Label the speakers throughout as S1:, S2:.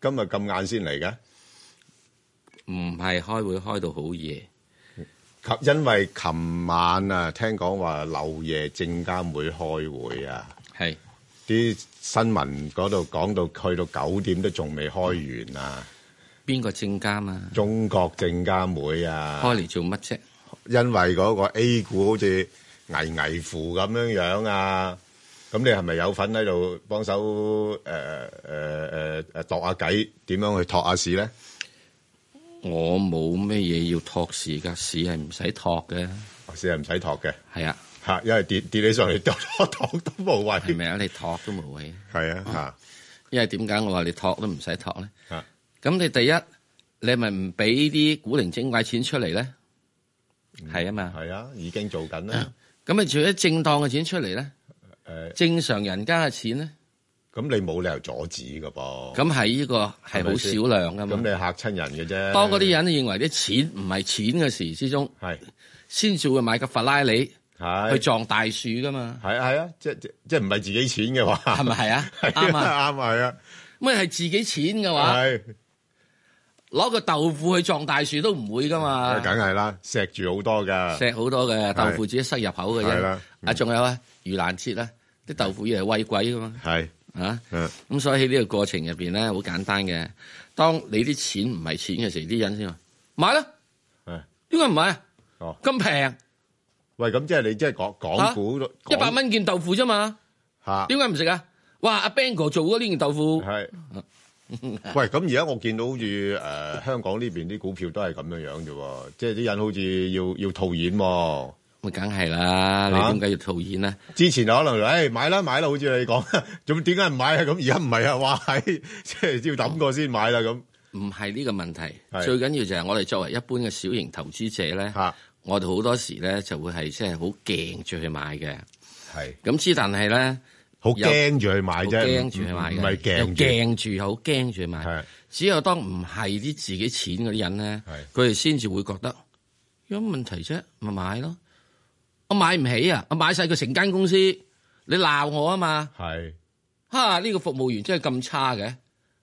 S1: 今日咁晏先嚟嘅？
S2: 唔係開會開到好夜，
S1: 及因為琴晚啊，聽講話漏夜證監會開會啊，
S2: 係
S1: 啲新聞嗰度講到去到九點都仲未開完啊。
S2: 邊個證監啊？
S1: 中國證監會啊，
S2: 開嚟做乜啫？
S1: 因為嗰個 A 股好似危危乎咁樣樣啊，咁你係咪有份喺度幫手呃誒誒誒誒度呃下計，點樣去托下市咧？
S2: 我冇咩嘢要托市㗎，市係唔使托嘅，
S1: 哦市係唔使托嘅
S2: 係啊，
S1: 嚇，因為跌跌起上嚟度多托都無
S2: 係
S1: 謂。
S2: 咪啊？你托都無謂，
S1: 係啊嚇
S2: 因為點解我話你托都唔使托咧？
S1: 嚇，
S2: 咁你第一，你係咪唔俾啲古靈精怪錢出嚟咧？係啊嘛，
S1: 係啊，已經做緊啦。
S2: 咁你除咗正當嘅錢出嚟咧，
S1: 誒，
S2: 正常人家嘅錢咧，
S1: 咁你冇理由阻止㗎噃。
S2: 咁係呢個係
S1: 咪
S2: 好
S1: 先
S2: 少量噶
S1: 咁
S2: 嘛
S1: 你。嚇親人嘅啫。
S2: 當嗰啲人認為啲錢唔係錢嘅時之中，
S1: 係
S2: 先至會買個法拉利
S1: 係
S2: 去撞大樹噶嘛，
S1: 係啊係啊，即即即唔係自己錢嘅話，
S2: 係咪係啊？
S1: 係
S2: 啱啊！
S1: 啊啱啊係啊。
S2: 咩係自己錢嘅話，
S1: 係，
S2: 攞個豆腐去撞大樹都唔會噶嘛，
S1: 梗係啦，錫住好多㗎。
S2: 錫好多嘅豆腐自己塞入口嘅
S1: 係
S2: 啫
S1: 啦。
S2: 啊，仲有啊，盂蘭節啦，啲豆腐要係喂鬼噶嘛，
S1: 係，
S2: 啊！
S1: 嗯，
S2: 咁所以喺呢個過程入邊咧，好簡單嘅。當你啲錢唔係錢嘅時候，啲人先話買啦，
S1: 係。
S2: 點解唔買啊？
S1: 哦
S2: 咁平
S1: 喂，咁即係你即係講港股
S2: 一百蚊件豆腐啫嘛，
S1: 嚇，
S2: 點解唔食啊？哇！阿 Bang 哥做嗰呢件豆腐
S1: 係。 喂，咁而家我見到好似誒香港呢邊啲股票都係咁樣樣啫喎，即係啲人好似要要套現喎。
S2: 咪梗係啦，
S1: 啊
S2: 你點解要套現咧？
S1: 之前可能誒買啦買啦，好似你講， 咁點解唔買啊？咁而家唔係啊，哇係， 即係要抌過先買啦咁
S2: 唔係呢個問題，
S1: 係
S2: 最緊要就係我哋作為一般嘅小型投資者咧，
S1: 嚇，
S2: 我哋好多時咧就會係即係好驚住去買嘅。
S1: 係
S2: 咁之但係咧，
S1: 好驚住去買
S2: 好
S1: 啫，
S2: 驚住去買嘅，
S1: 唔係
S2: 又
S1: 驚住，
S2: 驚住，好驚住去買。
S1: 係
S2: 只有當唔係啲自己錢嗰啲人咧
S1: 係，
S2: 佢哋先至會覺得有乜問題啫，咪買咯。我買唔起啊！我買晒佢成間公司，你鬧我啊嘛！
S1: 係。
S2: 哈，呢個服務員真係咁差嘅，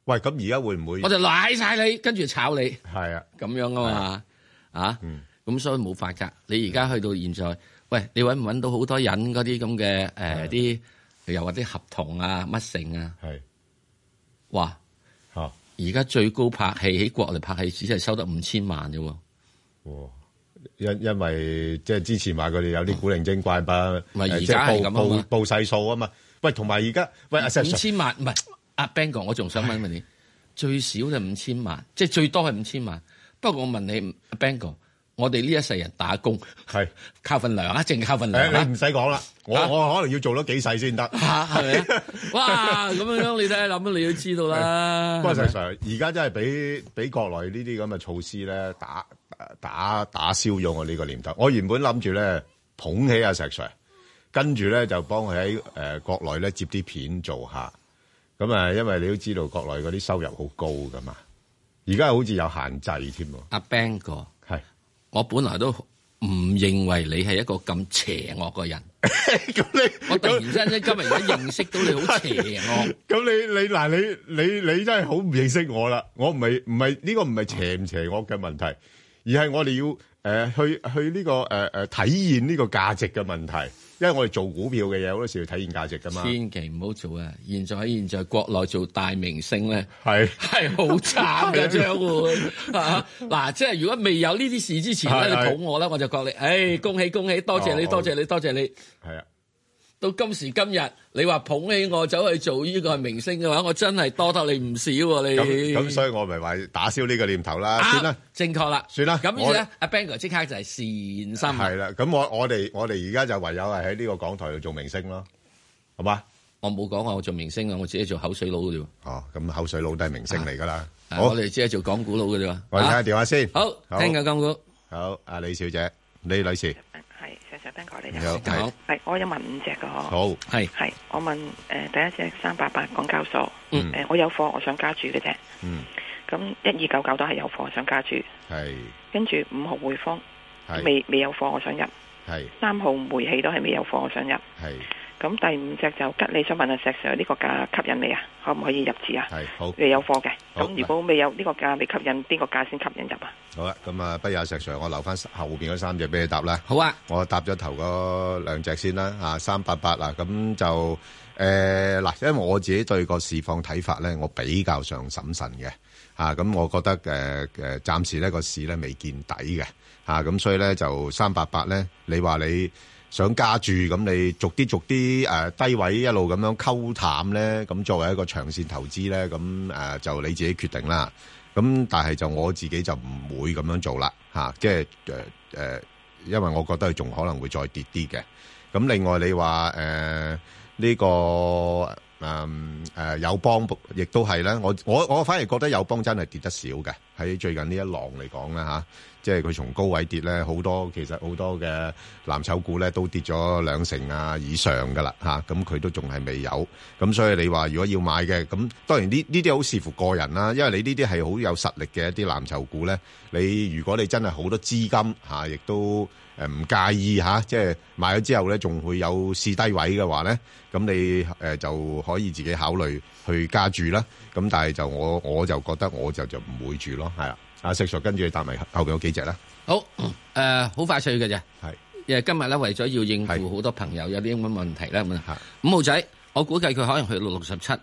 S1: 喂，咁而家會唔會
S2: 我就奶晒你，跟住炒你
S1: 係啊？
S2: 咁樣啊嘛，啊
S1: 嗯，
S2: 咁所以冇法㗎。你而家去到現在，喂，你揾唔揾到好多人嗰啲咁嘅誒啲，又或者合同啊乜成啊，
S1: 係
S2: 哇！
S1: 嚇，
S2: 而家最高拍戲喺國內拍戲，只係收得五千萬啫喎。
S1: 哇因因為即係之前話佢哋有啲古靈精怪吧，
S2: 咪
S1: 誒
S2: 而
S1: 即係
S2: 家係
S1: 報
S2: 咁啊嘛
S1: 報報細數啊嘛。喂，同埋而家喂阿
S2: 五
S1: Sir，Sir，
S2: 千萬唔係阿 Bang 哥，我仲想問問你，最少就五千萬，即係最多係五千萬。不過我問你，阿 Bang 哥，我哋呢一世人打工
S1: 係
S2: 靠份糧啊，淨靠份糧
S1: 誒
S2: 啊
S1: 你唔，使講啦， 我
S2: 啊
S1: 我可能要做咗幾世先得。
S2: 嚇係 咪啊？哇，咁樣樣你睇下諗，你都知道啦。
S1: 不過
S2: 係
S1: Sir
S2: 咪
S1: Sir，而家真係俾俾國內呢啲咁嘅措施咧，打打打消咗我呢個念頭。我原本諗住咧捧起阿石 Sir，跟住咧就幫佢喺誒國內咧接啲片做下。咁啊，因為你都知道國內嗰啲收入好高噶嘛，而家好似有限制添喎。
S2: 阿 Bang 哥，
S1: 係
S2: 我本來都唔認為你係一個咁邪惡嘅人，
S1: 咁你
S2: 我突然之間今日而家認識到你好邪 惡。
S1: 咁你你嗱你你你真係好唔認識我啦！我唔係唔係呢個唔係邪唔邪惡嘅問題，而係我哋要誒、呃去去呢、個誒誒、呃體現呢個價值嘅問題，因為我哋做股票嘅嘢好多時要體現價值噶嘛。
S2: 千祈唔好做啊！現在喺現在國內做大明星咧，
S1: 係啊
S2: 係好 慘嘅將會啊嗱，即係如果未有呢啲事之前咧，
S1: 係係
S2: 你肚我咧，我就覺你，唉，恭喜恭喜，多謝你，
S1: 哦
S2: 多謝你，多謝你。
S1: 係啊，
S2: 到今時今日，你話捧起我走去做呢個明星嘅話，我真係多得你唔少喎！你
S1: 咁咁所以我咪話打消呢個念頭啦，算啦
S2: 啱。正確啦，
S1: 算啦
S2: 啊咁於
S1: 我
S2: 是咧，阿 Bang 哥即刻就係善心，啊
S1: 係啦，咁我我哋我哋而家就唯有係喺呢個港台度做明星咯，好嘛？
S2: 我冇講話我做明星啊，我自己做口水佬嘅啫喎，
S1: 哦，咁口水佬都係明星嚟噶啦。
S2: 啊
S1: 好
S2: 我，哋只係做講古佬嘅啫喎。
S1: 我哋睇
S2: 啊
S1: 下電話先。
S2: 好，聽緊講古。
S1: 好，阿啊李小姐，李女士，
S3: 係石石彬哥你
S1: 你好
S3: 哋
S1: 係
S2: 好
S3: 係我有問五隻嘅嗬，
S1: 好。
S2: 係
S3: 哦係我問誒、呃第一隻三八八港交所，誒、呃
S2: 嗯
S3: 我有貨，我想加注嘅啫，
S1: 嗯，
S3: 咁一二九九都係有貨，想加注，
S1: 係
S3: 跟住五號匯豐
S1: 係
S3: 未未有貨，我想入，
S1: 係
S3: 三號煤氣都係未有貨，我想入，
S1: 係
S3: 咁咁第五隻就吉，你想問下石 Sir 呢個價吸引你啊？可唔可以入市啊？
S1: 係好
S3: 你有貨嘅，
S1: 好
S3: 咁如果未有呢個價未吸引，邊個價先吸引入啊？
S1: 好啦，咁啊，不如阿石 Sir，我留翻後邊嗰三隻俾你答啦。
S2: 好啊，
S1: 我搭咗頭嗰兩隻先啦，啊三八八啦，咁就誒嗱、因為我自己對個市況睇法咧，我比較上審慎嘅，啊咁我覺得誒誒、呃暫時呢個市咧未見底嘅，啊咁所以咧就三八八咧，你話你想加注，咁你逐啲逐啲誒、呃低位一路咁樣溝淡咧，咁作為一個長線投資咧，咁誒、呃就你自己決定啦。咁但係就我自己就唔會咁樣做啦，嚇、即係誒誒，因為我覺得佢仲可能會再跌啲嘅。咁另外你話誒呢個誒誒、呃友邦，亦都係咧，我我我反而覺得友邦真係跌得少嘅，喺最近呢一浪嚟講啦嚇。即係佢從高位跌咧，好多其實好多嘅藍籌股咧都跌咗兩成啊以上噶啦嚇，咁、佢都仲係未有，咁所以你話如果要買嘅，咁當然呢呢啲好視乎個人啦，因為你呢啲係好有實力嘅一啲藍籌股咧，你如果你真係好多資金嚇、亦都誒唔介意嚇、即係買咗之後咧仲會有試低位嘅話咧，咁你誒、呃就可以自己考慮去加注啦。咁但係就我我就覺得我就就唔會住咯，係啦。阿石 Sir 跟住你答埋後邊有幾隻啦，
S2: 好 誒，呃好快脆嘅啫。
S1: 係
S2: 因為今日咧為咗要應
S1: 係
S2: 付好多朋友有啲咁嘅問題啦，咁
S1: 係
S2: 啊，五號仔，我估計佢可能去到六十七，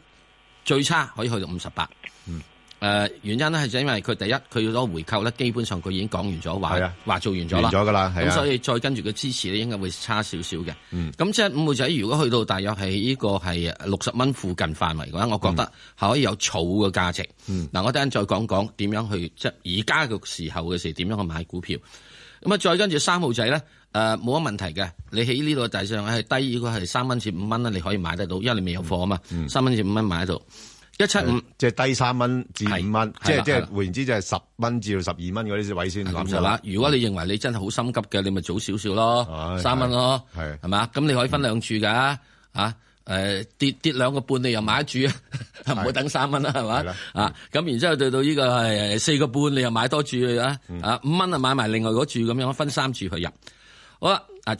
S2: 最差可以去到五十八。嗯。誒，原因咧係就因為佢第一佢要攞回購咧，基本上佢已經講完咗
S1: 係
S2: 話
S1: 啊，
S2: 話做完咗
S1: 完
S2: 啦。
S1: 咗噶啦，係
S2: 咁
S1: 啊
S2: 所，以再跟住嘅支持咧，應該會差少少嘅。
S1: 嗯
S2: 咁即係五號仔，如果去到大約係呢個係六十蚊附近範圍嘅話，我覺得係可以有儲嘅價值。嗱、
S1: 嗯
S2: 我等陣再講講點樣去即係而家嘅時候嘅時點樣去買股票。咁啊，再跟住三號仔咧，誒冇乜問題嘅。你喺呢度大致上係低，如果係三蚊至五蚊咧，你可以買得到，因為你未有貨啊嘛。三蚊至五蚊買得到，一七五
S1: 即嗯係低三蚊至
S2: 係
S1: 五蚊，即
S2: 係
S1: 係
S2: 啦
S1: 即
S2: 係
S1: 係
S2: 啦
S1: 換言之就係十蚊至到十二蚊嗰啲位先
S2: 咁
S1: 諗
S2: 就
S1: 咗
S2: 啦。。如果你認為你真係好心急嘅，你咪早少少咯，
S1: 唉
S2: 三蚊咯，
S1: 係
S2: 係嘛？咁你可以分兩注㗎，啊誒跌跌兩個半，你又買一注 啊，唔好等三蚊啦，係
S1: 係
S2: 嘛
S1: 啦？
S2: 啊咁，然之後到到呢個係四個半，你又買多注啊，
S1: 嗯
S2: 啊五蚊啊買埋另外嗰注咁樣，分三注去入。好啦，啊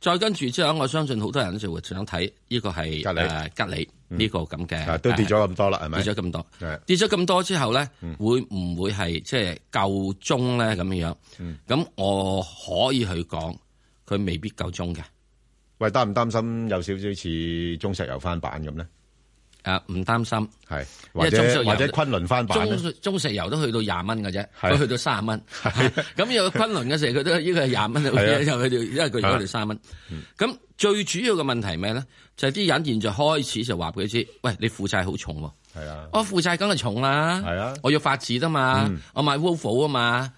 S2: 再跟住之後，我相信好多人就會想睇呢個係
S1: 吉利
S2: 誒吉利呢個咁嘅呃
S1: 啊，都跌咗咁多啦，係咪？
S2: 跌咗咁多
S1: 係，
S2: 跌咗咁多之後咧，
S1: 嗯
S2: 會唔會係即係夠鐘咧咁樣樣？
S1: 嗯
S2: 咁我可以去講，佢未必夠鐘嘅。
S1: 喂，擔唔擔心有少少似中石油翻版咁咧？
S2: 誒啊唔擔心，
S1: 係
S2: 因
S1: 或
S2: 為中石
S1: 者
S2: 油
S1: 或者昆崙翻版咧？
S2: 中中石油都去到廿蚊嘅啫，
S1: 係
S2: 佢去到卅蚊。 咁有昆崙嘅時候，佢都呢個係廿蚊，
S1: 係啊
S2: 因為佢哋因為佢而家
S1: 啊
S2: 去到卅蚊。
S1: 嗯
S2: 咁最主要嘅問題咩咧？就係啲人現在開始就話俾佢知，喂，你負債好重喎。
S1: 係啊，
S2: 我負債梗係重啦，
S1: 係啊嗯
S2: 我要發展啊嘛，我買 Wolf 啊嘛，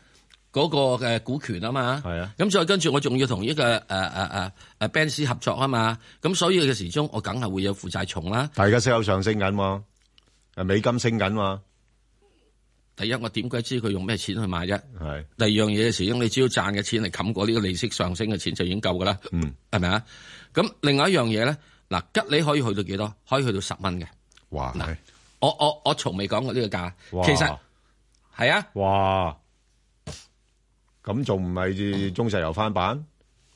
S2: 嗰、個嘅股權啊嘛，
S1: 係啊
S2: 咁再跟住我仲要同呢個呃誒誒誒誒 Benz 合作啊嘛，咁所以嘅時鐘我梗係會有負債重啦。
S1: 但係而家息口上升緊喎，啊美金升緊喎，
S2: 第一我點鬼知佢用咩錢去買啫？
S1: 係
S2: 第二樣嘢嘅時鐘你只要賺嘅錢嚟冚過呢個利息上升嘅錢就已經夠噶啦，
S1: 嗯
S2: 係咪啊？咁另外一樣嘢咧，嗱吉利可以去到幾多？可以去到十蚊嘅。
S1: 哇係
S2: 我我我從未講過呢個價，
S1: 哇
S2: 其實係啊，
S1: 哇，咁仲唔係中石油翻版？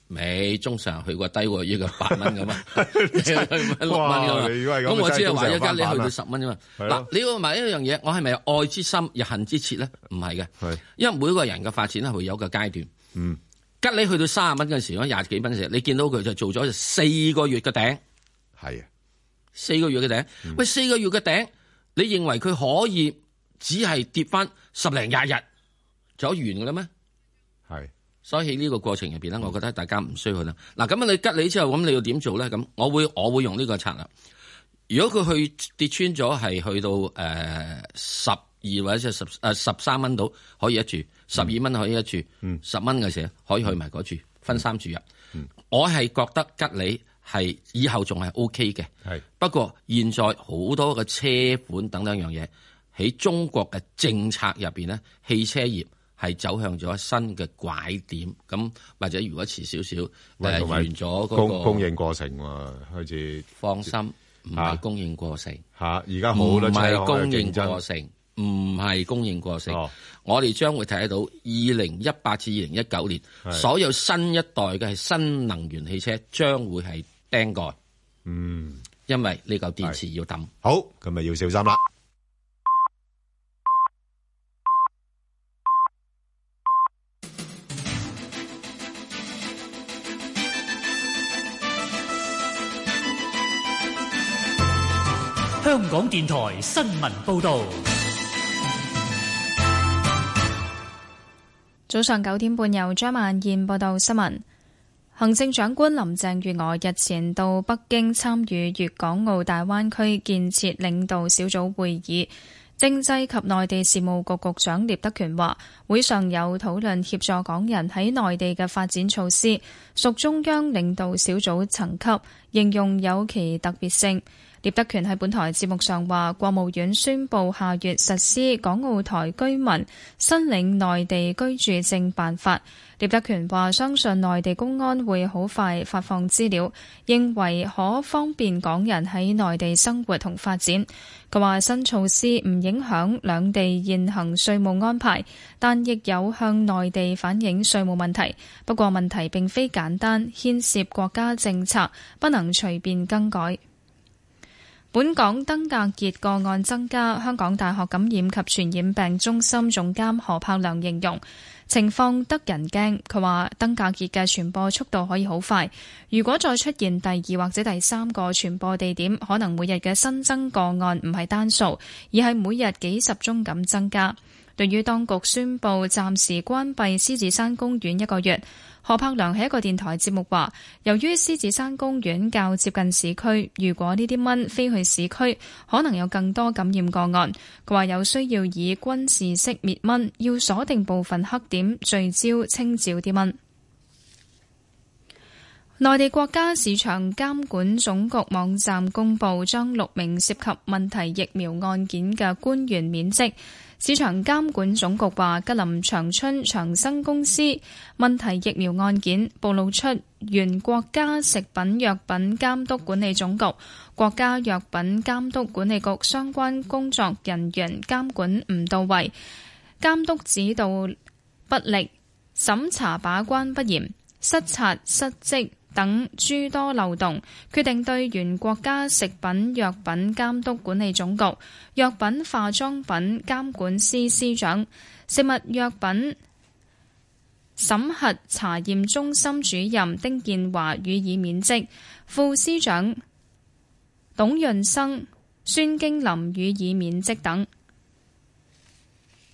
S2: 未中上去過低過呢個八蚊咁 啊，去六蚊
S1: 哇你如果係
S2: 咁啊嘛。
S1: 咁
S2: 咁我
S1: 真係
S2: 只係
S1: 中
S2: 話
S1: 上
S2: 一間你
S1: 翻
S2: 去
S1: 版啊
S2: 到十蚊啫嘛。
S1: 係咯
S2: 嗱，你要問一樣嘢，我係咪有愛之心、日恨之切咧？唔係嘅，
S1: 係
S2: 因為每個人嘅發展係會有一個階段。
S1: 嗯，
S2: 吉你去到三十蚊嘅時候，廿幾蚊嘅時候，你見到佢就做咗四個月嘅頂，
S1: 係啊，嗯
S2: 四個月嘅頂。喂，四個月嘅頂，你認為佢可以只係跌翻十零廿日就完嘅啦咩？
S1: 係嗯
S2: 所以喺呢個過程入邊咧，我覺得大家唔需要去啦。嗱，咁啊，你吉你之後，咁你要點做咧？咁我會我會用呢個策略。如果佢去跌穿咗，係去到誒十二或者十誒十三蚊度，可以一注；十
S1: 嗯
S2: 二蚊可以一注；十蚊嘅時候可以去埋嗰注，分三注入。我係覺得吉你係以後仲係 O K 嘅。
S1: 係
S2: 不過現在好多嘅車款等等樣嘢喺中國嘅政策入邊咧，汽車業係走向咗新嘅拐點。咁或者如果遲少少誒
S1: 喂同埋
S2: 完咗
S1: 供供
S2: 嗰個
S1: 應過剩喎，開始。
S2: 放心，唔
S1: 啊
S2: 係供應過剩，
S1: 吓，而家好
S2: 唔
S1: 多
S2: 係
S1: 車
S2: 供應
S1: 應
S2: 過
S1: 爭，
S2: 剩，唔係供應過剩。
S1: 哦
S2: 我哋將會睇得到二零一八至二零一九年
S1: 係
S2: 所有新一代嘅係新能源汽車將會係釘蓋。
S1: 嗯，
S2: 因為呢嚿電池要抌。
S1: 好，咁咪要小心啦。
S4: 香港電台新聞報導，
S5: 早上九點半，由張曼燕報道新聞。行政長官林鄭月娥日前到北京參與粵港澳大灣區建設領導小組會議，政制及內地事務局局長聶德權話，會上有討論協助港人喺內地嘅發展措施，屬中央領導小組層級，應用有其特別性。聶德權喺本台節目上話，國務院宣布下月實施港澳台居民申領內地居住證辦法。聶德權話，相信內地公安會好快發放資料，認為可方便港人喺內地生活同發展。佢話新措施唔影響兩地現行稅務安排，但亦有向內地反映稅務問題。不過問題並非簡單，牽涉國家政策，不能隨便更改。本港登革熱個案增加，香港大學感染及傳染病中心總監何柏良形容情況得人驚。佢話登革熱嘅傳播速度可以好快，如果再出現第二或者第三個傳播地點，可能每日嘅新增個案唔係單數，而係每日幾十宗咁增加。對於當局宣布暫時關閉獅子山公園一個月，何柏良喺一個電台節目話，由於獅子山公園較接近市區，如果呢啲蚊飛去市區，可能有更多感染個案。佢話有需要以軍事式滅蚊，要鎖定部分黑點，聚焦清照啲蚊。內地國家市場監管總局網站公布，將六名涉及問題疫苗案件嘅官員免職。市場監管總局話，吉林長春長生公司問題疫苗案件暴露出原國家食品藥品監督管理總局、國家藥品監督管理局相關工作人員監管唔到位，監督指導不力，審查把關不嚴，失察失職。等諸多漏洞，決定對原國家食品藥品監督管理總局、藥品化妝品監管司司長、食物藥品審核查驗中心主任丁建華予以免職，副司長董潤生、孫京林予以免職等。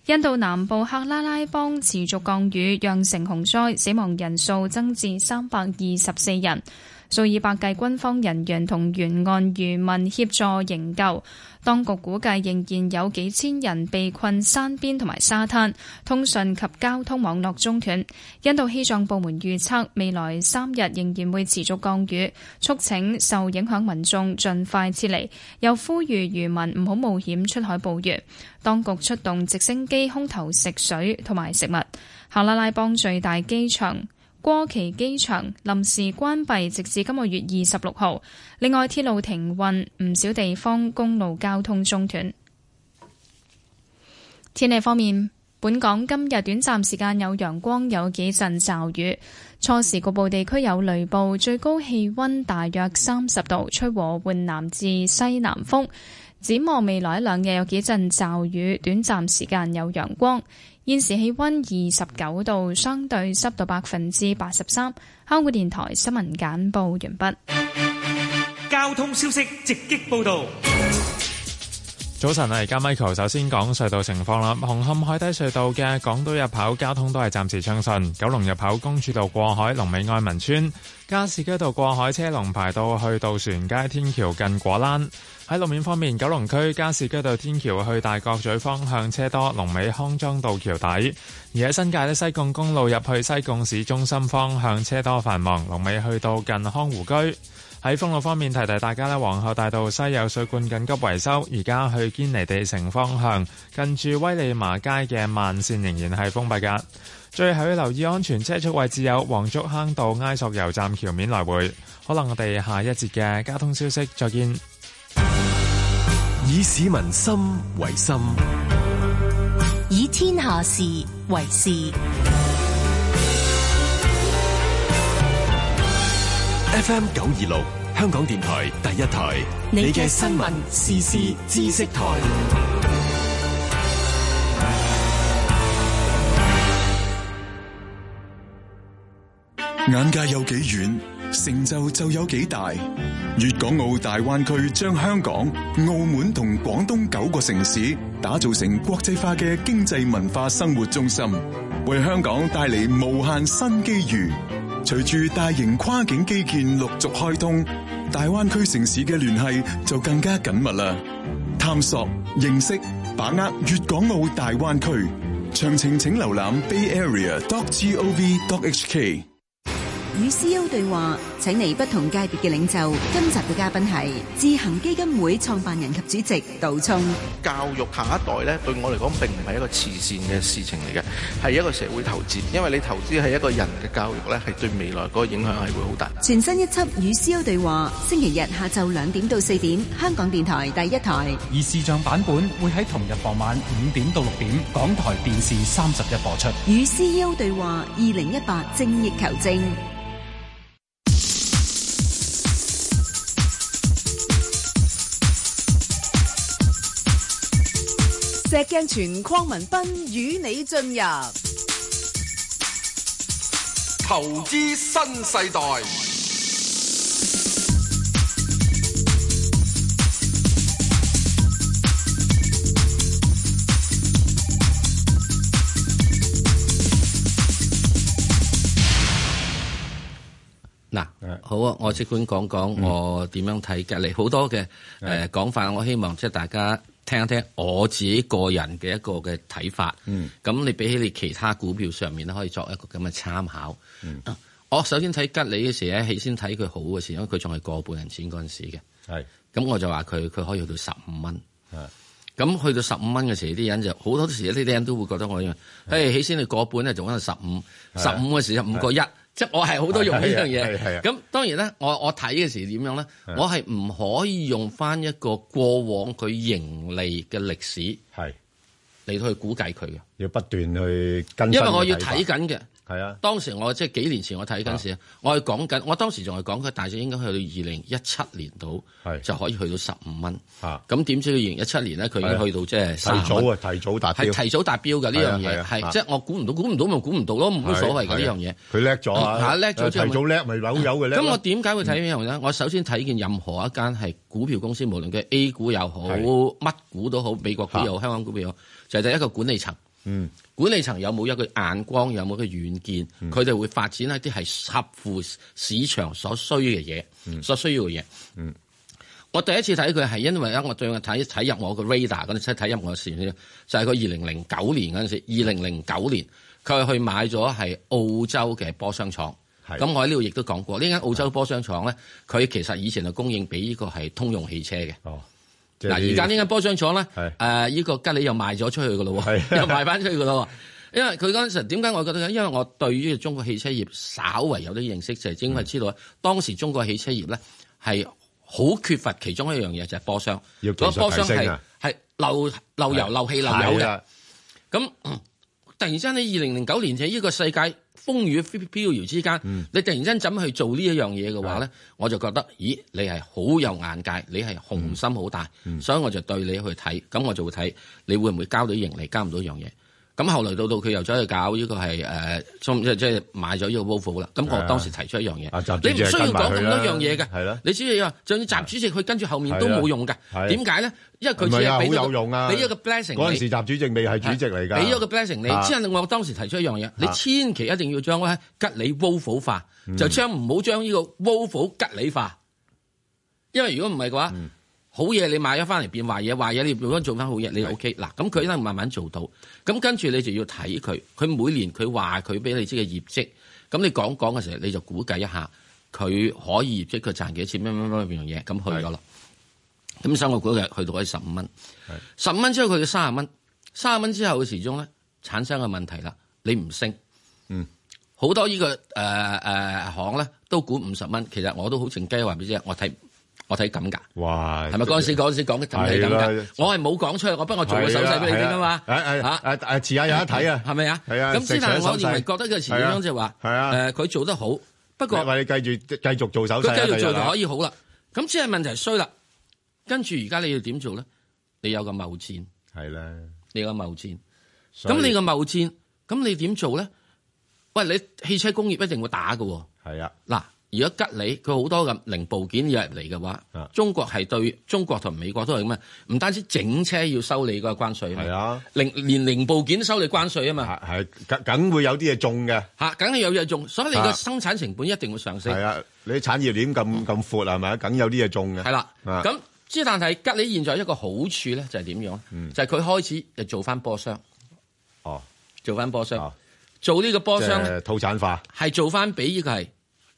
S5: 印度南部克拉拉邦持續降雨，釀成洪災，死亡人數增至三百二十四人。數以百計軍方人員同沿岸漁民協助營救。當局估計仍然有幾千人被困山邊同埋沙灘，通訊及交通網絡中斷。印度氣象部門預測未來三日仍然會持續降雨，促請受影響民眾盡快撤離，又呼籲漁民唔好冒險出海捕魚。當局出動直升機空投食水同埋食物。克拉拉邦最大機場過期機場臨時關閉，直至今個月二十六號。另外，鐵路停運，唔少地方公路交通中斷。天氣方面，本港今日短暫時間有陽光，有幾陣驟雨。初時局部地區有雷暴，最高氣温大約三十度，吹和緩南至西南風。展望未來一兩日有幾陣驟雨，短暫時間有陽光。現時氣温二十九度，相對濕度百分之八十三。香港電台新聞簡報完
S4: 交通消息直擊報導。
S6: 早晨啊，而家 Michael 首先講隧道情況啦。紅磡海底隧道嘅港島入口交通都係暫時暢順，九龍入口公主道過海、龍尾愛民村、加士居道過海車龍排到去渡船街天橋近果欄。喺路面方面，九龍區加士居道天橋去大角咀方向車多，龍尾康莊道橋底；而喺新界咧，西貢公路入去西貢市中心方向車多繁忙，龍尾去到近康湖居。喺封路方面，提提大家咧，皇后大道西有水管緊急維修，而家去堅尼地城方向，近住威利麻街嘅慢線仍然係封閉㗎。最後要留意安全車速位置有黃竹坑道埃索油站橋面來回。可能我哋下一節嘅交通消息再見。
S7: 以市民心為心，
S8: 以天下事為事。
S7: FM 九二六香港電台第一台，你嘅新聞時事知識台。
S9: 眼界有幾遠，成就就有幾大。粵港澳大灣區將香港、澳門同廣東九個城市打造成國際化嘅經濟文化生活中心，為香港帶嚟無限新機遇。隨住大型跨境基建陸續開通，大灣區城市嘅聯繫就更加緊密啦。探索、認識、把握粵港澳大灣區，詳情請瀏覽 bayarea.gov.hk。
S10: 與 CEO 對話，請嚟不同界別嘅領袖。今集嘅嘉賓係智行基金會創辦人及主席杜聰。
S11: 教育下一代咧，對我嚟講並唔係一個慈善嘅事情嚟嘅，係一個社會投資。因為你投資係一個人嘅教育咧，係對未來嗰個影響係會好 大。
S10: 全新一輯與 CEO 對話，星期日下晝兩點到四點，香港電台第一台。
S12: 而視像版本會喺同日傍晚五點到六點，港台電視三十一播出。
S10: 與 CEO 對話，二零一八精益求精。
S13: 石鏡泉鄺民彬與你進入
S14: 投資新世代。
S2: 嗱，好啊！我即管講講我點樣睇隔離好多嘅誒講法，我希望即係大家。聽一聽我自己個人嘅一個嘅睇法，咁、嗯、你比起你其他股票上面咧，可以作一個咁嘅參考。嗯、
S4: 啊
S2: 我首先睇吉利嘅時咧，起先睇佢好嘅時，因為佢仲係個半人錢嗰陣時嘅。係，咁我就話佢佢可以去到十五蚊。咁去到十五蚊嘅時，啲人就好多時呢啲人都會覺得我因為，誒起先你個半咧就揾到十五，十五嘅時就五個一。即係我係好多用呢樣嘢，咁當然咧，我我睇嘅時點樣咧？我係唔可以用翻一個過往佢盈利嘅歷史嚟到去估計佢嘅，
S1: 要不斷去跟。
S2: 因為我要睇緊嘅，
S1: 係啊。
S2: 當時我即係幾年前我睇緊時，我係講緊，我當時仲係講佢大致應該去到二零一七年度就可以去到十五蚊。咁點知佢二零一七年咧，佢已經去到即係
S1: 啊提早啊，提早達標
S2: 係提早達標嘅呢
S1: 啊
S2: 樣嘢，係即係我哦估唔到，估唔到咪估唔到咯，冇乜所謂嘅呢樣嘢。嗯
S1: 佢叻咗啊！
S2: 叻咗
S1: 提早叻咪有有嘅叻。
S2: 咁我點解會睇呢樣咧？我首先睇見任何一間係股票公司，無論佢 A 股又好，乜股都好，美國股又好，香港股票又好。就係第一個管理層，嗯、管理層有冇一個眼光，有冇個遠見，佢哋、嗯、會發展一啲係合乎市場所需嘅嘢，嗯、所需要嘅嘢。嗯、我第一次睇佢係因為咧，我最近睇睇入我個 radar 嗰陣，睇睇入我嘅視線就係佢二零零九年嗰陣時，二零零九年佢去買咗係澳洲嘅波箱廠。咁我喺呢度亦都講過，呢間澳洲波箱廠咧，佢其實以前係供應俾呢個係通用汽車嘅。哦嗱，而家呢間波箱廠咧，誒依個吉利又賣咗出去噶咯喎， 又賣翻出去噶咯喎，因為佢嗰陣時點解我覺得？因為我對於中國汽車業稍為有啲認識，就係因為知道咧，當時中國汽車業咧係好缺乏其中一樣嘢，就係波箱。
S1: 嗰
S2: 波箱係係漏漏油、漏氣、漏油嘅。咁突然之間，你二零零九年喺呢個世界風雨飄搖之間，
S1: 嗯
S2: 你突然間怎去做呢一樣嘢嘅
S1: 啊
S2: 話咧，我就覺得，咦，你係好有眼界，你係雄心好大，
S1: 嗯
S2: 所以我就對你去睇，咁我就會睇你會唔會交到盈利，交唔到一樣嘢。咁後來到到佢又走去搞呢個係誒，即即係買咗呢個 Volvo 啦。咁
S1: 啊
S2: 我當時提出一樣嘢，你唔需要講咁多樣嘢嘅，你只要話，就算習主席佢跟住後面
S1: 啊
S2: 都冇用嘅，點解咧？因為佢只係俾
S1: 有用啊，
S2: 俾一個 blessing。
S1: 嗰陣時習主席未係主席嚟㗎，
S2: 啊
S1: 啊
S2: 俾咗個 blessing 你。之後我當時提出一樣嘢，你千祈一定要將咧吉利 Volvo 化，
S1: 嗯
S2: 就將唔好將呢個 Volvo 吉利化，因為如果唔係嘅話。
S1: 嗯
S2: 好嘢你買咗翻嚟變壞嘢，壞嘢你變翻做翻好嘢，你 O K 嗱，咁佢咧慢慢做到，咁跟住你就要睇佢，佢每年佢話佢俾你知嘅業績，咁你講講嘅時候你就估計一下佢可以業績佢賺幾錢，咩咩咩樣嘢，咁去咗啦。咁所以我估計去到係十五蚊，十五蚊之後佢嘅三十蚊，三十蚊之後嘅時鐘咧產生嘅問題啦，你唔升，嗯，好多呢、這個誒誒、呃呃、行咧都估五十蚊，其實我都好靜雞話俾你知，啊我睇。我睇咁㗎，係咪嗰陣時嗰陣時講嘅咁係咁㗎？我係冇講出去，我不過我做個手勢俾你聽啊嘛。
S1: 誒誒誒遲下有得睇啊，
S2: 係咪啊？
S1: 係啊。
S2: 咁之但係我認為覺得佢前樣就係話，誒佢做得好，不過
S1: 喂你繼續繼續做手勢，啊
S2: 佢繼續做就可以好啦。咁只係問題衰啦。跟住而家你要點做咧？你有個貿戰，
S1: 係啦，
S2: 你有個貿戰，
S1: 所以
S2: 咁你個貿戰，咁你點做咧？喂，你汽車工業一定會打嘅喎。
S1: 係啊，
S2: 嗱，而家吉利佢好多嘅零部件要入嚟嘅話，
S1: 啊
S2: 中國係對中國同美國都係咁啊！唔單止整車要收你個關税啊嘛，
S1: 係啊，
S2: 零連零部件都收你關税啊嘛，
S1: 係梗梗會有啲嘢中嘅。
S2: 嚇，梗係有嘢用，所以你
S1: 啊
S2: 個生產成本一定會上升。
S1: 係啊，你產業鏈咁咁闊啊係咪？梗有啲嘢中嘅。
S2: 係啦，
S1: 啊
S2: 咁之但係吉利現在一個好處咧，就係點樣？就係佢開始就做翻波箱，
S1: 嗯哦，
S2: 做翻波箱，做呢個波箱
S1: 即係
S2: 咧
S1: 套產化
S2: 係做翻俾呢個係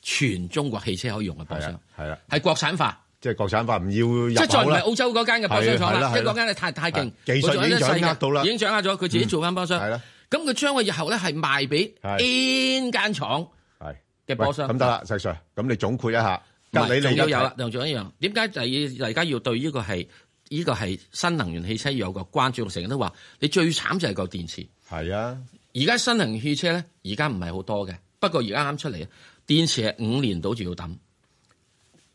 S2: 全中國汽車可以用嘅波
S1: 係
S2: 箱
S1: 啊，，係啊，
S2: 係國產化。
S1: 即係國產化唔要入
S2: 即係再唔
S1: 口
S2: 係
S1: 啦
S2: 澳洲嗰間嘅包商
S1: 係
S2: 廠
S1: 啦
S2: 啦，即
S1: 係
S2: 係
S1: 啦
S2: 嗰間係太太勁，
S1: 技術
S2: 佢做緊
S1: 已經
S2: 一世嘅
S1: 掌握到啦
S2: 已經掌握咗，佢自己做翻包商。
S1: 嗯係啦，
S2: 咁佢將佢日後咧係賣俾 N 間廠
S1: 係
S2: 嘅
S1: 喂
S2: 波商。
S1: 咁得啦，石 Sir，咁你總括一下，吉
S2: 唔係
S1: 你
S2: 仲
S1: 你
S2: 有有啦，仲有一樣，點解第二大家要對呢個係呢個係新能源汽車有個關注？成日都話你最慘就係個電池。
S1: 係啊，
S2: 而家新能源汽車咧，而家唔係好多嘅，不過而家啱出嚟，啊電池係五年到就要抌。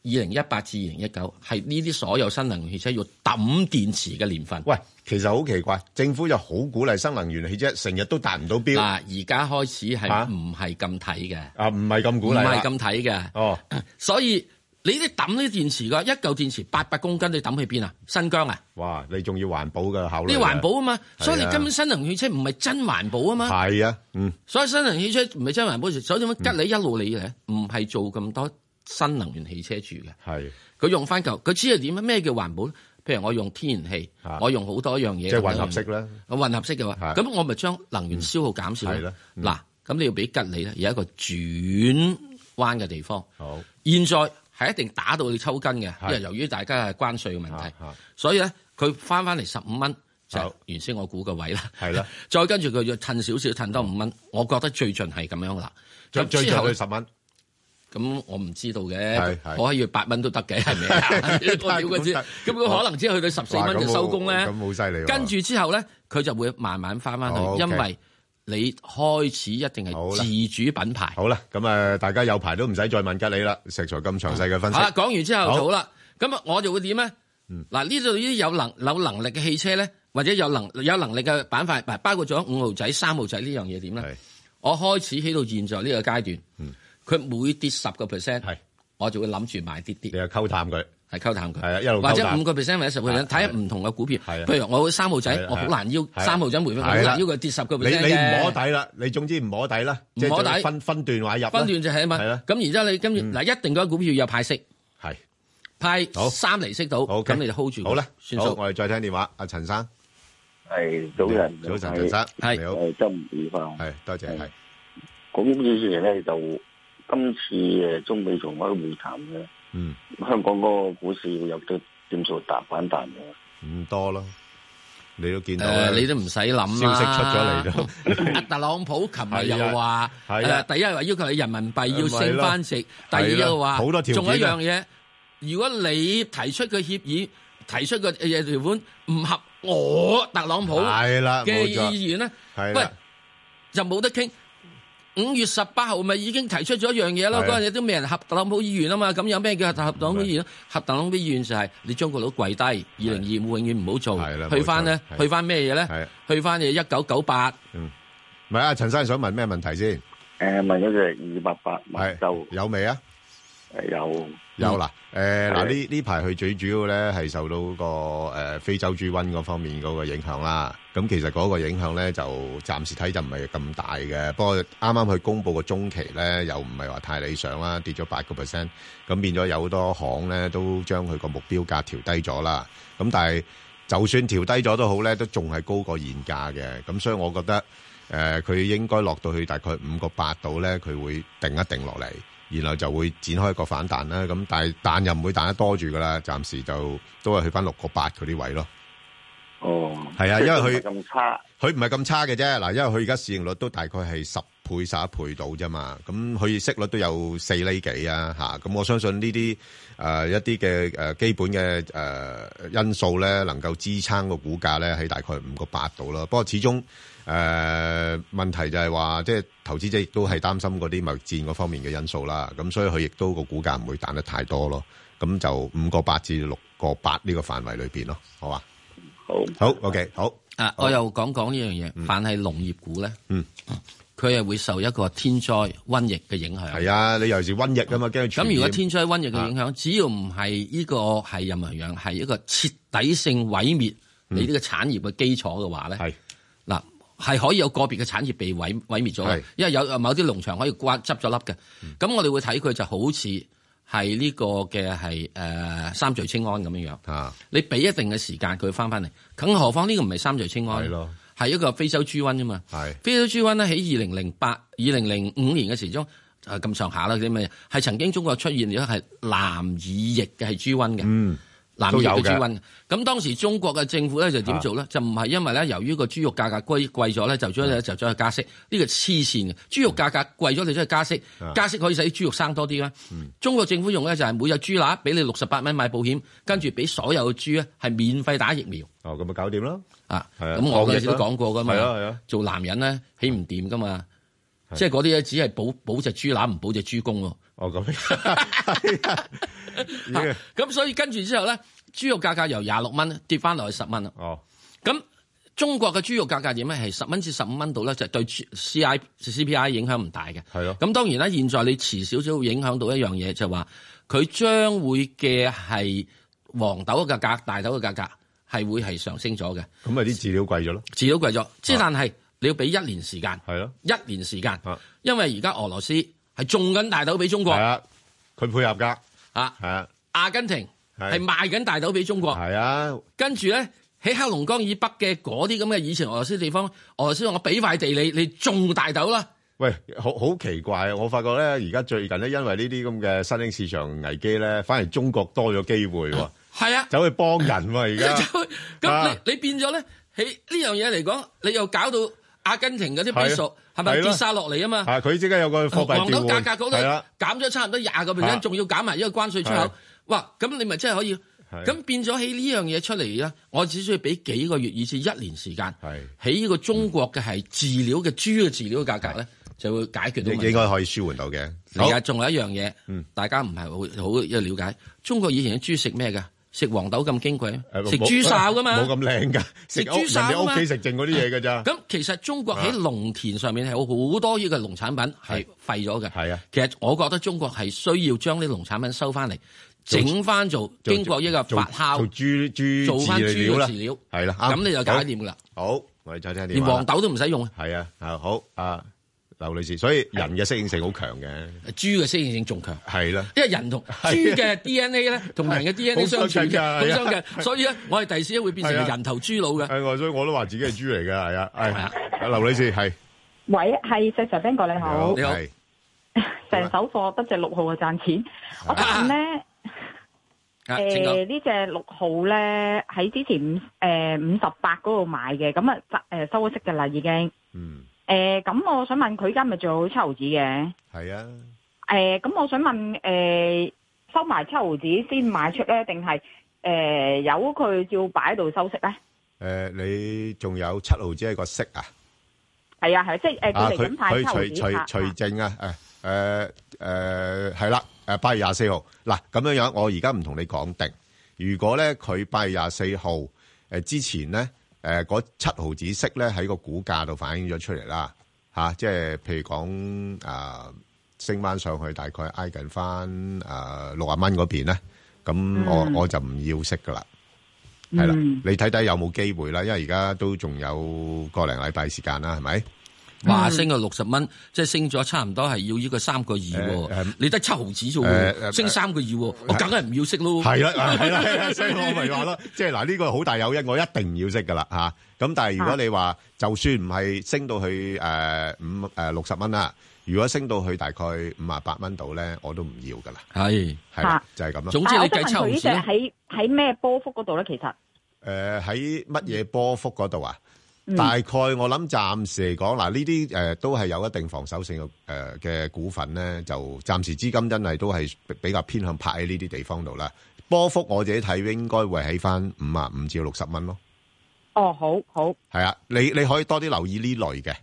S2: 二零一八至二零一九係呢啲所有新能源汽車要抌電池嘅年份。
S1: 喂，其實好奇怪，政府又好鼓勵新能源汽車，成日都達唔到標。
S2: 嗱，而家開始
S1: 嚇
S2: 係唔係咁睇嘅？
S1: 啊，唔係咁鼓勵
S2: 唔
S1: 啦，
S2: 係咁睇嘅。
S1: 哦，
S2: 所以你啲抌呢啲電池㗎，一嚿電池八百公斤，你抌去邊啊？新疆啊？
S1: 哇！你仲要環保嘅考慮啊，
S2: 你環保啊嘛，
S1: 係啊
S2: 所以你根本新能源汽車唔係真環保啊嘛。
S1: 係啊，嗯，
S2: 所以新能源汽車唔係真環保，所以點解吉利一路嚟咧唔係做咁多新能源汽車住嘅？
S1: 嗯係
S2: 佢用翻嚿，佢知係點啊？咩叫環保呢？譬如我用天然氣，我用好多樣嘢，
S1: 啊即係混合式啦。
S2: 我混合式嘅話，咁我咪將能源消耗減少
S1: 係
S2: 咯
S1: 啦。嗯
S2: 嗱，咁你要俾吉利咧有一個轉彎嘅地方。
S1: 好，
S2: 現在係一定打到你抽筋嘅，因
S1: 係
S2: 為由於大家係關税嘅問題，所以咧佢翻翻嚟十五蚊就係
S1: 好
S2: 原先我估嘅位啦。
S1: 係啦，
S2: 再跟住佢要褪少少，褪多五蚊，我覺得最盡係咁樣啦。
S1: 最
S2: 咁之後
S1: 最盡係10蚊。
S2: 咁我唔知道
S1: 係
S2: 嘅
S1: 係，？
S2: 我可以八蚊都得嘅，係咪啊 我屌佢知，咁佢可能只係去到十四
S1: 哇
S2: 蚊
S1: 咁
S2: 就
S1: 好
S2: 收工咧。
S1: 咁好犀利喎
S2: 跟住之後咧，佢就會慢慢翻翻
S1: 哦
S2: 去，
S1: ，OK
S2: 因為你開始一定係自主品牌。
S1: 好啦，咁啊，大家有排都唔使再問吉你啦，石 Sir 咁詳細嘅分析。
S2: 好啦，啊講完之後就好啦。咁啊，我就會點咧？
S1: 嗯
S2: 嗱，呢度呢啲有能有能力嘅汽車咧，或者有能有能力嘅板塊，嗱包括咗五號仔、三號仔呢樣嘢點咧？我開始起到現在呢個階段，
S1: 嗯
S2: 佢每跌十個 percent，我就會諗住買啲啲。你
S1: 又溝淡佢，
S2: 係溝淡佢，
S1: 係啊一路溝淡
S2: 或者五個 percent 或者十個 percent，睇下唔同嘅股票。譬如我三號仔，我好難要
S1: 啊
S2: 三號仔回翻，我好難要佢跌十個 percent
S1: 你你唔摸底啦，你總之唔摸底啦，即係
S2: 唔摸底
S1: 分分段買入啦。
S2: 分段就係啊嘛。
S1: 係啦
S2: 咁然之後你跟住嗱，一定嗰啲股票有派息，
S1: 係
S2: 派三厘息到，咁你就 hold 住佢。
S1: 好啦，
S2: 算
S1: 好，
S2: 數。
S1: 我哋再聽電話，阿陳生。
S15: 系早晨，
S1: 早晨陳生
S15: 係
S1: 你好
S15: 誒周唔愉快，
S1: 系多謝，係
S15: 咁主持人咧就今次誒中美重開會談咧，
S1: 嗯，
S15: 香港嗰個股市有啲點數大反彈嘅，
S1: 唔多咯，你都見到啦
S2: 誒，呃你都唔使諗啦
S1: 消息出咗嚟都。
S2: 阿 特朗普琴日
S1: 係啊
S2: 又話，
S1: 係啊
S2: 誒第一話要求你人民幣要升翻值，第
S1: 咪
S2: 二
S1: 係咯
S2: 又話，
S1: 好多條件
S2: 仲
S1: 啊
S2: 有一樣嘢，如果你提出嘅協議，提出嘅嘢條款唔合我特朗普
S1: 係啦
S2: 嘅
S1: 冇錯
S2: 意願咧，
S1: 係啦
S2: 喂就冇得傾。五月十八號咪已經提出咗一樣嘢咯，
S1: 係啊
S2: 嗰陣嘢都未人合特朗普意願啊嘛，咁有咩叫合特朗普意願？合特朗普意願就係你將個佬跪低，二零二五永遠唔好做，去翻咧，
S1: 冇錯係
S2: 去翻咩嘢咧？去翻嘢一九九八，
S1: 唔係啊，陳生想問咩問題先？
S15: 誒問咗隻二百八
S1: 萬洲有未啊？
S15: 有嗯
S1: 有啦，誒嗱
S15: 係
S1: 呢呢排佢最主要咧係受到個誒非洲豬瘟嗰方面嗰個影響啦。咁其實嗰個影響咧就暫時睇就唔係咁大嘅。不過啱啱佢公布個中期咧又唔係話太理想啦，跌咗八個 percent。咁變咗有好多行咧都將佢個目標價調低咗啦。咁但係就算調低咗都好咧，都仲係高過現價嘅。咁所以我覺得。誒佢、應該落到去大概五個八度咧，佢會定一定落嚟，然後就會展開一個反彈啦。咁但係彈又唔會彈得多住噶啦，暫時就都係去翻六個八嗰啲位咯。
S15: 哦，
S1: 係啊，因為佢
S15: 咁差，
S1: 佢唔係咁差嘅啫。嗱，因為佢而家市盈率都大概係十倍、十一倍到啫嘛。咁佢息率都有四厘幾啊，嚇。咁我相信呢啲誒一啲嘅誒基本嘅誒、呃因素咧，能夠支撐個股價咧喺大概五個八度啦。不過始終誒、呃、問題就係話，即係投資者亦都係擔心嗰啲貿易戰嗰方面嘅因素啦。咁所以佢亦都個股價唔會彈得太多咯。咁就五個八至六個八呢個範圍裏邊咯，好嘛？
S15: 好，
S1: 好，OK，好。
S2: 啊，我又講講呢樣嘢，凡係農業股咧，
S1: 哦嗯，
S2: 佢係會受一個天災瘟疫嘅影響。
S1: 係啊，你尤其是瘟疫啊嘛，驚佢傳
S2: 咁如果
S1: 染啊
S2: 天災瘟疫嘅影響，只要唔係呢個係任何樣，係一個徹底性毀滅你呢個產業嘅基礎嘅話咧，
S1: 嗯係
S2: 嗱係可以有個別嘅產業被毀毀滅咗嘅
S1: 係，嗯
S2: 因為有某啲農場可以關執咗笠嘅。咁我哋會睇佢就好似係呢個嘅係誒三聚氰胺咁樣樣。
S1: 啊，
S2: 你俾一定嘅時間佢翻翻嚟，更何況呢個唔係三聚氰胺，係
S1: 咯，
S2: 係一個非洲豬瘟啫嘛。
S1: 係
S2: 非洲豬瘟咧，喺二零零八、二零零五年嘅時鐘誒咁上下啦，啲咩係曾經中國出現咗係南耳翼嘅係豬瘟嘅，
S1: 嗯，
S2: 南
S1: 都
S2: 耳
S1: 有
S2: 嘅
S1: 嘅啊
S2: 豬瘟。咁當時中國嘅政府咧就點做咧？就唔係因為咧，由於個豬肉價格貴貴咗咧，就將咧就將佢加息，呢個黐線嘅。豬肉價格貴咗，你將佢加息
S16: 啊，
S2: 加息可以使豬肉生多啲咩？
S1: 嗯
S2: 中國政府用咧就係每日豬乸俾你六十八蚊買保險，跟住俾所有嘅豬咧係免費打疫苗。
S1: 哦，咁咪搞掂咯。
S2: 啊，
S1: 係啊
S2: 咁我
S1: 抗疫
S2: 嗰陣時都
S1: 啦
S2: 講過噶嘛。
S1: 係啊係啊
S2: 做男人咧起唔掂噶嘛，
S1: 係
S2: 即係嗰啲咧只係保保只豬乸，唔保只豬公喎。
S1: 哦，咁
S2: 啊咁所以跟住之後咧，豬肉價格由廿六蚊跌翻落去十蚊啦。
S1: 哦，
S2: 咁中國嘅豬肉價格點咧？係十蚊至十五蚊度咧，就對 C I C P I 影響唔大嘅。
S1: 係咯。
S2: 咁當然啦，現在你遲少少會影響到一樣嘢，就係話佢將會嘅係黃豆嘅價格、大豆嘅價格係會係上升咗嘅。
S1: 咁咪啲飼料貴咗咯。
S2: 飼料貴咗，即係但係你要俾一年時間。
S1: 係咯，啊
S2: 一年時間。因為而家俄羅斯係種緊大豆俾中國。係
S1: 啊，佢配合㗎。
S2: 啊，
S1: 係啊，
S2: 阿根廷
S1: 係
S2: 係賣緊大豆俾中國。
S1: 係啊，
S2: 跟住咧喺黑龍江以北嘅嗰啲咁嘅以前俄羅斯地方，俄羅斯話我俾塊地你，你種大豆啦。
S1: 喂，好好奇怪啊！我發覺咧，而家最近咧，因為呢啲咁嘅新興市場危機咧，反而中國多咗機會喎。
S2: 係啊，
S1: 走去幫人喎，而家
S2: 咁
S1: 啊
S2: 你你變咗咧喺呢樣嘢嚟講，你又搞到阿根廷嗰啲比數係咪
S1: 係咯
S2: 跌晒落嚟啊嘛？
S1: 啊，佢即刻有個貨幣
S2: 黃
S1: 調
S2: 豆
S1: 換，
S2: 價格嗰度
S1: 係啦，
S2: 減咗差唔多廿個
S1: 係
S2: percent，仲要減埋一個關税出
S1: 係
S2: 口。哇！咁你咪真係可以，
S1: 係
S2: 咁變咗喺呢樣嘢出嚟啦。我只需要俾幾個月以至一年時間，喺呢個中國嘅係飼料嘅豬嘅飼料嘅價格咧，就會解決到問題。
S1: 應該可以舒緩到嘅。
S2: 而家仲有一樣嘢，大家唔係好好有了解。中國以前啲豬食咩㗎？食黃豆咁矜貴，食
S1: 冇
S2: 豬潲㗎嘛，
S1: 冇咁靚㗎
S2: 食
S1: 食屋
S2: 豬潲㗎嘛
S1: 人哋屋企食剩嗰啲嘢㗎咋
S2: 咁其實中國喺
S1: 啊
S2: 農田上面係有好多呢個農產品係廢咗嘅。
S1: 係啊，
S2: 其實我覺得中國係需要將啲農產品收翻嚟，整翻做
S1: 做
S2: 經過一個發酵，
S1: 做豬豬
S2: 做翻豬
S1: 飼
S2: 嘅
S1: 料啦
S2: 飼料，
S1: 係啦啱
S2: 咁你就搞掂㗎啦。
S1: 好，我哋再聽電話啦
S2: 連黃豆都唔使用啊。
S1: 係啊，啊好啊，劉女士，所以人嘅適應性好強嘅，
S2: 豬嘅適應性仲強，
S1: 係啦，
S2: 因為人同
S1: 啊
S2: 豬嘅 DNA 咧，同人嘅 DNA
S1: 好
S2: 相
S1: 相
S2: 處
S1: 近㗎
S2: 嘅，好
S1: 係啊
S2: 相
S1: 係啊
S2: 近，所以咧，我哋第時咧會變成
S1: 係啊
S2: 人頭豬腦嘅。
S1: 係我所以我都話自己係豬嚟㗎，係啊，係啊，劉女士係，
S17: 喂，係石 Sir Ben 哥你好，
S1: 係
S17: 成手貨得隻六號啊賺錢。我想問咧，À,
S2: 啊請
S17: 誒
S2: 講
S17: 呢隻六號咧喺之前五誒五十八嗰度買嘅，咁啊誒收咗息㗎啦已經。
S1: 嗯。
S17: 誒咁我想問佢而家咪做七毫子嘅？
S1: 係啊，
S17: 誒咁我想問誒收埋七毫子先賣出咧，定係誒由佢照擺喺度收息咧？
S1: 誒你仲有七毫子係個息啊？
S17: 係啊係，即係誒
S1: 啊，
S17: 佢嚟緊派
S1: 佢
S17: 七毫
S1: 佢除
S17: 子啊
S1: 除除正啊，誒誒誒係啦，誒八月廿四號嗱咁樣樣，我而家唔同你講定。如果咧佢八月廿四號誒之前咧，誒嗰七毫子息咧喺個股價度反映咗出嚟啦，嚇、即係譬如講誒、啊升翻上去大概挨近翻誒六啊蚊嗰邊咧，咁我、
S18: 嗯
S1: 我就唔要息噶啦。係啦，你睇睇有冇機會啦，因為而家都仲有個零禮拜時間啦，係咪？
S2: 話
S1: 嗯
S2: 升到六十蚊，即係升咗差唔多係要呢個三個二喎，你得七毫子啫
S1: 誒誒
S2: 喎，升三個二喎，我梗係唔要息咯。
S1: 係啦，啊係啦，係啦，所以我咪話咯，即係嗱，呢個好大誘因，我一定要識噶啦嚇。咁但係如
S17: 啊
S1: 果你話，就算唔係升到去誒五誒六十蚊啦，如果升到去大概五啊八蚊度咧，我都唔要噶啦。
S2: 係
S1: 係啦
S17: 啊，
S1: 就係咁啦。
S17: 啊我想問佢呢隻喺喺咩波幅嗰度咧？其實
S1: 誒呃喺乜嘢波幅嗰度啊？
S17: 嗯
S1: 大概我諗暫時嚟講，嗱呢啲誒都係有一定防守性嘅誒呃嘅股份咧，就暫時資金真係都係比比較偏向拍喺呢啲地方度啦。波幅我自己睇應該會喺翻五啊五至六十蚊咯。
S17: 哦，好好。
S1: 係啊，你你可以多啲留意呢類嘅，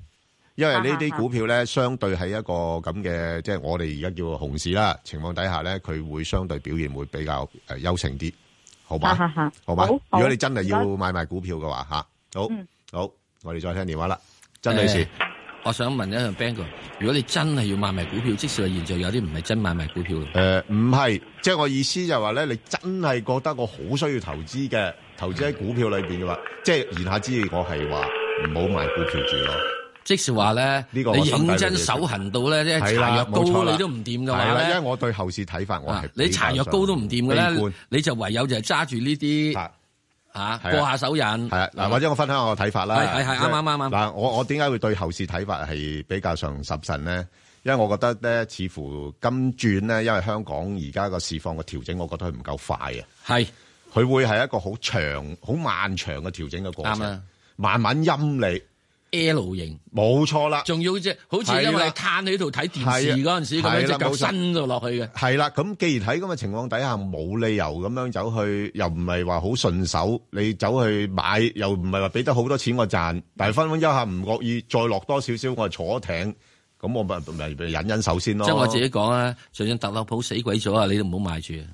S1: 因為呢啲股票咧，相對係一個咁嘅，即係我哋而家叫熊市啦情況底下咧，佢會相對表現會比較誒優勝啲，好嘛？啊好嘛？如果你真係要買賣股票嘅話，吓，好
S2: 嗯
S1: 好，我哋再聽電話啦，曾女士
S2: 誒。我想問一樣 Bang 哥，如果你真係要買埋股票，即使係現在有啲唔係真買埋股票嘅，
S1: 誒呃唔係，即係我意思就係話咧，你真係覺得我好需要投資嘅，投資喺股票裏邊嘅話，即係言下之意，我係話唔好買股票住咯。
S2: 即是話咧，
S1: 呢個我
S2: 你
S1: 心底裏
S2: 認真
S1: 邊
S2: 手痕到咧，即係
S1: 係
S2: 搽
S1: 啦
S2: 藥膏
S1: 冇錯啦
S2: 你都唔掂嘅
S1: 係
S2: 話
S1: 啦因為
S2: 咧，
S1: 我對後市睇法我係
S2: 你搽藥膏都唔掂嘅
S1: 悲觀
S2: 咧，你就唯有就係揸住呢啲嚇
S1: 係啊
S2: 過下手癮。
S1: 係啊，嗱，或者我分享我嘅睇法啦。
S2: 係係係啱啱啱啱
S1: 嗱，我我點解會對後市睇法係比較上審慎咧？因為我覺得咧，似乎今轉咧，因為香港而家個市況個調整，我覺得佢唔夠快啊。
S2: 係，
S1: 佢會係一個好長、好漫長嘅調整嘅過
S2: 啱
S1: 程
S2: 啊，
S1: 慢慢陰
S2: 你 L 型，
S1: 冇錯啦。
S2: 仲要即係好似因
S1: 係
S2: 為
S1: 啦
S2: 攤喺度睇電視嗰陣時咁
S1: 係
S2: 樣
S1: 啦
S2: 隻
S1: 冇
S2: 腳
S1: 錯
S2: 伸咗落去嘅。
S1: 係啦，咁既然喺咁嘅情況底下，冇理由咁樣走去，又唔係話好順手，你走去買，又唔係話俾得好多錢我賺，但係分分一下唔覺意再落多少少，我坐艇，咁我咪咪咪忍忍手先咯。
S2: 即係我自己講啊，就算特朗普死鬼咗啊，你都唔好買住啊。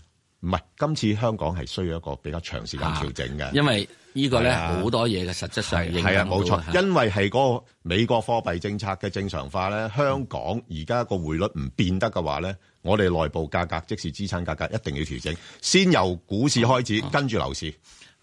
S1: 唔係，今次香港係需要一個比較長時間調整嘅，
S2: 因為呢個咧
S1: 係啊
S2: 好多嘢嘅實質上影
S1: 係啊，
S2: 響
S1: 冇
S2: 到
S1: 錯
S2: 啊，
S1: 因為係嗰個美國貨幣政策嘅正常化咧，
S2: 嗯
S1: 香港而家個匯率唔變得嘅話咧，我哋內部價格即是資產價格一定要調整，先由股市開始，跟住樓市。
S2: 嗯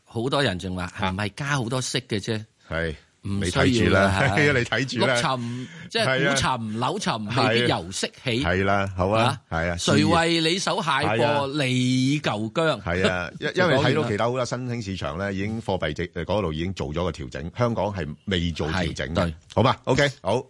S2: 好多人仲話係咪加好多息嘅啫？
S1: 係
S2: 唔
S1: 你
S2: 需
S1: 睇住
S2: 要
S1: 啦
S2: 啦，係
S1: 你睇住啦
S2: 陸沉即
S1: 係
S2: 係
S1: 啊
S2: 股沉、樓沉，未必由息起。
S1: 係啦，好啊，係
S2: 誰
S1: 啊，事業
S2: 為你手蟹
S1: 係啊
S2: 過利舊姜？
S1: 係啊，因因為睇到
S2: 他
S1: 其他好多新興市場咧，已經貨幣值誒嗰度已經做咗個調整，香港係未做調整嘅，好嘛？OK，好。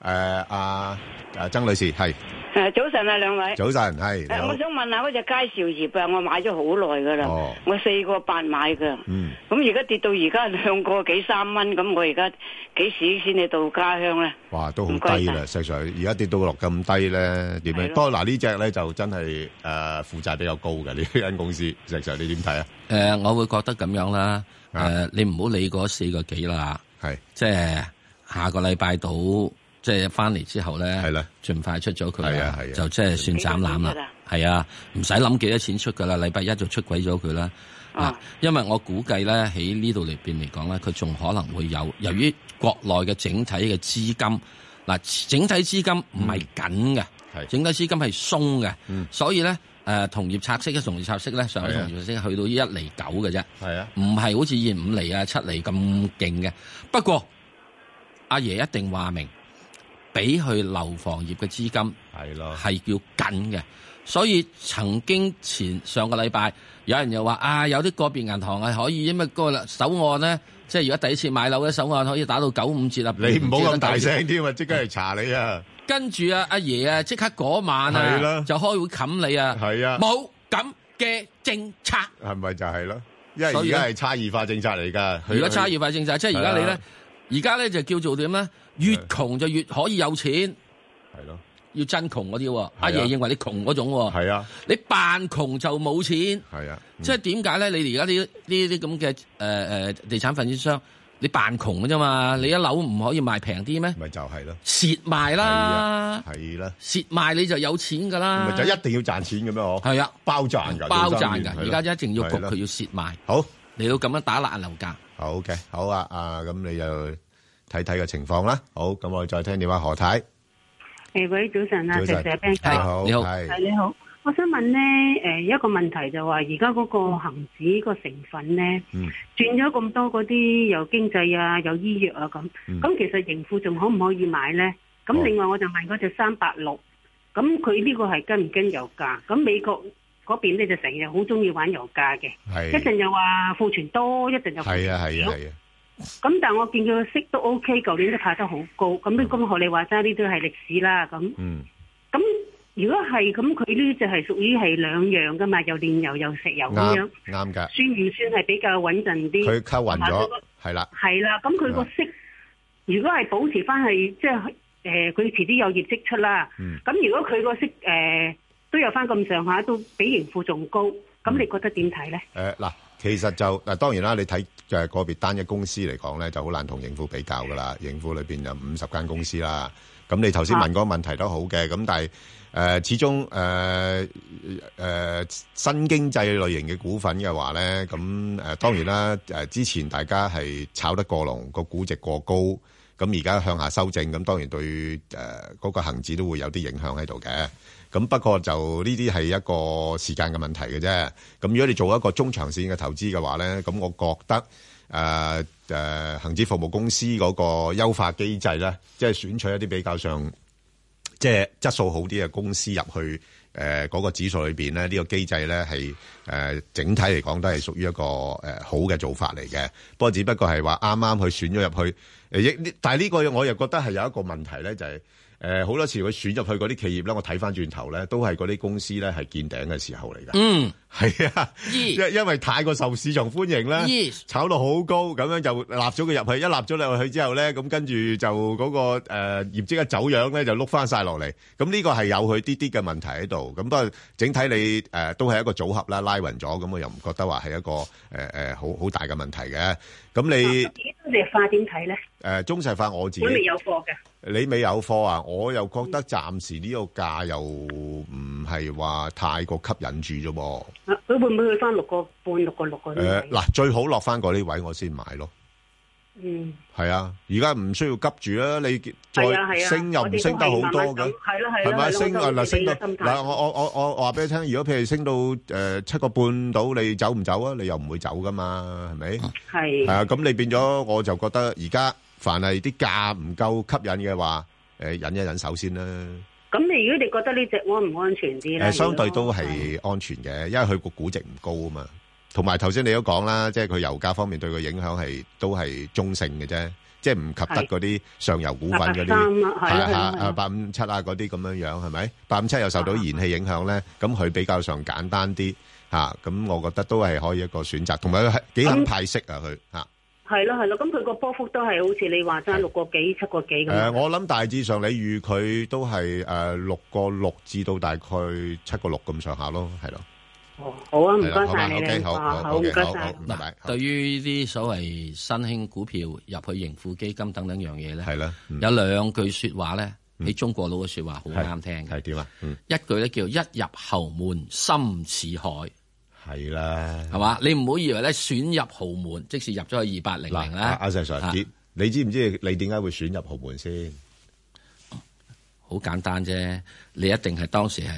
S1: 誒，阿阿曾女士係
S16: 诶， 早晨啊，兩位。
S1: 早晨，係
S16: 诶，
S1: 你好
S16: 我想問下嗰只佳兆業啊，我買咗好耐噶啦，
S1: 哦
S16: 我四個八買噶。
S1: 嗯，
S16: 咁而家跌到而家兩個幾三蚊，咁我而家幾時先至到家鄉咧？
S1: 哇，都好
S16: 唔該
S1: 低啦，石 Sir，而家跌到落咁低咧，點樣？
S16: 係咯
S1: 不過嗱，呢只咧就真係誒負債比較高嘅呢間公司，石 Sir 你點睇啊？
S2: 誒，呃我會覺得咁樣啦。誒，你唔好理嗰四個幾啦，
S1: 係
S2: 即係下個禮拜到，即係翻嚟之後咧，係
S1: 啦，
S2: 盡快出咗佢
S1: 係啊
S2: 啦
S1: 係啊，
S2: 就即係算斬攬
S16: 幾多錢出啊
S2: 啦。係啊，唔使諗幾多錢出噶啦，禮拜一就出軌咗佢啦。啊，因為我估計咧喺呢度裏邊嚟講咧，佢仲可能會有由於國內嘅整體嘅資金，嗱整體資金唔係緊嘅，整體資金係鬆嘅，所以咧誒同業拆息嘅同業拆息咧，上海
S18: 係啊
S2: 同業拆息去到一厘九嘅啫，
S1: 係啊，
S2: 唔係好似以前五厘啊七厘咁勁嘅。不過阿爺一定話明，俾佢樓房業嘅資金
S1: 係咯，
S2: 係要緊嘅。所以曾經前上個禮拜有人又話啊，有啲個別銀行係可以，因為嗰個首按咧，即係如果第一次買樓咧，首按可以打到九五折啊。
S1: 你唔好咁大
S2: 八五折
S1: 聲添啊，即刻嚟查你啊！
S2: 跟住啊，阿爺啊，即刻嗰晚
S1: 係啦
S2: 啊，就開會冚你啊，
S1: 係啊
S2: 冇咁嘅政策。
S1: 係咪就係咯？因為
S2: 所
S1: 而
S2: 以
S1: 家
S2: 呢
S1: 係差異化政策嚟㗎。佢
S2: 如果差異化政策，即係而家你
S1: 啊係
S2: 咧
S1: 啊，
S2: 而家咧就叫做點咧？越窮就越可以有錢，係
S1: 咯，啊
S2: 要真窮嗰啲喎。阿爺認為你窮嗰種喎，
S1: 係啊，
S2: 你扮窮就冇錢，
S1: 係啊，
S2: 即係點解咧？你而家呢呢啲咁嘅誒誒地產發展商，你扮窮嘅啫嘛，你一樓唔可以賣平啲咩？
S1: 嗯咪就係咯，
S2: 蝕賣啦，
S1: 係啦，
S2: 蝕賣你就有錢㗎啦，
S1: 咪就一定要賺錢嘅咩？嗬，
S2: 係啊，
S1: 包賺㗎，
S2: 包
S1: 做生
S2: 賺
S1: 意
S2: 㗎，
S1: 係咯
S2: 而家一定要焗
S1: 係咯
S2: 佢要蝕賣。
S1: 好，
S2: 你都咁樣打爛樓價。
S1: 好嘅，好啊，啊咁你就睇睇個情況啦。好，咁我哋再聽電話何太。
S19: 誒，喂，早晨啊，
S1: 早
S19: 石
S1: 晨
S19: Sir Ben
S1: 你好你好
S19: 係你好。我想問咧，誒一個問題就話，而家嗰個恒指個成分咧，
S1: 嗯
S19: 轉咗咁多嗰啲有經濟啊，有醫藥啊咁，咁、
S20: 嗯
S19: 其實盈富仲可唔可以買咧？咁
S20: 哦
S19: 另外我就問嗰只三八六，咁佢呢個係跟唔跟油價？咁美國嗰邊咧就成日好中意玩油價嘅，
S1: 係
S19: 一陣又話庫存多，一陣又庫存
S1: 係啊，係啊，係啊，
S19: 咁但係我見佢個息都 O K，舊年都派得好高，咁啲咁學你話齋呢都係歷史啦。咁
S1: 嗯，
S19: 咁如果係咁，佢呢就係屬於係兩樣噶嘛，又煉油又石油咁樣
S1: 啱，啱㗎。
S19: 算唔算係比較穩陣啲？
S1: 佢溝
S19: 同
S1: 暈
S19: 埋佢個
S1: 咗，係啦，
S19: 係啦，咁佢個息如果係保持翻係即係誒，佢遲啲有業績出啦。
S1: 嗯
S19: 咁如果佢個息誒都有翻咁上下，都比盈富仲高，咁你覺得點睇咧？
S1: 誒嗱，其其實就嗱，當然啦，你睇誒個別單一公司嚟講咧，就好難同盈富比較噶啦。盈富裏邊有五十間公司啦，咁你頭先問嗰個問題都好嘅，咁但係誒、呃始終誒誒新經濟類型嘅股份嘅話咧，咁誒、呃、當然啦，誒、之前大家係炒得過龍，個估值過高，咁而家向下修正，咁當然對誒嗰、個恆指都會有啲影響喺度嘅。咁不過就呢啲係一個時間嘅問題嘅啫。咁如果你做一個中長線嘅投資嘅話咧，咁我覺得誒誒、呃呃恒指服務公司嗰個優化機制咧，即係選取一啲比較上即係質素好啲嘅公司入去誒嗰、個指數裏邊咧，呢、個機制咧係誒整體嚟講都係屬於一個誒、呃好嘅做法嚟嘅。不過只不過係話啱啱去選咗入去，誒亦呢但係呢個我又覺得係有一個問題咧，就係、誒好多時佢選入去嗰啲企業咧，我睇翻轉頭咧，都係嗰啲公司咧係見頂嘅時候嚟嘅。
S2: 嗯，
S1: 係啊，因因為太過受市場歡迎啦
S2: Yes，
S1: 炒到好高，咁樣就立咗佢入去，一立咗你入去之後咧，咁跟住就嗰個誒業績嘅走樣咧，就碌翻晒落嚟。咁呢個係有佢啲啲嘅問題喺度。咁不過整體你誒都係一個組合啦，拉勻咗，咁我又唔覺得話係一個誒誒好好大嘅問題嘅。
S19: 幾
S1: 咁
S19: 多隻化點睇咧？
S1: 你誒中石化我自己
S19: 我未有貨嘅。
S1: 你未有貨啊？我又覺得暫時呢個價又唔係話太過吸引住啫噃。
S19: 啊佢會唔會去翻六個半、六個六個
S1: 誒、
S19: 呢位？
S1: 嗱，最好落翻過呢位我先買咯。
S19: 嗯，
S1: 係啊，而家唔需要急住啊，你再
S19: 係啊係啊，
S1: 升又唔升得好多嘅。
S19: 係咯係
S1: 係
S19: 咯，
S1: 咪
S19: 係咯
S1: 升啊？
S19: 我都
S1: 嗱，
S19: 係
S1: 升
S19: 呢
S1: 到
S19: 個心態
S1: 嗱，我我我我我話俾你聽，如果譬如升到誒七個半到，你走唔走啊？你又唔會走噶嘛，係咪？
S19: 係
S1: 係啊，咁你變咗我就覺得而家凡係啲價唔夠吸引嘅話，誒忍一忍手先啦。
S19: 咁你如果你覺得呢只安唔安全啲
S1: 誒、
S19: 咧？
S1: 呃相對
S19: 如果
S1: 都係安全嘅，因為佢個估值唔高啊嘛。同埋頭先你都講啦，即係佢油價方面對佢影響係都係中性嘅啫，即係唔及得
S19: 係
S1: 嗰啲上游股份嗰啲，
S19: 853啊係啊
S1: 係啊
S19: 係啊
S1: 啊八五七啊嗰啲咁樣樣係咪？八五七又受到燃氣影響咧，咁佢比較上簡單啲嚇，咁、我覺得都係可以一個選擇，同埋佢
S19: 嗯
S1: 係幾肯派息啊佢嚇。
S19: 係咯係咯，咁佢個波幅都係好似你話齋六個幾、七個幾
S1: 誒、
S19: 咁。
S1: 呃我諗大致上你預佢都係誒六個六至到大概七個六咁上下咯，係咯。
S19: 好啊，唔
S1: 係啦
S19: 該晒你
S1: 好
S19: 咧，
S1: 嘛，OK，好，
S19: 啊
S1: 好，
S19: 好唔
S1: OK，
S19: 該
S1: 好，
S19: 晒
S1: 好，。拜拜。
S2: 對於呢啲所謂新興股票入去盈富基金等等樣嘢咧，
S1: 係啦，嗯
S2: 有兩句説話咧，喺中國佬嘅説話好啱聽嘅。係
S1: 點啊？
S2: 一句咧叫一入侯門深似海。
S1: 係啦，
S2: 係嘛？你唔好以為咧選入豪門，即是入咗去二八零零啊
S1: 阿
S2: 啦。
S1: 阿 Sir Sir，你你知唔知你點解會選入豪門先？
S2: 好簡單啫，你一定係當時係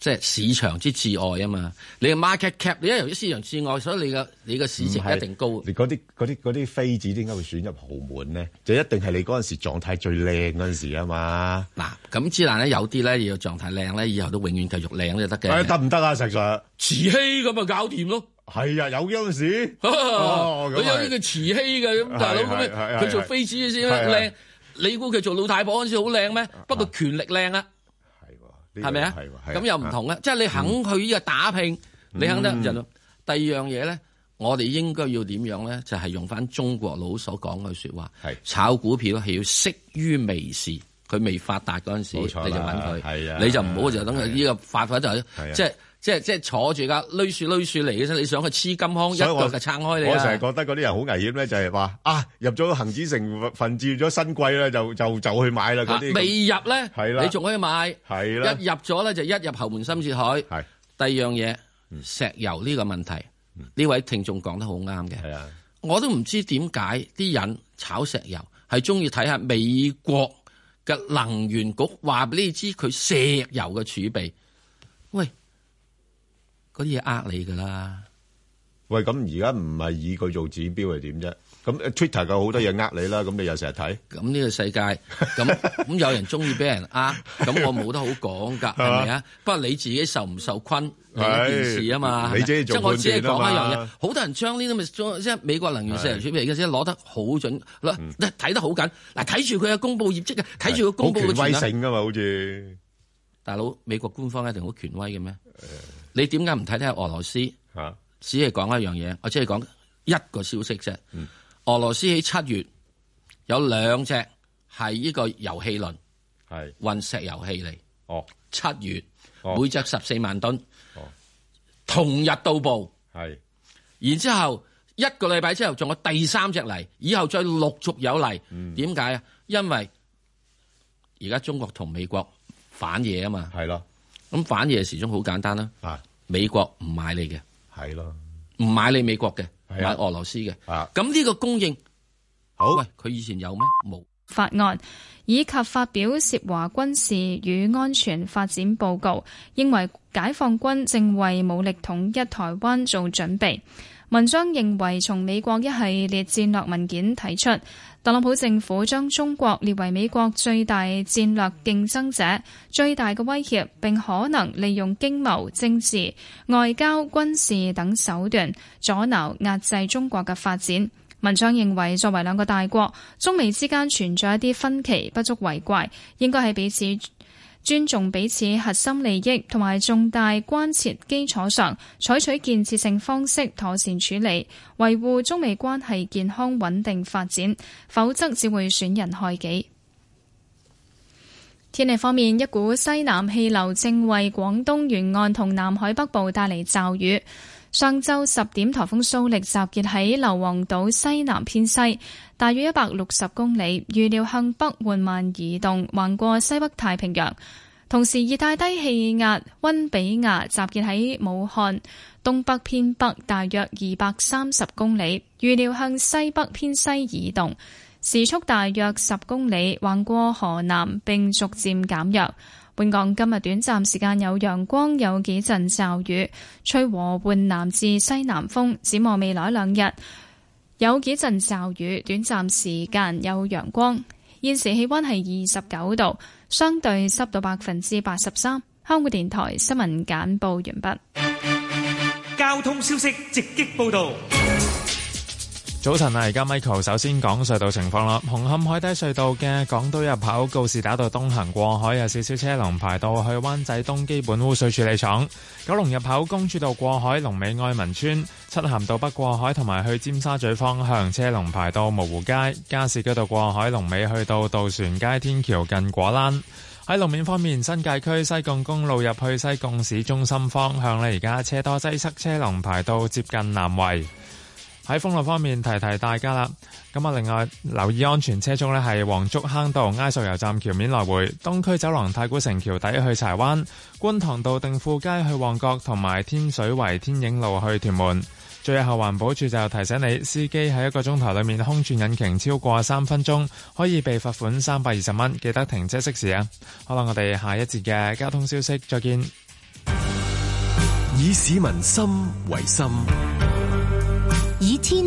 S2: 即係市場之至愛啊嘛。你嘅 market cap，你一由於市場至愛，所以你嘅你嘅市值
S1: 唔係
S2: 一定高。
S1: 你嗰啲嗰啲嗰啲妃子點解會選入豪門咧？就一定係你嗰陣時狀態最靚嗰陣時啊嘛。
S2: 嗱，咁之但咧有啲咧要狀態靚咧，以後都永遠繼續靚就得
S1: 誒
S2: 嘅。
S1: 得唔得啊？石 Sir，
S2: 慈禧咁咪搞掂咯。
S1: 係啊，有嗰陣時，
S2: 佢
S1: 哦咁
S2: 有呢個
S1: 係
S2: 慈禧嘅咁大佬咁
S1: 係係
S2: 樣，
S1: 係係
S2: 佢做妃子先
S1: 係係
S2: 靚。你估佢做老太婆嗰陣時好靚咩？不過權力靚啊，
S1: 呢個
S2: 係咪啊
S1: 係喎？係啊
S2: 咁又唔同啊，即係你肯去呢個打拼，你肯得
S1: 嗯
S2: 就第二樣嘢咧，我哋應該要點樣咧？就係用翻中國佬所講嘅説話，炒股票係要適於微時，佢未發達嗰陣時你
S1: 冇
S2: 就
S1: 錯啦
S2: 揾佢
S1: 係啊，
S2: 你就唔好就等佢呢個發發就係
S1: 啊
S2: 即係。即係即係坐住架攣樹攣樹嚟嘅啫，你想去黐金康一
S1: 所以
S2: 腳
S1: 我
S2: 就撐開你啊
S1: 我成日覺得嗰啲人好危險咧，就係話啊，入咗恒指成分佔咗新貴咧，就就就去買啦嗰
S2: 啊
S1: 啲。
S2: 未入
S1: 係
S2: 咧，
S1: 啦
S2: 你仲可以買。
S1: 係啦
S2: 一入咗咧就一入侯門深似海。第二樣嘢，石油呢個問題，呢位聽眾講得好啱
S1: 嘅。
S2: 我都唔知點解啲人炒石油係中意睇下美國嘅能源局話俾你知佢石油嘅儲備。喂，嗰啲嘢呃你㗎啦。
S1: 喂，咁而家唔係以佢做指標係點啫？咁 Twitter 有好多嘢呃你啦，咁你又成日睇。
S2: 咁呢個世界， 咁咁有人中意俾人呃，咁我冇得好講 㗎，係咪啊？不過你自己受唔受困係一件事啊嘛，
S1: 係你自己
S2: 係咪
S1: 做
S2: 即係我只係
S1: 判斷
S2: 講一
S1: 啊
S2: 樣
S1: 嘛
S2: 嘢，好多人將呢啲咪即係美國能源石油儲備嘅啫，攞得好準，嗱
S1: 嗯
S2: 睇得好緊，嗱睇住佢嘅公佈業績啊，睇住佢公佈嘅
S1: 好
S2: 全
S1: 權
S2: 啊
S1: 威性噶嘛，好似
S2: 大佬美國官方一定好權威嘅咩？你點解唔睇睇下俄羅斯？只係講一樣嘢，我只係講一個消息啫。俄羅斯喺七月有兩隻係呢個油氣輪，
S1: 係
S2: 運石油氣嚟。
S1: 哦，
S2: 七月
S1: 哦
S2: 每隻十四萬噸，同日到步。
S1: 係
S2: 然之後一個禮拜之後仲有第三隻嚟，以後再陸續有嚟。
S1: 嗯
S2: 點解啊？因為而家中國同美國反嘢啊嘛。
S1: 係咯。
S2: 咁反嘢始終好簡單啦。
S1: 啊，
S2: 美國唔買你嘅。
S1: 係咯。
S2: 唔買你美國嘅，
S1: 係啊
S2: 買俄羅斯嘅。
S1: 啊，
S2: 咁呢個供應，好，喂，佢以前有咩？冇。
S5: 法案，以及發表涉華軍事與安全發展報告，認為解放軍正為武力統一台灣做準備。文章認為，從美國一系列戰略文件提出，特朗普政府將中國列為美國最大戰略競爭者、最大嘅威脅，並可能利用經貿、政治、外交、軍事等手段阻撓壓制中國嘅發展。文章認為，作為兩個大國，中美之間存在一啲分歧，不足為怪，應該喺彼此尊重彼此核心利益同埋重大關切基礎上，採取建設性方式妥善處理，維護中美關係健康穩定發展，否則只會損人害己。天氣方面，一股西南氣流正為廣東沿岸同南海北部帶嚟驟雨。上晝十點，颱風蘇力集結喺硫磺島西南偏西，大約一百六十公里，預料向北緩慢移動，橫過西北太平洋。同時，熱帶低氣壓溫比亞集結喺武漢東北偏北，大約二百三十公里，預料向西北偏西移動，時速大約十公里，橫過河南並逐漸減弱。本港今日短暫時間有陽光，有幾陣驟雨，吹和緩南至西南風。展望未來兩日有幾陣驟雨，短暫時間有陽光。現時氣溫係二十九度，相對濕度百分之八十三。香港電台新聞簡報完畢。
S4: 交通消息直擊報道。
S6: 早晨啊，而家 Michael 首先講隧道情況啦。紅磡海底隧道嘅港島入口告士打道東行過海有少少車龍排到去灣仔東基本污水處理廠。九龍入口公主道過海龍尾愛民村，漆咸道北過海同埋去尖沙咀方向車龍排到蕪湖街。加士居道過海龍尾去到渡船街天橋近果欄。喺路面方面，新界區西貢公路入去西貢市中心方向呢，而家車多擠塞，車龍排到接近南圍。喺封路方面，提提大家啦。咁啊，另外留意安全車速呢係黃竹坑道埃索油站橋面來回、東區走廊太古城橋底去柴灣、觀塘道定富街去旺角，同埋天水圍天影路去屯門。最後，環保署就提醒你，司機喺一個鐘頭裏面空轉引擎超過三分鐘，可以被罰款三百二十蚊。記得停車熄匙啊！好啦，我哋下一節嘅交通消息再見。
S7: 以市民心為心，
S8: 以天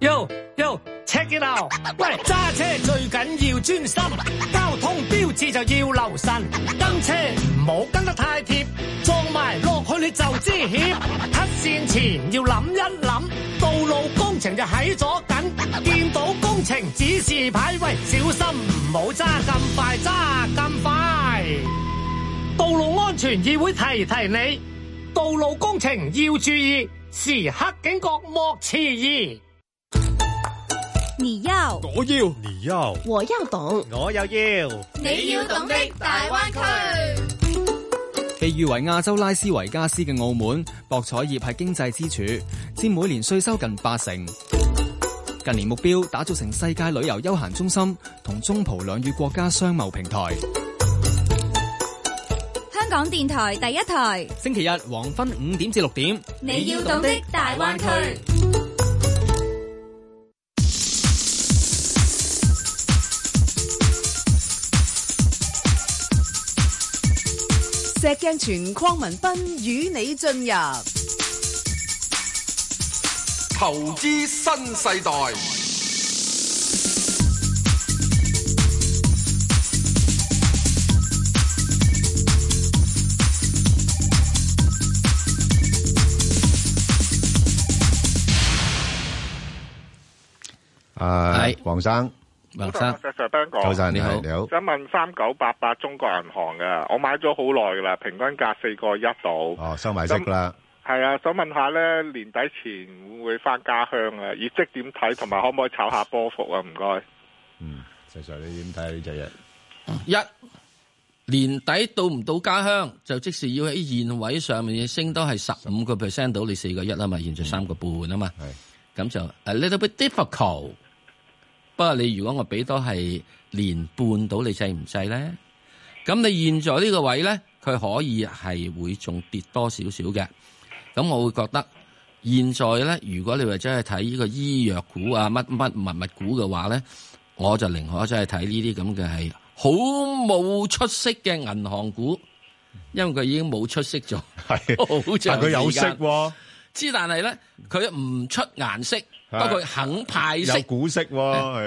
S18: Yo yo check it out！喂，揸車最緊要專心，交通標誌就要留神，跟車唔好跟得太貼，撞埋落去你就知險。黑線前要諗一諗，道路工程就喺左近，見到工程指示牌，喂，小心唔好揸咁快，揸咁快。道路安全議會提提你，道路工程要注意，時刻警覺莫遲疑。
S20: 你要，
S21: 我要，你要，
S20: 我要懂，
S21: 我又要。
S20: 你要懂的大灣區。
S22: 被譽為亞洲拉斯維加斯嘅澳門，博彩業係經濟支柱，佔每年稅收近八成。近年目標打造成世界旅遊休閒中心同中葡兩語國家商貿平台。
S20: 香港電台第一台，
S22: 星期日黃昏五點至六點，
S20: 你要懂的大灣區。
S13: 石鏡泉鄺民彬與你進入
S14: 投資新世代，
S1: 誒，黃生，
S2: 黃
S3: 早晨
S2: 生
S3: 啊，石 Sir 彬哥，
S2: 早晨你好你好
S3: 想問三九八八中國銀行嘅，我買咗好耐噶啦，平均價四個一度。
S1: 哦，收埋息啦。
S3: 係啊，想問下咧，年底前會唔會翻家鄉啊？業績點睇，同埋可唔可以炒下波幅啊？唔該。
S1: 石 Sir，你點嗯睇呢只嘢？
S2: 一年底到唔到家鄉，就即是要喺現位上面升多係十五個 percent 到，你四個一啊嘛，現在三個半啊嘛，咁就 a little bit difficult。不過你如果我俾多係年半到，你制唔制咧？咁你現在呢個位咧，佢可以係會仲跌多少少嘅。咁我會覺得現在咧，如果你話真係睇呢個醫藥股啊、乜乜物物股嘅話咧，我就寧可真係睇呢啲咁嘅係好冇出息嘅銀行股，因為佢已經冇出息咗， 好
S1: 但佢有息喎。
S2: 之但係咧，佢唔出顏色，不過佢肯派息
S1: 有。股息喎，係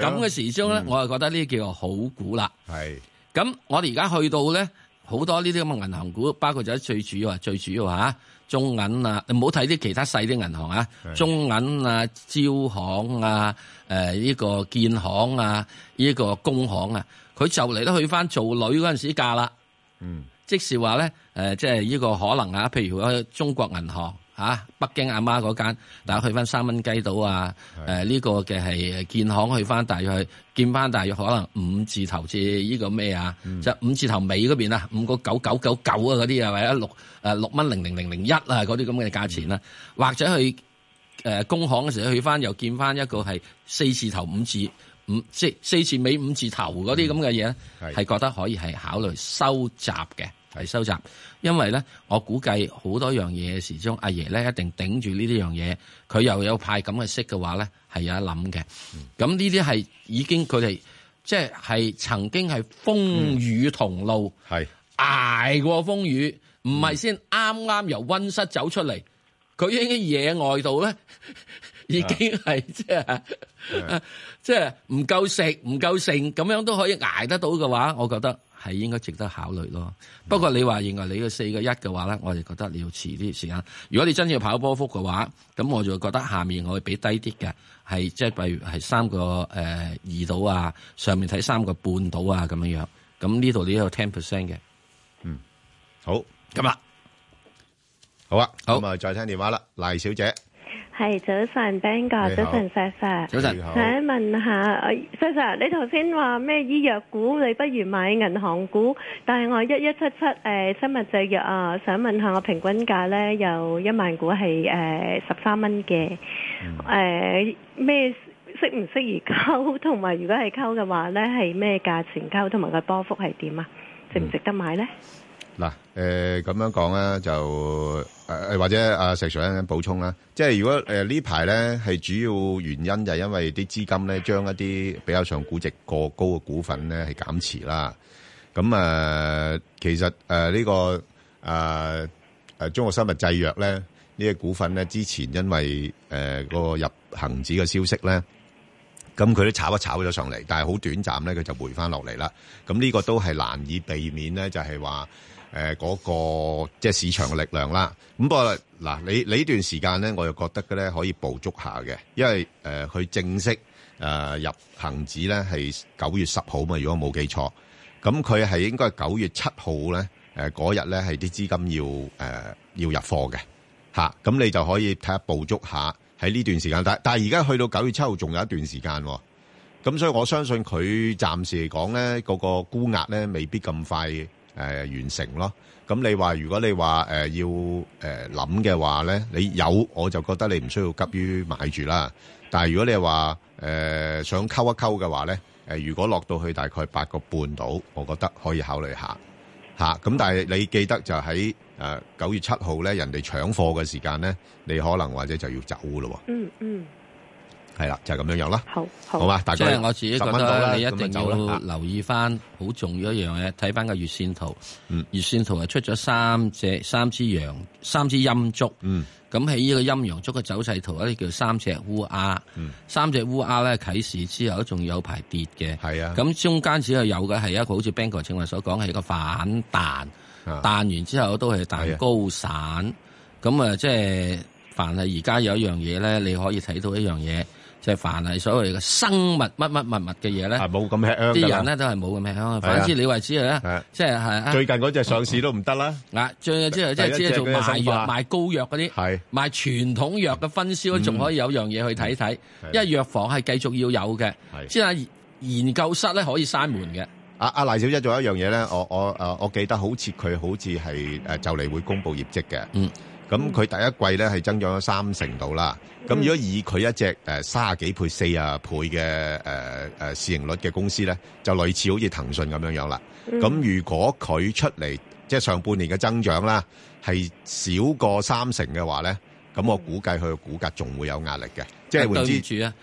S2: 咁
S1: 咯嗯
S2: 嘅時鐘咧，我就覺得呢啲叫做好股啦。
S1: 係。
S2: 咁我哋而家去到咧，好多呢啲咁嘅銀行股，包括咗最主要啊，最主要嚇中銀啊，你唔好睇啲其他細啲銀行啊，
S9: 係
S2: 中銀啊、招行啊、誒呢個建行啊、呢個工行啊，佢就嚟都去翻做女嗰陣時價啦。
S1: 嗯，
S2: 即是話咧，誒、即係呢個可能啊，譬如去中國銀行啊，北京阿媽嗰間，大家去翻三蚊雞島啊，誒呢、個嘅係建行去翻大約去見翻大約可能五字頭至呢個咩啊，即係五字頭尾嗰邊啊，五個九九九九啊嗰啲啊，或者六誒六蚊零零零零一啊嗰啲咁嘅價錢啦、或者去誒、呃工行嘅時候去翻又見翻一個係四字頭五字。五即係四字尾五字頭嗰啲咁嘅嘢咧，係覺得可以係考慮收集嘅，係收集。因為咧，我估計好多樣嘢時鐘，阿爺咧一定頂住呢啲樣嘢，佢又有派咁嘅息嘅話咧，係有得諗嘅。咁呢啲係已經佢哋即係係曾經係風雨同路，
S1: 係、
S2: 捱過風雨，唔係先啱啱由温室走出嚟，佢已經喺野外度咧。已
S1: 啊
S2: 經係即係 即係唔夠食唔夠剩咁樣都可以捱得到嘅話，我覺得係應該值得考慮咯。不過你話認為你個四個一嘅話咧，我就覺得你要遲啲時間。如果你真要跑波幅嘅話，咁我就覺得下面我會俾低啲嘅，係即係譬如係三個誒二度啊，上面睇三個半度啊咁樣樣。咁呢度你有 ten percent 嘅。
S1: 嗯，好。
S2: 咁啦，
S1: 好啊。好。咁啊，再聽電話啦，賴小姐。
S23: 係早晨 Ben 哥，
S1: 你好
S23: 早晨石 Sir，
S1: 早晨你好
S23: 想問下呃石 Sir，你頭先話咩醫藥股，你不如買銀行股，但係我一一七七呃誒生物製藥啊，想問下我平均價呢，有一萬股係誒十三蚊嘅，
S1: 嗯
S23: 誒咩適唔適宜溝，同埋如果係溝嘅話呢，係咩價錢溝，同埋個波幅係點啊？值唔值得買呢？
S1: 嗯嗱，誒、咁樣講咧，就誒、誒或者阿石 Sir 咧補充啦，即係如果誒呢排咧係主要原因就係因為啲資金咧將一啲比較上估值過高嘅股份咧係減持啦。咁誒、呃其實誒呢、個誒誒、呃中國生物製藥咧呢啲股份咧，之前因為誒、呃個入恒指嘅消息咧。咁佢都炒一炒咗上嚟，但係好短暫咧，佢就回翻落嚟啦。咁呢個都係難以避免咧，就係話誒嗰個即係市場嘅力量啦。咁不過嗱，你你呢段時間咧，我又覺得嘅咧可以捕捉下嘅，因為誒佢、正式誒、呃入恒指咧係九月十號嘛，如果冇記錯，咁佢係應該九月七號咧誒嗰日咧係啲資金要誒、呃要入貨嘅。吓，咁你就可以睇下捕捉下喺呢段時間，但但係而家去到九月七號仲有一段時間喎，咁所以我相信佢暫時嚟講咧，嗰個沽壓咧未必咁快誒、呃完成咯。咁你話如果你話誒、呃要誒諗嘅話咧，你有我就覺得你唔需要急於買住啦。但係如果你話誒、呃想溝一溝嘅話咧，誒、如果落到去大概八個半度，我覺得可以考慮下。吓，咁但係你記得就喺誒九月七號咧，人哋搶貨嘅時間咧，你可能或者就要走噶咯
S23: 嗯嗯。
S1: 喎，係啦，就係咁樣樣啦。
S23: 好，
S1: 好嘛，大
S2: 即
S1: 概
S2: 係我自己
S1: 十
S2: 覺
S1: 蚊到啦，
S2: 得你一
S1: 咁就啊
S2: 定
S1: 走啦
S2: 要。留意翻好重要一樣嘢，睇翻個月線圖。
S1: 嗯
S2: 月線圖係出咗三隻三支陽三支陰燭。
S1: 嗯，
S2: 咁喺呢個陰陽燭嘅走勢圖咧，叫三隻烏鴉。
S1: 嗯，
S2: 三隻烏鴉咧啟示之後都仲有排跌嘅。
S1: 係啊，
S2: 咁中間只係有嘅係一個好似 Bang 哥正話所講係一個反彈，
S1: 啊
S2: 彈完之後都係彈高啊散。咁啊，即係凡係而家有一樣嘢咧，你可以睇到一樣嘢，就係凡係所謂嘅生物乜乜物物嘅嘢咧，
S1: 冇咁吃啊香㗎
S2: 啲
S1: 啦
S2: 人咧都係冇咁吃香。
S1: 啊
S2: 反之你話之係咧，即係係啊
S1: 最近嗰隻上市都唔得啦。
S2: 嗱，最即係即係
S1: 第一
S2: 即
S1: 隻
S2: 係做
S1: 嗰隻
S2: 賣
S1: 生
S2: 藥、
S1: 化
S2: 賣膏藥嗰啲，賣傳統藥嘅分銷，
S1: 嗯
S2: 仲可以有樣嘢去睇睇，因為藥房係繼續要有嘅，即係研究室咧可以閂門嘅。
S1: 阿阿賴小姐仲有一樣嘢咧，我我誒我記得好似佢好似係誒就嚟會公布業績嘅。
S2: 嗯。
S1: 咁佢第一季咧係增長咗三成度啦。
S2: 嗯
S1: 咁如果以佢一隻誒三十幾倍、四啊倍嘅誒誒市盈率嘅公司咧，就類似好似騰訊咁樣樣啦。
S9: 嗯
S1: 咁如果佢出嚟即係上半年嘅增長啦，係少過三成嘅話咧，咁我估計佢嘅股價仲會有壓力嘅。即係換
S2: 對唔
S1: 之，
S2: 住啊！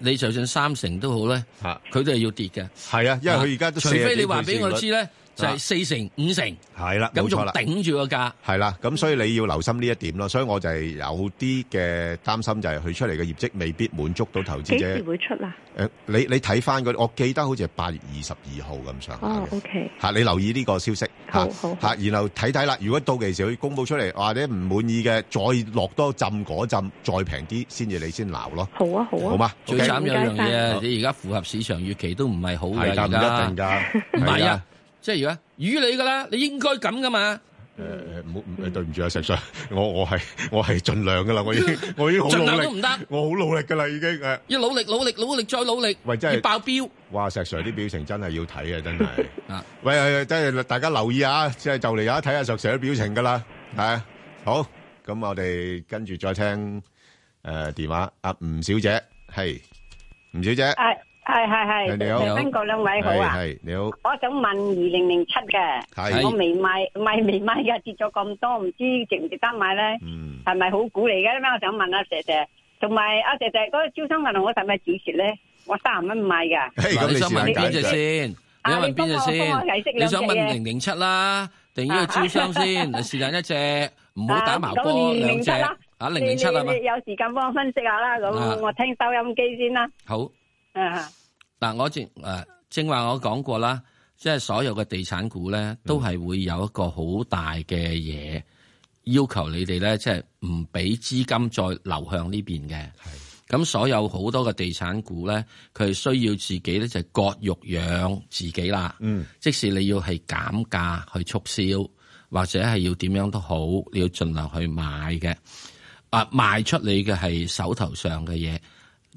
S2: 你就算三成都好咧，佢都係要跌嘅。
S1: 係啊，因為佢而家都
S2: 除非你話
S1: 話
S2: 俾我知咧，就係四成五成，
S1: 係啦，
S2: 咁
S1: 冇
S2: 仲
S1: 錯啦。
S2: 頂住個價。
S1: 係啦，咁所以你要留心呢一點咯。所以我就係有啲嘅擔心，就係佢出嚟嘅業績未必滿足到投資
S23: 幾時
S1: 者。
S23: 會出啊？
S1: 誒，你你睇翻嗰啲，我記得好似係八月二十二號咁上下
S23: 哦
S1: 嘅。
S23: ，OK，
S1: 嚇，你留意呢個消息嚇
S23: 好好
S1: 嚇，然後睇睇啦。如果到期時佢公佈出嚟，或者唔滿意嘅，再落多浸嗰浸，再平啲先至你先鬧咯。
S23: 好啊，好啊，
S1: 好嘛
S2: 最
S1: OK
S2: 慘有樣
S1: 唔該
S2: 嘢
S1: 晒
S2: 啊！你而家符合市場預期都唔係好嘅，而
S1: 係㗎
S2: 家
S1: 唔一定㗎
S2: 唔係
S1: 係
S2: 啊
S1: 啊，
S2: 即係而家魚你噶啦，你應該咁噶嘛。
S1: 誒誒，唔好誒，對唔住啊，石 Sir，我我係我 係盡量噶啦，我已 經我已經好
S2: 盡量
S1: 努
S2: 都唔
S1: 力，
S2: 得，
S1: 我好努力噶啦，已經 誒。
S2: 要努力努力努力再努力，
S1: 喂真係
S2: 要爆標。
S1: 哇！石 Sir 啲表情真係要睇啊，真係。喂，係真係大家留意啊，即係就嚟有得睇下石 Sir 啲表情噶啦，係啊。好，咁我哋跟住再聽誒電話，阿吳小姐係吳小姐，
S11: 系系系系，
S1: 你好，
S11: 邊個兩位好啊？
S1: 係係你好，
S11: 我想問二零零七嘅，
S1: 係
S11: 我未買，買未買嘅，跌咗咁多，唔知值唔值得買咧？係咪好股嚟嘅咧？我想問阿石石，同埋阿石石嗰個招商銀行，我使咪止蝕咧？我三十蚊買㗎。
S2: 嗱你想問邊只先？你想問邊
S11: 啊你幫
S2: 只
S11: 我幫我解釋
S2: 先？你
S11: 兩隻
S2: 想
S11: 嘢
S2: 問零零七啦，定呢個招商先？你是但一隻，唔好打
S11: 啊
S2: 麻
S11: 咁
S2: 波
S11: 007
S2: 兩隻
S11: 啦
S2: 啊，零零七係
S11: 你你
S2: 咪？
S11: 有時間幫我分析下啦，咁
S2: 啊
S11: 我聽收音機先啦。
S2: 好。
S11: 啊，
S2: 嗱，我正誒正話我講過啦，即係所有嘅地產股咧，都係會有一個好大嘅嘢要求你哋咧，即係唔俾資金再流向呢邊嘅。咁所有好多嘅地產股咧，佢係需要自己咧就係割肉養自己啦。
S1: 嗯，
S2: 即使你要係減價去促銷，或者係要點樣都好，你要盡量去買嘅。啊，賣出你嘅係手頭上嘅嘢，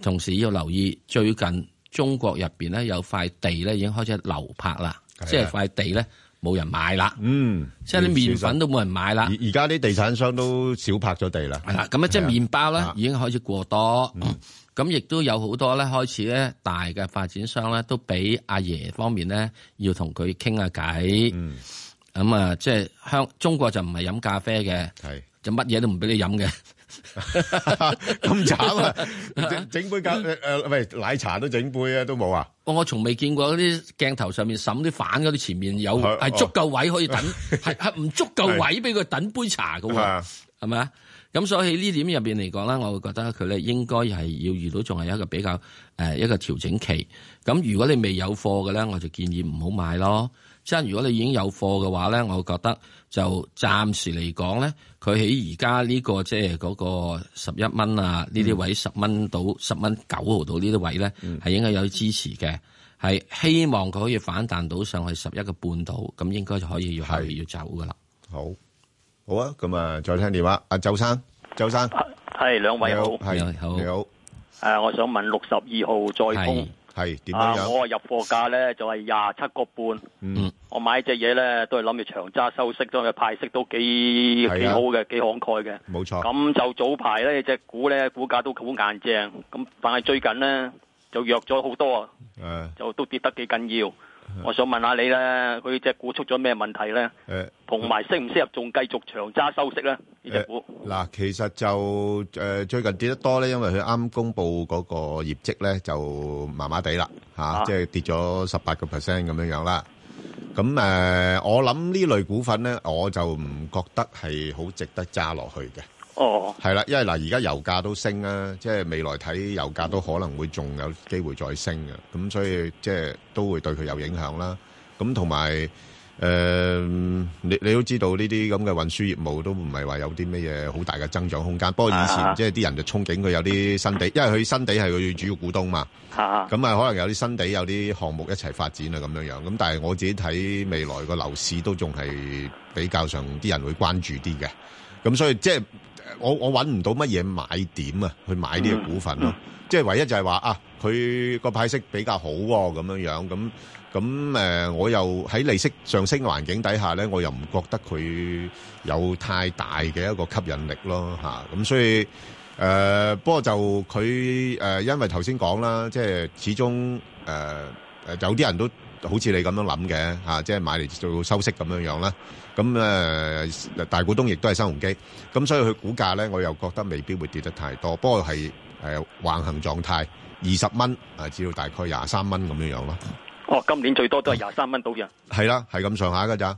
S2: 同時要留意最近中國入邊咧有塊地咧已經開始流拍啦，
S1: 係啊
S2: 即係塊地咧冇人買啦。
S1: 嗯，
S2: 即係啲麵粉都冇人買啦。
S1: 而而家啲地產商都少拍咗地啦。
S2: 係啦，咁啊，即係麵包咧已經開始過多，
S1: 嗯
S2: 咁亦都有好多咧開始咧大嘅發展商咧都俾阿爺方面咧要同佢傾下偈。
S1: 嗯
S2: 咁啊，即係香中國就唔係飲咖啡嘅，就乜嘢都唔俾你飲嘅。
S1: 咁慘啊！整整杯咖誒誒，喂，奶茶都整杯啊，都冇
S2: 哦
S1: 啊！
S2: 我我從未見過嗰啲鏡頭上面審啲反嗰啲前面有
S1: 係
S2: 係
S1: 哦
S2: 足夠位可以 等，係係唔足夠位俾佢等杯茶嘅喎，係咪啊？咁所以呢點入邊嚟講咧，我會覺得佢咧應該係要遇到仲係一個比較誒、呃一個調整期。咁如果你未有貨嘅咧，我就建議唔好買咯。即係如果你已經有貨嘅話咧，我覺得就暫時嚟講咧，佢喺而家呢個即係嗰個十一蚊啊，呢
S1: 嗯
S2: 啲位十蚊到十蚊九毫到呢啲位咧，係、應該有支持嘅，係希望佢可以反彈到上去十一個半度，咁應該就可以要係要走噶啦。
S1: 好，好啊，咁啊，再聽電話，阿周生，周生，
S12: 系两位好，
S1: 係好，你好，
S12: 诶，我想问六十二号再通
S1: 係點
S12: 啊
S1: 樣，樣？
S12: 我入货价咧就系廿七个半，
S1: 嗯，
S12: 我买只嘢咧都系谂住长揸收息，都系派息都几
S1: 係
S12: 几
S1: 啊哦
S12: 好嘅，几慷慨嘅。
S1: 冇錯。
S12: 咁就早排咧只股咧股价都好硬正，咁但系最近咧就弱咗好多啊，
S1: 誒
S12: 就都跌得几紧要。
S1: 嗯
S12: 我想问下你咧，佢只股出咗咩问题咧？
S1: 誒，
S12: 同埋适唔适合仲继续长揸收息咧？呢只股
S1: 嗱，其實就誒、呃最近跌得多咧，因為佢啱公布嗰個業績咧就麻麻地啦嚇，
S12: 啊
S1: 即係跌咗十八個 percent 咁樣樣啦。咁誒、呃我諗呢類股份咧，我就唔覺得係好值得揸落去嘅。
S12: 哦，
S1: 係啊啦，因為嗱，而家油價都升啦，即係未來睇油價都可能會啊仲有機會再升嘅，咁所以即係都會對佢有影響啦。咁同埋呃嗯誒，你-你都知道呢啲咁嘅運輸業務都唔係話有啲乜嘢好大嘅增長空間。不過以前
S12: 啊。
S1: 即係啲人就憧憬佢有啲新地，因為佢新地係佢主要股東嘛。Ờ.
S12: 啊。
S1: 啊咁啊，可能有啲新地，有啲項目一齊發展啊，咁樣樣。咁但係我自己睇未來個樓市都仲係比較上啲人會關注啲嘅。咁所以即係我-我搵唔到乜嘢買點啊，去買呢個股份咯。即係唯一就係話，啊，佢個派息比較好喎，咁樣樣。咁咁誒、呃我又喺利息上升嘅環境底下咧，我又唔覺得佢有太大嘅一個吸引力咯嚇。咁、所以誒、呃不過就佢誒、呃因為頭先講啦，即係始終誒誒有啲人都好似你咁樣諗嘅嚇，即係買嚟做收息咁樣樣啦。咁誒、呃大股東亦都係新鴻基，咁所以佢股價咧，我又覺得未必會跌得太多，不過係誒、呃、橫行狀態，二十蚊啊，至到大概廿三蚊咁樣樣咯。
S12: 哦，今年最多都係廿三蚊到嘅。
S1: 系啦，系咁上下噶咋，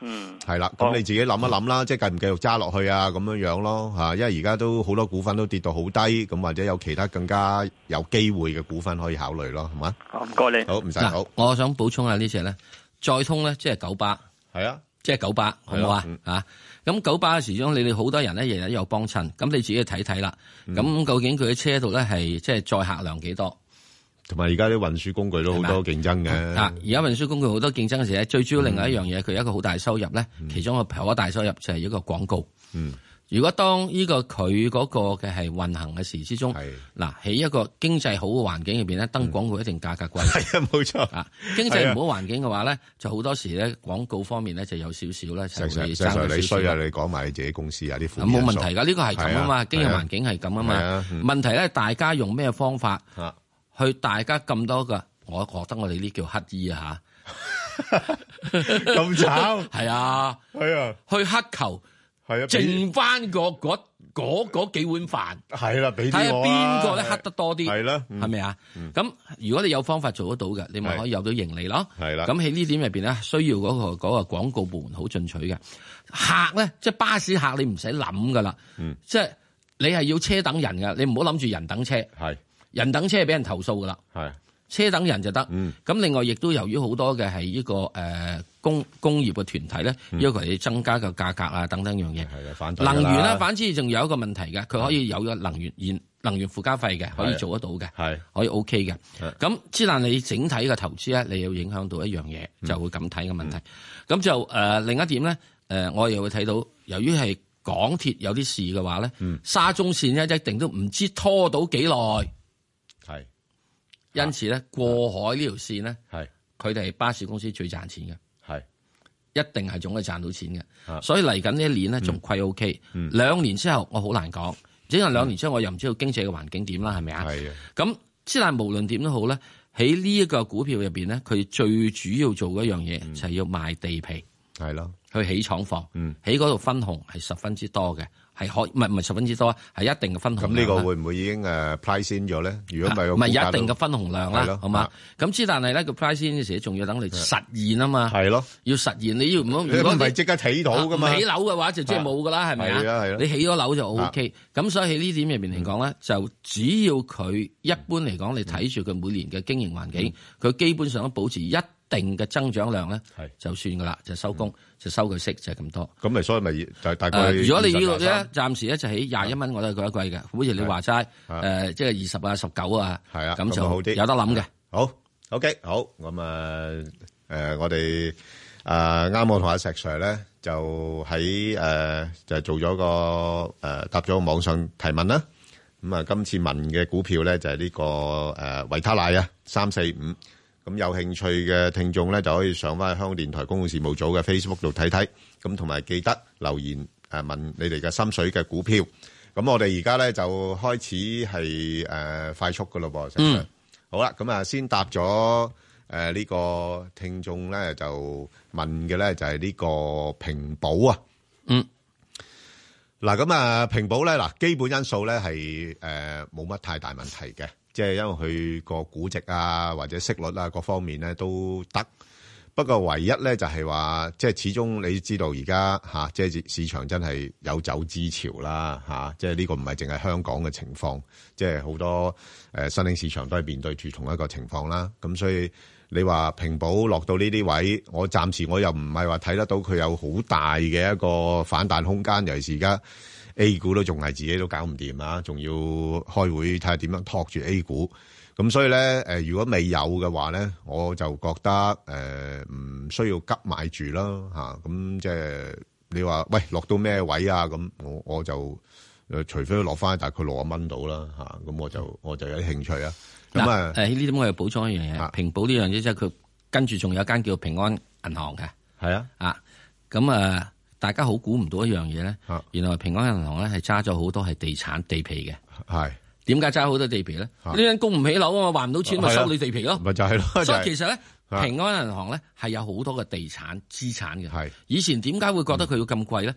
S12: 嗯，
S1: 系啦。咁你自己諗一諗啦，即係繼唔繼續揸落去啊，咁樣樣咯吓。因為而家都好多股份都跌到好低，咁或者有其他更加有機會嘅股份可以考慮咯，係嘛？
S12: 唔該你。
S1: 好，唔使
S2: 嗱
S1: 好。
S2: 我想補充下呢只咧，再通咧即係九八，
S1: 係啊，嗯
S2: 即係九八，好唔好啊？啊，咁九八嘅時鐘，你哋好多人咧日日有幫襯，咁你自己去睇睇啦。
S1: 嗯
S2: 咁究竟佢嘅車度咧係即係載客量幾多？
S1: 同埋而家啲運輸工具都好多競爭
S2: 啊
S1: 嘅，！
S2: 而家運輸工具好多競爭嘅時候，最主要另外一樣嘢，佢有一個好大收入咧，其中一個好大收入就係一個廣告。
S1: 嗯，
S2: 如果當呢個佢嗰個嘅係運行嘅時之中，嗱喺一個經濟好嘅環境入邊咧，登廣告一定價格貴。係
S1: 啊，冇錯
S2: 啊！經濟唔好環境嘅話咧，就好多時咧廣告方面咧就有少少咧就
S1: 石 Sir，
S2: 會
S1: 石
S2: 爭
S1: Sir，
S2: 佢
S1: 你
S2: 少
S1: 衰
S2: 少
S1: 啊！。你講埋你自己公司啊啲負
S2: 咁
S1: 面
S2: 冇
S1: 因
S2: 問
S1: 素
S2: 題㗎，呢個係咁啊
S1: 係
S2: 嘛，經營環境係咁啊
S1: 係
S2: 嘛
S1: 啊。
S2: 問題咧，大家用咩方法
S1: 啊
S2: 去大家咁多嘅？我覺得我哋呢叫乞衣啊嚇，
S1: 咁慘
S2: 係啊，
S1: 係啊，
S2: 去乞求
S1: 係啊，
S2: 剩翻個嗰嗰嗰幾碗飯
S1: 係啦，俾
S2: 睇下
S1: 啲我
S2: 邊
S1: 啊
S2: 個咧乞得多啲，
S1: 係啦嗯
S2: 係咪啊？咁如果你有方法做得到嘅，你咪可以有到盈利咯。
S1: 係啦
S2: 咁喺呢點入邊咧，需要嗰、個嗰、個廣告部門好進取嘅客咧，即係巴士客你唔使諗噶啦，即係你係要車等人噶，你唔好諗住人等車，
S1: 係
S2: 人等車係俾人投訴噶啦，
S1: 係嗯
S2: 車等人就得。咁、另外亦都由於好多嘅係呢個誒、呃工工業嘅團體咧，要求你增加個價格啊等等樣嘢。
S1: 嗯係啊，反對㗎
S2: 能源咧，反之仲有一個問題嘅，佢可以有個能源現能源附加費嘅，可以
S1: 啊係
S2: 做得到嘅，
S1: 係
S2: 可以 OK 嘅。咁之但你整體嘅投資咧，你要影響到一樣嘢，
S1: 嗯
S2: 就會咁睇嘅問題。咁就誒另一點咧，誒我又會睇到，由於係港鐵有啲事嘅話咧，
S1: 嗯
S2: 沙中線咧一定都唔知拖到幾耐。
S1: 係，啊
S2: 因此咧過海呢條線咧，
S1: 係
S2: 佢哋係巴士公司最賺錢嘅。
S1: 係。
S2: 一定係總係賺到錢
S1: 啊
S2: 嘅。所以嚟緊呢一年
S1: 嗯
S2: 咧仲虧 O K，兩年之後我好難講，因為兩年之後我又唔知道經濟嘅環境點啦，係咪啊？
S1: 係啊。
S2: 咁之但無論點都好咧，喺呢一個股票入邊咧，佢最主要做嗰樣嘢就係要賣地皮，
S1: 嗯係咯，嗯
S2: 去起廠房，喺嗰度分紅係十分之多嘅，係可唔係唔係十分之多，係一定嘅分紅
S1: 咁
S2: 量啦。啊
S1: 呢個會唔會已經誒 price in 咗咧？如果唔係個
S2: 唔係
S1: 股價
S2: 一定
S1: 都
S2: 嘅分紅量
S1: 係咯
S2: 啦，好嘛
S1: 啊？
S2: 咁之但係咧個 price 先時仲要等你實現啊嘛，
S1: 係咯，
S2: 要實現你要唔 好，
S1: 你
S2: 如果
S1: 唔係即刻睇到㗎嘛
S2: 啊唔起樓嘅話就即係冇㗎啦，係咪
S1: 係啊係啊啊嗯
S2: 啊？你起咗樓就 O K，咁所以喺呢點入邊嚟講咧，就只要佢一般嚟講，你睇住佢每年嘅經營環
S1: 嗯
S2: 境，佢基本上都保持一定嘅增長量咧，就算㗎啦，就收工就收佢息就係咁多。
S1: 咁咪所以咪大嗯大啊概
S2: 誒如果你
S1: 20
S2: 要
S1: 廿
S2: 咧，暫時咧就喺廿一蚊，我都係覺得貴嘅。好似你話齋，誒即係二十啊、十九啊，
S1: 係啊，
S2: 咁
S1: 就好啲，
S2: 就有得諗嘅。
S1: 好，OK，好，咁啊，誒，我哋啊啱我同阿石 Sir 咧，就喺誒就做咗個誒答咗個網上提問啦。咁啊，今次問嘅股票咧就係呢個誒維他奶啊，三四五。咁有興趣嘅聽眾咧，就可以上翻香港電台公共事務組嘅 Facebook 度睇睇，咁同埋記得留言誒問你哋嘅心水嘅股票。咁我哋而家咧就開始係誒、呃快速噶咯噃，成日好啦，咁啊先答咗誒呢個聽眾咧就問嘅咧就係呢個平保啊。
S2: 嗯。
S1: 嗱，咁啊，平保咧，嗱，基本因素咧係誒冇乜太大問題嘅，即係因為佢個估值啊或者息率啊各方面咧都得。不不過唯一咧就係話，即係始終你知道而家嚇，即係市場真係有走之潮啦嚇、即係呢個唔係淨係香港嘅情況，即係好多誒、呃新興市場都係面對住同一個情況啦。咁所以你話平保落到呢啲位，我暫時我又唔係話睇得到佢有好大嘅一個反彈空間，尤其是而家 A 股都仲係自己都搞唔掂啊，仲要開會睇下點樣托住 A 股。咁所以咧，誒、如果未有嘅話咧，我就覺得誒唔、需要急買住啦嚇。咁、即係你話喂落到咩位啊？咁我我就誒、除非佢落翻大概六啊蚊到啦嚇，咁、我就我就有啲興趣啊。咁啊
S2: 嗱，誒呢啲我又補充一樣嘢，平保呢樣嘢即係佢跟住仲有間叫平安銀行嘅，
S1: 係啊，
S2: 啊咁啊，大家好估唔到一樣嘢咧，
S1: 啊
S2: 原來平安銀行咧係揸咗好多係地產地皮嘅，
S1: 係
S2: 點解揸好多地皮咧？
S1: 啊
S2: 呢人供唔起樓啊，我還唔到錢，咪
S1: 係啊
S2: 收你地皮咯，
S1: 咪就係咯
S2: 所以
S1: 就係
S2: 其實咧。
S1: 啊
S2: 平安銀行咧係有好多嘅地產資產嘅，以前點解會
S1: 嗯
S2: 覺得佢要咁貴咧？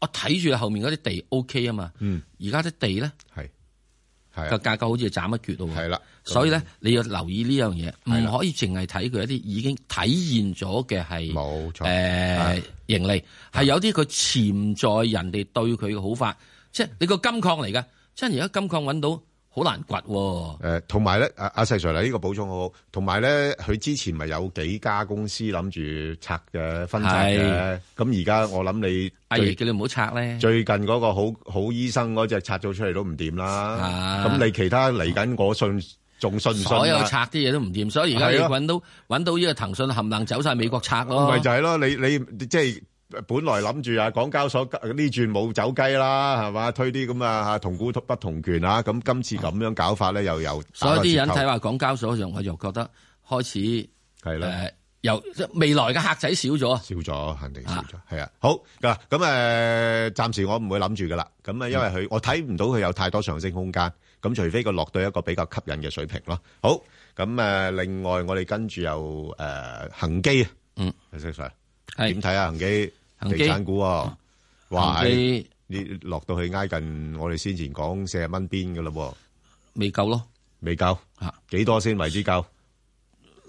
S2: 我睇住後面嗰啲地 O K 啊嘛，
S1: 嗯
S2: 而家啲地咧
S1: 係
S2: 個價格好似斬一橛咯喎，係
S1: 啊啦，
S2: 所以咧你要留意呢樣嘢，
S1: 係啦
S2: 唔可以淨係睇佢一啲已經體現咗嘅係
S1: 冇錯啊
S2: 誒盈利，係有啲佢潛在人哋對佢嘅好法，即係你個金礦嚟㗎，即係而家金礦揾到好難掘喎，
S1: 誒，同埋咧，阿阿細 Sir 呢個補充好好，同埋咧，佢之前咪有幾家公司諗住拆嘅分拆嘅
S2: 係，
S1: 咁而家我諗你
S2: 阿爺叫你唔好拆咧。
S1: 最近嗰個好好醫生嗰只拆咗出嚟都唔掂啦，
S2: 啊
S1: 咁你其他嚟緊我信仲信唔信啊
S2: 所有拆啲嘢都唔掂，所以而家你
S1: 係咯啊哦
S2: 揾到揾到呢個騰訊冚唪唥走晒美國拆咯。
S1: 咪就係咯，你你即係本來諗住啊，港交所呢轉冇走雞啦，係嘛？推啲咁啊嚇同股不同權啊，咁今次咁樣搞法咧，又又打
S2: 所以啲人
S1: 個折扣
S2: 睇話港交所上，我就覺得開始呃
S1: 係啦
S2: 誒由未來嘅客仔少咗，少
S1: 咗肯定少咗，係啊。好嗱，咁誒、呃，暫時我唔會諗住噶啦。咁啊，因為佢、我睇唔到佢有太多上升空間。咁除非佢落到一個比較吸引嘅水平咯。好，咁誒、呃另外我哋跟住又誒、呃、恒基啊，
S2: 嗯，
S1: 石 Sir
S2: 係
S1: 點睇啊？恒基
S2: 恒
S1: 地
S2: 基
S1: 產股、喎，哇！
S2: 恒基
S1: 你落到去挨近我哋先前講四十蚊邊噶咯，
S2: 未夠咯，
S1: 未夠
S2: 啊？
S1: 幾多先為之夠？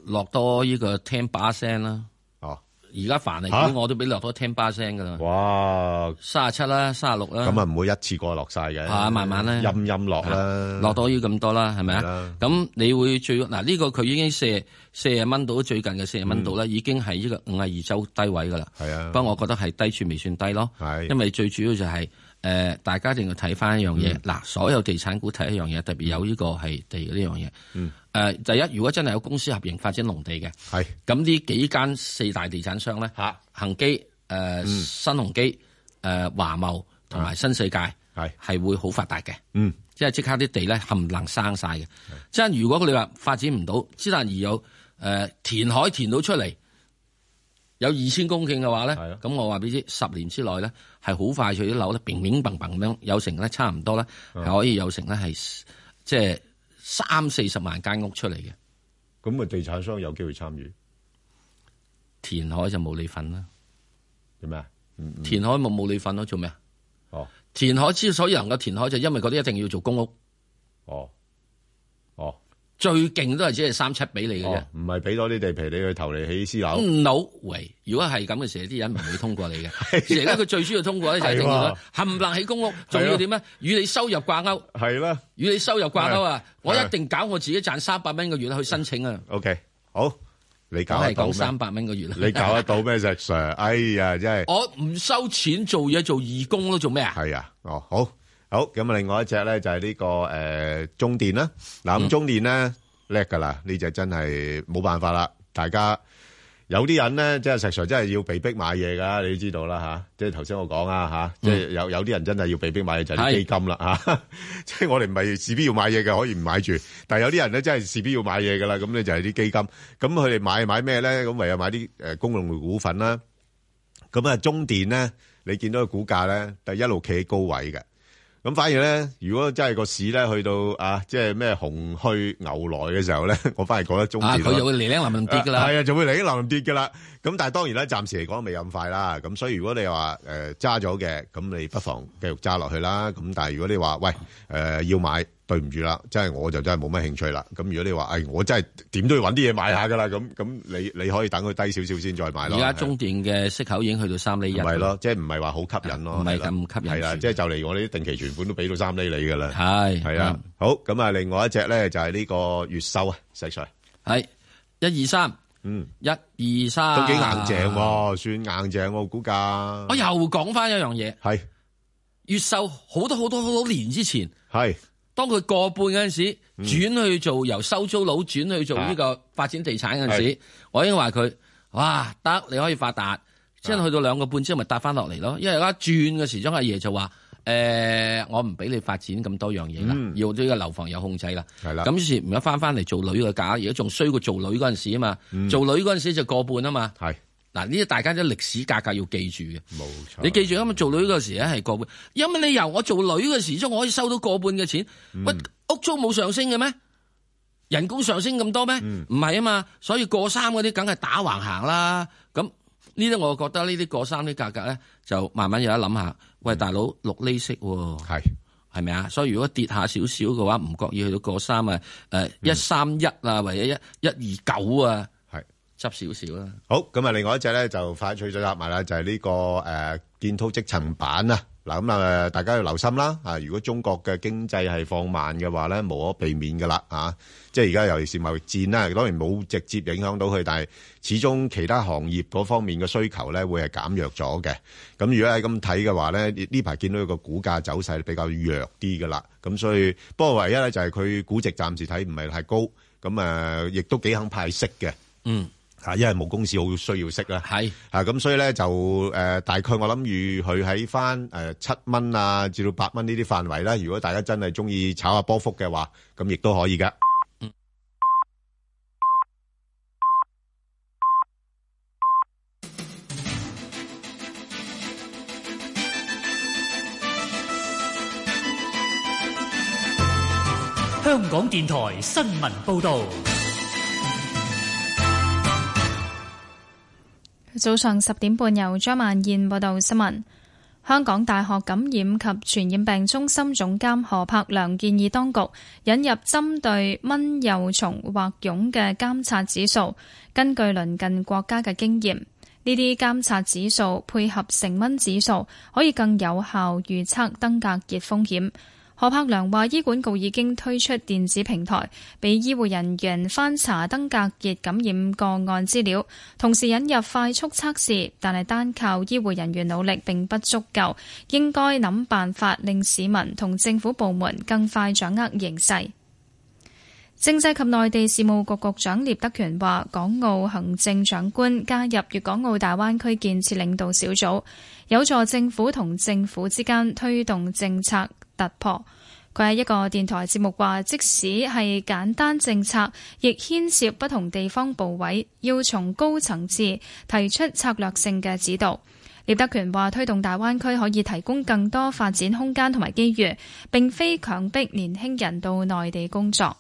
S2: 落多呢個 ten percent 啦。
S1: 哦，
S2: 而家凡係
S1: 嚇
S2: 股我都俾落多 ten percent 噶啦。
S1: 哇！
S2: 三十七啦，三十六啦。
S1: 咁啊，唔會一次過落晒嘅，
S2: 啊慢慢啦
S1: 陰陰落啦，
S2: 落到要咁多啦，係咪
S1: 係
S2: 啊
S1: 啦？
S2: 咁你會最嗱呢個佢已經四四十蚊到最近嘅四十蚊到啦，已經係呢個五十二周低位噶啦。
S1: 嗯係啊
S2: 不過我覺得係低處未算低咯。
S1: 係
S2: 因為最主要就係、誒、大家一定要睇翻一樣嘢
S1: 嗯
S2: 嗱，所有地產股睇一樣嘢，特別有呢個係地呢樣嘢。
S1: 嗯
S2: 誒、呃第一，如果真係有公司合營發展農地嘅，
S1: 係
S2: 咁呢幾間四大地產商咧，嚇恆基、誒、呃
S1: 嗯
S2: 新鴻基、誒、華茂同埋新世界，
S1: 啊係
S2: 係會好發達嘅。
S1: 嗯，
S2: 即係即刻啲地咧冚唪唥生晒嘅。即係如果佢哋話發展唔到，之但而有誒、呃填海填到出嚟有二千公頃嘅話咧，
S1: 啊
S2: 咁我話俾你知，十年之內咧係好快脆啲樓咧，平平砰砰咁樣有成咧差唔多咧
S1: 啊
S2: 係可以有成咧係即係三四十萬間屋出嚟嘅。
S1: 咁啊，地產商有機會參與
S2: 填海就冇你份啦。
S1: 做咩啊？
S2: 填海咪冇你份咯，做咩啊？
S1: 哦，
S2: 填海之所以能夠填海，就因為嗰啲一定要做公屋。
S1: 哦，哦，
S2: 最勁都係只係三七俾你嘅啫
S1: 哦。唔係俾多啲地皮你去投嚟起私樓，
S2: no way！如果係咁嘅時候，啲人唔會通過你 嘅。而家佢最主要通過咧就係定要
S1: 係喎啊
S2: 冚唪唥起公屋，仲要點咧？與你收入掛鈎，
S1: 係啦，
S2: 與你收入掛鈎啊
S1: 係！
S2: 我一定搞我自己賺三百蚊個月去申請啊！
S1: OK，好，你搞
S2: 我
S1: 得
S2: 係
S1: 到咩
S2: 講三百蚊個月啦，啊
S1: 你搞得到咩石 Sir？哎呀，真係
S2: 我唔收錢做嘢做義工咯，做咩啊？
S1: 係啊，哦，好，好，咁啊，另外一隻咧就係呢個誒中電啦。嗱，咁中電咧叻㗎啦，呢隻真係冇辦法啦，大家。有啲人咧，即係石 Sir 真係要被逼買嘢㗎，你都知道啦吓，即係頭先我講啊吓，即係有有啲人真係要被逼 買嘢就係啲
S2: 係
S1: 基金啦吓，即係我哋唔係事必要買嘢嘅，可以唔買住。但係有啲人咧真係事必要買嘢㗎啦，咁咧就係啲基金。咁佢哋買買咩咧？咁唯有買啲誒公用股份啦。咁啊，中電咧，你見到個股價咧，就一路企喺高位嘅。咁反而咧，如果真係個市咧去到啊，即係咩紅去牛來嘅時候咧，我反而覺得中
S2: 啊，
S1: 電
S2: 佢就會嚟零林林跌噶啦
S1: 係。啊，就會嚟一林跌噶啦。咁但係當然啦，暫時嚟講未咁快啦。咁所以如果你話誒揸咗嘅，咁你不妨繼續揸落去啦。咁但係如果你話喂誒、呃要買，對唔住啦，真係我就真係冇乜興趣啦。咁如果你話，誒我真係點都要揾啲嘢買下㗎啦，咁咁你你可以等佢低少少先再買 咯。
S2: 而家中電嘅息口已經去到三厘一，
S1: 咪係咯，即係唔係話好吸引咯，
S2: 唔係
S1: 係啦
S2: 咁吸引
S1: 係啦，
S2: 住
S1: 即係就嚟我哋啲定期存款都俾到三厘你㗎啦。
S2: 係
S1: 係啊
S2: 嗯，
S1: 好咁啊，另外一隻咧就係呢個越秀啊，石 Sir
S2: 係一二三，
S1: 嗯，
S2: 一二三，
S1: 都幾硬淨喎，算硬淨喎，估價
S2: 我又講翻一樣嘢，
S1: 嗯係
S2: 越秀好多好多好多年之前，
S1: 係嗯
S2: 當佢過半嗰陣時，轉去做由收租佬轉去做呢個發展地產嗰陣時，我已經話佢：哇，得你可以發
S1: 啊
S2: 達。真係去到兩個半之後，咪搭翻落嚟咯。因為而家轉嘅時鐘，阿爺就話：誒、我唔俾你發展咁多樣嘢啦，
S9: 嗯
S2: 要呢個樓房有控制啦。
S1: 係啦
S2: 咁於是唔一翻翻嚟做女嘅價，而家仲衰過做女嗰陣時啊嘛。
S9: 嗯
S2: 做女嗰陣時就過半啊嘛。
S1: 係
S2: 嗱，呢啲大家啲歷史價格要記住嘅。
S1: 冇錯。
S2: 你記住，咁做女嗰時咧係過半，因為你由我做女嘅時鐘，我可以收到過半嘅錢。喂，屋租冇上升嘅咩？人工上升咁多咩？唔係啊嘛，所以過三嗰啲梗係打橫行啦。咁呢啲我覺得呢啲過三啲價格咧，就慢慢有得諗下。喂，大佬六厘息喎，
S1: 係
S2: 係咪啊？所以如果跌下少少嘅話，唔覺意去到過三啊，誒一三一啊，或者一一二九啊，
S1: 係
S2: 執少少啦。
S1: 好，咁啊，另外一隻咧就快脆咗搭埋啦，就係呢個誒建滔積層板啊。嗱，咁啊，大家要留心啦。啊，如果中國嘅經濟係放慢嘅話咧，無可避免噶啦。啊，即係而家尤其是貿易戰啦，當然冇直接影響到佢，但係始終其他行業嗰方面嘅需求咧會係減弱咗嘅。咁如果係咁睇嘅話咧，呢呢排見到個股價走勢比較弱啲噶啦。咁所以不過唯一咧就係佢估值暫時睇唔係太高，咁啊亦都幾肯派息嘅。
S2: 嗯。
S1: 啊，因為冇公司好需要息啦，
S2: 係
S1: 啊，咁所以咧就誒、呃大概我諗預佢喺翻誒七蚊啊至到八蚊呢啲範圍啦。如果大家真係中意炒下波幅嘅話，咁亦都可以噶。
S4: 香港電台新聞報導，
S5: 早上十點半，由張曼燕報道新聞。香港大學感染及傳染病中心總監何柏良建議當局引入針對蚊幼蟲或蛹嘅監察指數，根據鄰近國家嘅經驗，呢啲監察指數配合成蚊指數，可以更有效預測登革熱風險。何柏良話：醫管局已經推出電子平台，俾醫護人員翻查登革熱感染個案資料，同時引入快速測試。但係單靠醫護人員努力並不足夠，應該諗辦法令市民同政府部門更快掌握形勢。政制及內地事務局局長聶德權話：港澳行政長官加入粵港澳大灣區建設領導小組，有助政府同政府之間推動政策突破。佢喺一個電台節目話，即使係簡單政策，亦牽涉不同地方部委，要從高層次提出策略性嘅指導。聶德權話：推動大灣區可以提供更多發展空間同埋機遇，並非強迫年輕人到內地工作。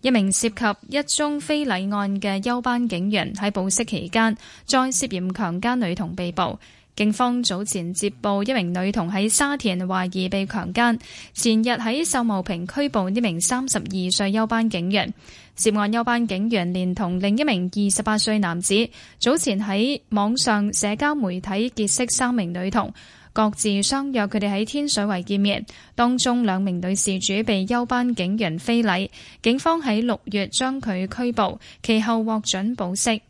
S5: 一名涉及一宗非禮案嘅休班警員喺保釋期間，再涉嫌強姦女童被捕。警方早前接報一名女童喺沙田懷疑被強姦，前日喺秀茂坪拘捕呢名三十二歲休班警員。涉案休班警員連同另一名二十八歲男子，早前喺網上社交媒體結識三名女童。各自相約佢哋喺天水圍見面，當中兩名女事主被休班警員非禮，警方喺六月將佢拘捕，其後獲准保釋。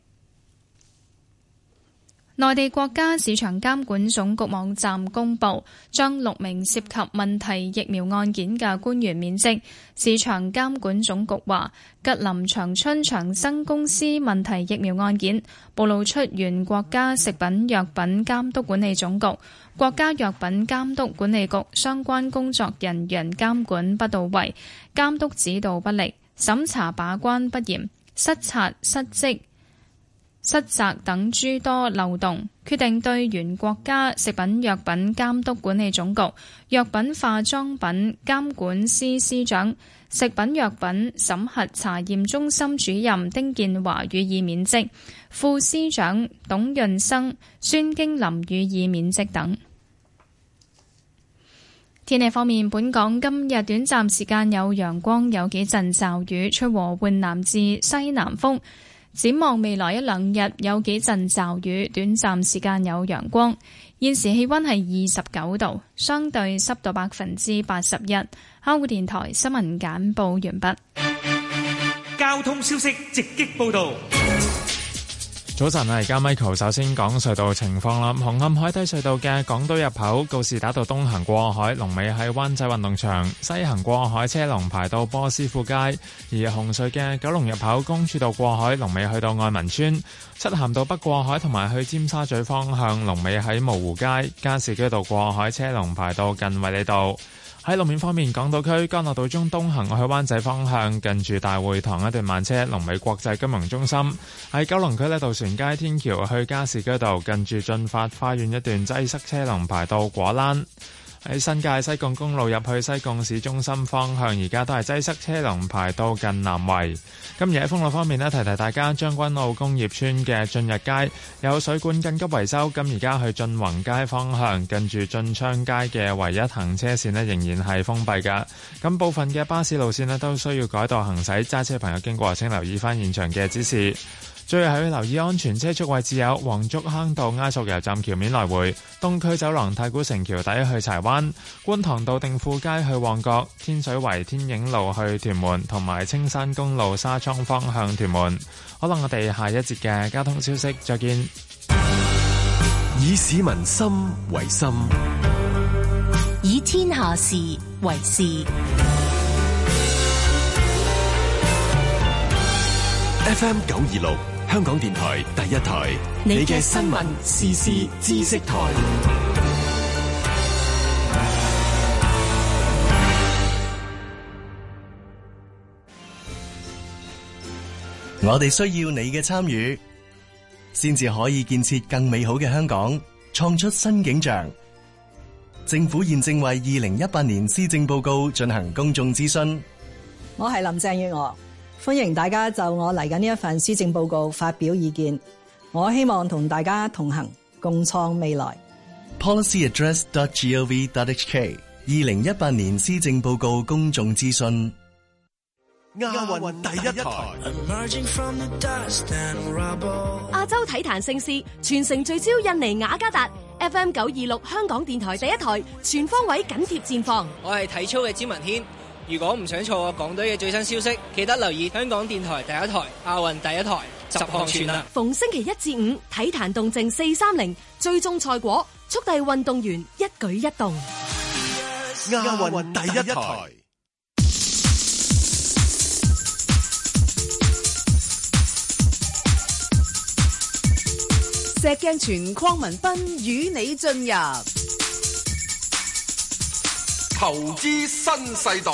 S5: 內地國家市場監管總局網站公布，將六名涉及問題疫苗案件嘅官員免職。市場監管總局話，吉林長春長生公司問題疫苗案件暴露出原國家食品藥品監督管理總局、國家藥品監督管理局相關工作人員監管不到位、監督指導不力、審查把關不嚴、失察失職。失責等諸多漏洞，決定對原國家食品藥品監督管理總局、藥品化妝品監管司司長、食品藥品審核查驗中心主任丁建華予以免職，副司長董潤生、孫京林予以免職等。天天氣方面，本港今日短暫時間有陽光，有幾陣驟雨，吹和緩南至西南風。展望未來一兩日有幾陣驟雨，短暫時間有陽光。現時氣温係二十九度，相對濕度百分之八十一。香港電台新聞簡報完畢。
S4: 交通消息直擊報道。
S6: 早晨啊，而家 Michael 首先講隧道情況啦。紅磡海底隧道嘅港島入口告士打道東行過海，龍尾喺灣仔運動場；西行過海車龍排到波斯富街。而紅隧嘅九龍入口公主道過海，龍尾去到愛民村；漆咸道北過海同埋去尖沙咀方向，龍尾喺蕪湖街。加士居道過海車龍排到近衛理道。喺路面方面，港島區干諾道中東行去灣仔方向，近住大會堂一段慢車；龍尾國際金融中心。喺九龍區呢，渡船街天橋去加士居道，近住進發花園一段擠塞車龍排到果欄。喺新界西貢公路入去西貢市中心方向，而家都係擠塞車龍排到近南圍。今日喺封路方面呢，提提大家將軍澳工業村嘅進日街有水管緊急維修，咁而家去進宏街方向，近住進昌街嘅唯一行車線呢，仍然係封閉㗎。咁部分嘅巴士路線呢，都需要改道行駛，揸車朋友經過請留意翻現場嘅指示。最後要留意安全車速位置有黃竹坑道埃索油站橋面來回、東區走廊太古城橋底去柴灣、觀塘道定富街去旺角、天水圍天影路去屯門，同埋青山公路沙涌方向屯門。可能我哋下一節嘅交通消息再見。
S7: 以市民心為心，
S8: 以天下事為事。
S7: FM 九二六，香港電台第一台，你嘅新聞時事知識台。
S9: 我哋需要你嘅參與，先至可以建設更美好嘅香港，創出新景象。政府現正為二零一八年施政報告進行公眾諮詢。
S10: 我係林鄭月娥，歡迎大家就我嚟緊呢一份施政報告發表意見。我希望同大家同行，共創未來。
S9: policyaddress.gov.hk 二零一八年施政報告公眾諮詢。
S7: 亞運第一台，
S15: 亞洲體壇盛事，全城聚焦印尼雅加達。FM 九二六香港電台第一台，全方位緊貼戰況。
S24: 我係體操嘅詹文軒。如果唔想錯過港隊嘅最新消息，記得留意香港電台第一台亞運第一台十項全能。
S15: 逢星期一至五，體壇動靜四三零，追蹤賽果，速遞運動員一舉一動。
S7: 亞運第一台。
S13: 石鏡泉鄺民彬與你進入
S14: 投資新世代，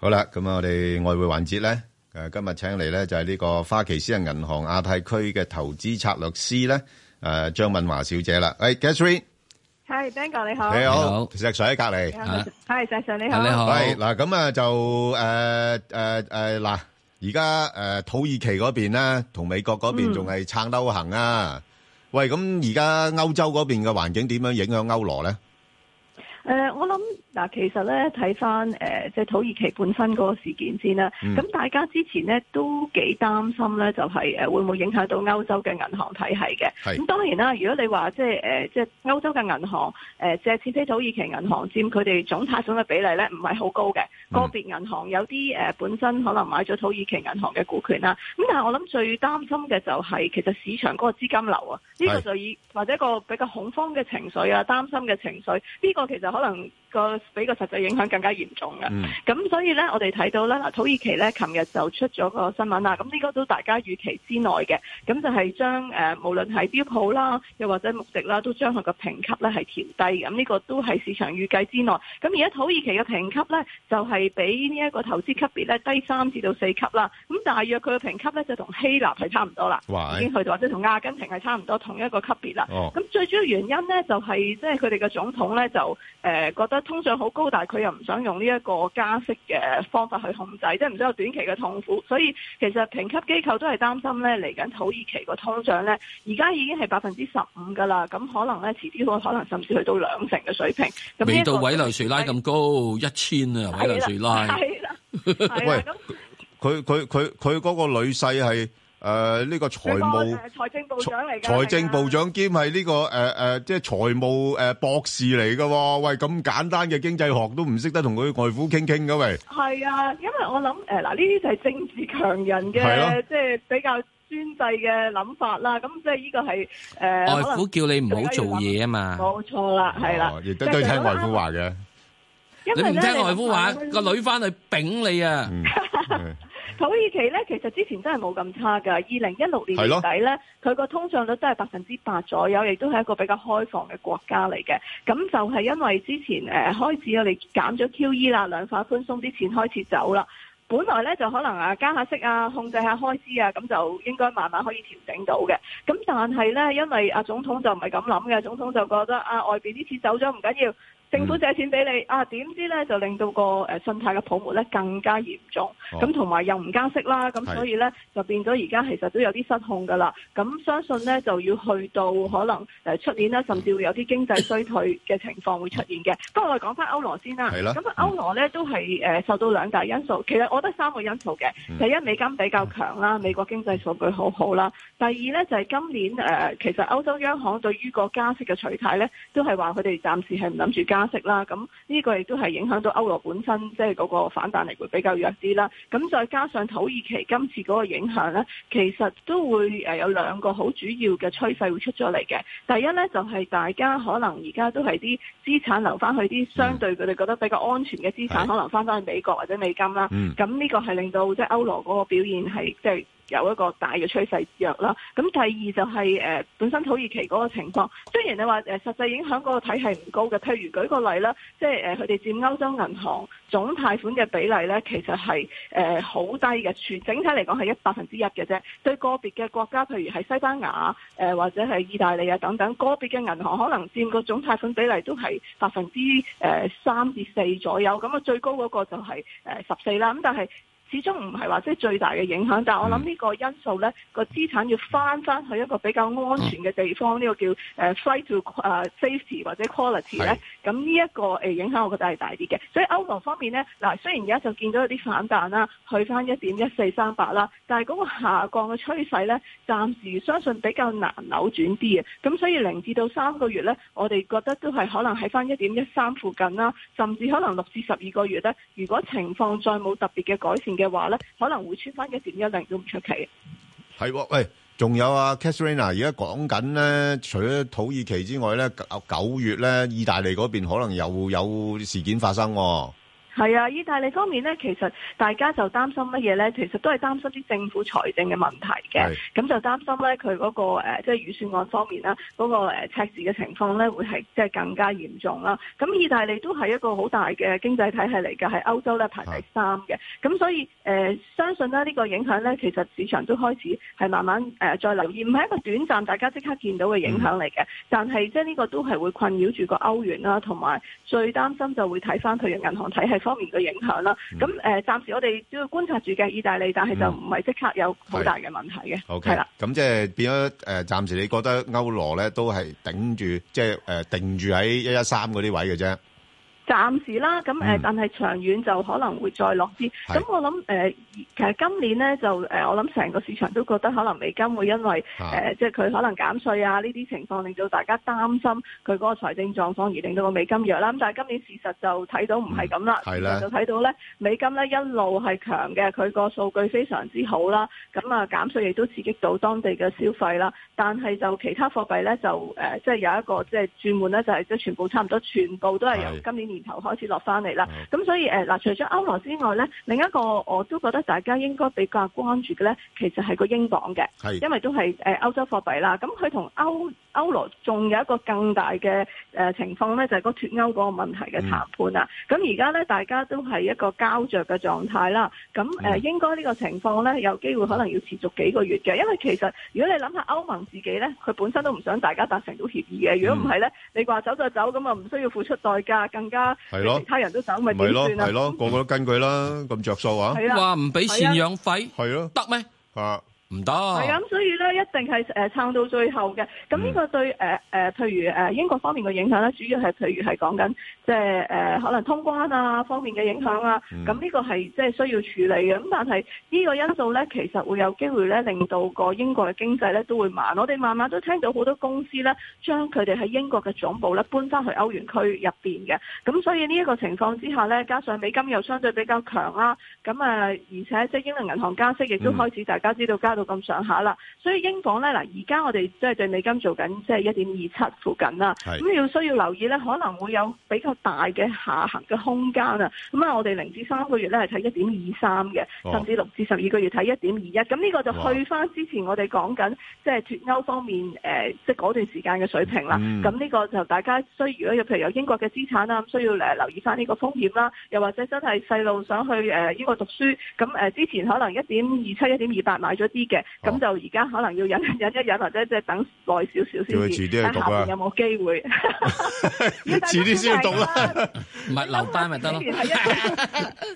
S1: 好啦，咁啊，我哋外匯環節咧，誒，呃今日請嚟咧就係呢個花旗私人銀行亞太區嘅投資策略師咧，誒，張敏華小姐啦，誒，Catherine。
S25: 係 Ben 哥你好，
S1: 你好，石 Sir 喺隔離。
S25: 係石 Sir 你好，
S1: 係嗱，咁啊就誒誒誒嗱，而家誒土耳其嗰邊咧，同美國嗰邊仲係撐歐行啊。喂，咁而家歐洲嗰邊嘅環境點樣影響歐羅咧？
S25: 誒、呃我諗嗱，其實咧睇翻誒，即係土耳其本身嗰個事件先啦。
S1: 嗯
S25: 咁、大家之前咧都幾擔心咧，就係、誒會唔會影響到歐洲嘅銀行體系嘅？
S26: 係
S25: 咁當然啦，如果你話即係誒，即係歐洲嘅銀行誒、借錢俾土耳其銀行佔佢哋總貸款嘅比例咧，唔係好高嘅。個別銀行有啲誒、呃本身可能買咗土耳其銀行嘅股權啦。咁但係我諗最擔心嘅就係、其實市場嗰個資金流啊，呢、個
S27: 係
S25: 就以或者個比較恐慌嘅情緒啊、擔心嘅情緒，呢、個其實可能個比個實際影響更加嚴重嘅。
S27: 嗯
S25: 咁所以咧，我哋睇到咧，嗱土耳其咧，琴日就出咗個新聞啦。咁呢個都大家預期之內嘅。咁就呃係將誒，無論係標普啦，又或者穆迪啦，都將佢個評級咧係調低。咁呢個都係市場預計之內。咁而家土耳其嘅評級咧，就係比呢一個投資級別咧低三至到四級啦。咁大約佢嘅評級咧就同希臘係差唔多啦，哇已經去到或者同阿根廷係差唔多同一個級別啦。哦咁最主要原因咧就係即係佢哋嘅總統咧就誒覺得通脹好高，但係佢又唔想用呢一個加息嘅方法去控制，即係唔想有短期嘅痛苦。所以其實評級機構都係擔心咧，嚟緊土耳其個通脹咧，而家已經係百分之十五㗎啦，咁可能咧遲啲會可能甚至去到兩成嘅水平。咁呢
S2: 未
S25: 一
S2: 到
S25: 個
S2: 委內瑞拉咁高，一千啊，委內瑞拉。
S25: 係啦，係啦，咁
S1: 佢佢佢佢嗰個女婿係誒呢個財務
S25: 誒財政部長嚟㗎，
S1: 財政
S25: 係啊
S1: 部長兼係呢個誒誒即係財務誒博士嚟嘅喎，喂咁簡單嘅經濟學都唔識得同佢外父傾傾嘅喂。
S25: 係啊，因為我諗誒嗱，呢啲就係政治強人
S1: 係咯
S25: 嘅，即係比較專制嘅諗法啦。咁即係呢個係誒
S2: 外父叫你唔好做嘢啊嘛
S25: 冇錯啦，係啦
S1: 哦，亦都都係聽外父話嘅。
S2: 你
S25: 因為
S2: 唔
S25: 咧
S2: 聽外父話，
S25: 你諗下
S2: 個女翻去丙你啊！
S1: 嗯
S25: 土耳其咧，其實之前真係冇咁差㗎。二零一六年
S2: 係咯
S25: 年底咧，佢個通脹率都係百分之八左右，亦都係一個比較開放嘅國家嚟嘅。咁就係因為之前誒、呃、開始我哋減咗 QE 啦，量化寬鬆啲錢開始走啦。本來咧就可能啊加下息啊，控制下開支啊，咁就應該慢慢可以調整到嘅。咁但係咧，因為啊總統就唔係咁諗嘅，總統就覺得啊外邊啲錢走咗唔緊要。政
S2: 嗯
S25: 府借錢俾你啊，點知咧就令到個誒信貸嘅泡沫咧更加嚴重，
S16: 哦
S25: 咁同埋又唔加息啦，咁
S16: 係
S25: 所以咧就變咗而家其實都有啲失控噶啦。咁相信咧就要去到可能誒出年啦，
S16: 嗯
S25: 甚至會有啲經濟衰退嘅情況會出現嘅。不過我哋講翻歐羅先啦，
S16: 係啦嗯
S25: 咁歐羅咧都係誒受到兩大因素，其實我覺得三個因素嘅。第一，美金比較強啦，美國經濟數據好好啦。第二咧就係、今年誒、呃其實歐洲央行對於個加息嘅取態咧，都係話佢哋暫時係唔諗住加息啦。咁呢個亦都係影響到歐羅本身，即係嗰個反彈力會比較弱啲啦。咁再加上土耳其今次嗰個影響咧，其實都會誒有兩個好主要嘅趨勢會出咗嚟嘅。第一咧就係、大家可能而家都係啲資產留翻去啲相對佢哋覺得比較安全嘅資產，可能翻翻去美國或者美金啦。
S16: 嗯
S25: 咁呢個係令到即係歐羅嗰個表現係即係有一個大嘅趨勢弱啦。咁第二就係、誒、本身土耳其嗰個情況，雖然你話誒、呃實際影響嗰個體系唔高嘅，譬如舉個例啦，即係誒呃佢哋佔歐洲銀行總貸款嘅比例咧，其實係誒呃好低嘅，全整體嚟講係一百分之一嘅啫。對個別嘅國家，譬如係西班牙誒、或者係意大利啊等等，個別嘅銀行可能佔個總貸款比例都係百分之誒三至四左右，咁啊最高嗰個就係誒十四啦。咁但係始終唔係話即係最大嘅影響，但係我諗呢個因素呢個資產要翻翻去一個比較安全嘅地方，呢、個叫誒 flight to 誒 safety 或者 quality 呢。咁呢一個誒影響，我覺得係大啲嘅。所以歐羅方面呢，嗱雖然而家就見到有啲反彈啦，去翻一點一四三八啦，但係嗰個下降嘅趨勢呢，暫時相信比較難扭轉啲嘅。咁所以零至到三個月呢，我哋覺得都係可能喺翻一點一三附近啦，甚至可能六至十二個月呢，如果情況再冇特別嘅改善嘅話呢，可能會穿翻一點一零都唔出奇。
S1: 係喎，喂，仲有啊，Catherine 而家講緊咧，除咗土耳其之外咧，九九月咧，意大利嗰邊可能又有事件發生喎。
S25: 係啊，意大利方面呢，其實大家就擔心乜嘢呢？其實都係擔心啲政府財政嘅問題嘅
S16: 係，
S25: 咁就擔心呢，佢嗰、個呃即係預算案方面啦，嗰、個呃赤字嘅情況呢，會係即係更加嚴重啦。咁意大利都係一個好大嘅經濟體系嚟嘅，係歐洲呢排第三嘅，咁所以誒、呃相信呢，呢、個影響呢，其實市場都開始係慢慢誒、呃再留意，唔係一個短暫大家即刻見到嘅影響嚟嘅，但係即係呢個都係會困擾住個歐元啦，同埋最擔心就會睇翻佢嘅銀行體系方面嘅影響啦。咁誒、呃，暫時我哋都要觀察住嘅意大利，但係就唔係即刻有好大嘅問題嘅。
S1: OK，
S25: 係啦。
S1: 咁即係變咗誒，暫時你覺得歐羅咧都係頂住，即係誒定住喺一一三嗰啲位嘅啫。
S25: 暫時啦，咁誒，
S16: 嗯
S25: 呃但係長遠就可能會再落啲。咁我諗誒、呃其實今年呢，就誒、呃我諗成個市場都覺得可能美金會因為誒、
S16: 啊
S25: 呃即係佢可能減稅啊呢啲情況，令到大家擔心佢嗰個財政狀況，而令到個美金弱啦。咁但係今年事實就睇到唔係咁啦，
S16: 嗯係
S25: 事
S16: 啦
S25: 實就睇到呢，美金呢一路係強嘅，佢個數據非常之好啦。咁啊減稅亦都刺激到當地嘅消費啦。但係就其他貨幣呢，就誒、呃即係有一個即係轉換呢，就係即係全部差唔多全部都係由
S16: 係
S25: 今年年頭開始落翻嚟啦。咁所以呃誒嗱、除咗歐羅之外咧，另一個我都覺得大家應該比較關注嘅咧，其實係個英鎊嘅，
S16: 係
S25: 因為都係誒歐洲貨幣啦。咁佢同歐歐羅仲有一個更大嘅誒、呃情況咧，就係、個脱歐嗰個問題嘅談
S1: 嗯
S25: 判啊。咁而家咧，大家都係一個膠着嘅狀態啦。咁
S1: 嗯
S25: 誒、呃應該呢個情況咧，有機會可能要持續幾個月嘅，因為其實如果你諗下歐盟自己咧，
S1: 嗯
S25: 佢本身都唔想大家達成到協議嘅。如果唔係咧，你話走就走咁啊，唔需要付出代價，更加啦，
S1: 係咯
S25: 其他人都走咪
S1: 咪
S25: 點
S1: 咯，
S25: 算啊？
S1: 係咯，個個都跟佢啦，咁着數啊！
S25: 係啊話唔俾贍養
S2: 費，
S1: 係咯，
S2: 得咩？
S1: 啊，
S2: 唔得，
S25: 係啊，咁所以咧一定係誒撐到最後嘅。咁呢個對誒誒、呃譬如誒、呃英國方面嘅影響咧，主要係譬如係講緊即係誒可能通關啊方面嘅影響啊。
S1: 嗯
S25: 咁呢、個係即係需要處理嘅。咁但係呢個因素咧，其實會有機會咧令到個英國嘅經濟咧都會慢。我哋慢啊慢都聽到好多公司咧將佢哋喺英國嘅總部咧搬翻去歐元區入邊嘅。咁所以呢一個情況之下咧，加上美金又相對比較強啦，咁啊，而且即係英倫銀行加息亦都
S1: 嗯
S25: 開始大家知道加到咁上下啦，所以英鎊咧嗱，而家我哋即係對美金做緊即係一點二七附近啦，
S1: 係
S25: 咁要需要留意咧，可能會有比較大嘅下行嘅空間啊，咁啊，我哋零至三個月咧係睇一點二三嘅，
S1: 哦
S25: 甚至六至十二個月睇一點二一，咁呢個就
S1: 哇
S25: 去翻之前我哋講緊即係脱歐方面誒、呃即係嗰段時間嘅水平啦，
S16: 嗯
S25: 咁呢個就大家需要，如果有譬如有英國嘅資產啦，咁需要誒留意翻呢個風險啦。又或者真係細路想去誒英國讀書，咁誒之前可能一點二七、一點二八買咗啲嘅，
S1: 哦
S25: 咁就而家可能要忍忍一忍，或者即係等耐少少先
S1: 叫佢遲啲去
S25: 至。睇
S1: 讀
S25: 下
S1: 啦
S25: 邊有冇機會？
S1: 遲啲先去讀啦，
S2: 唔係留班咪得咯
S25: 之。前係一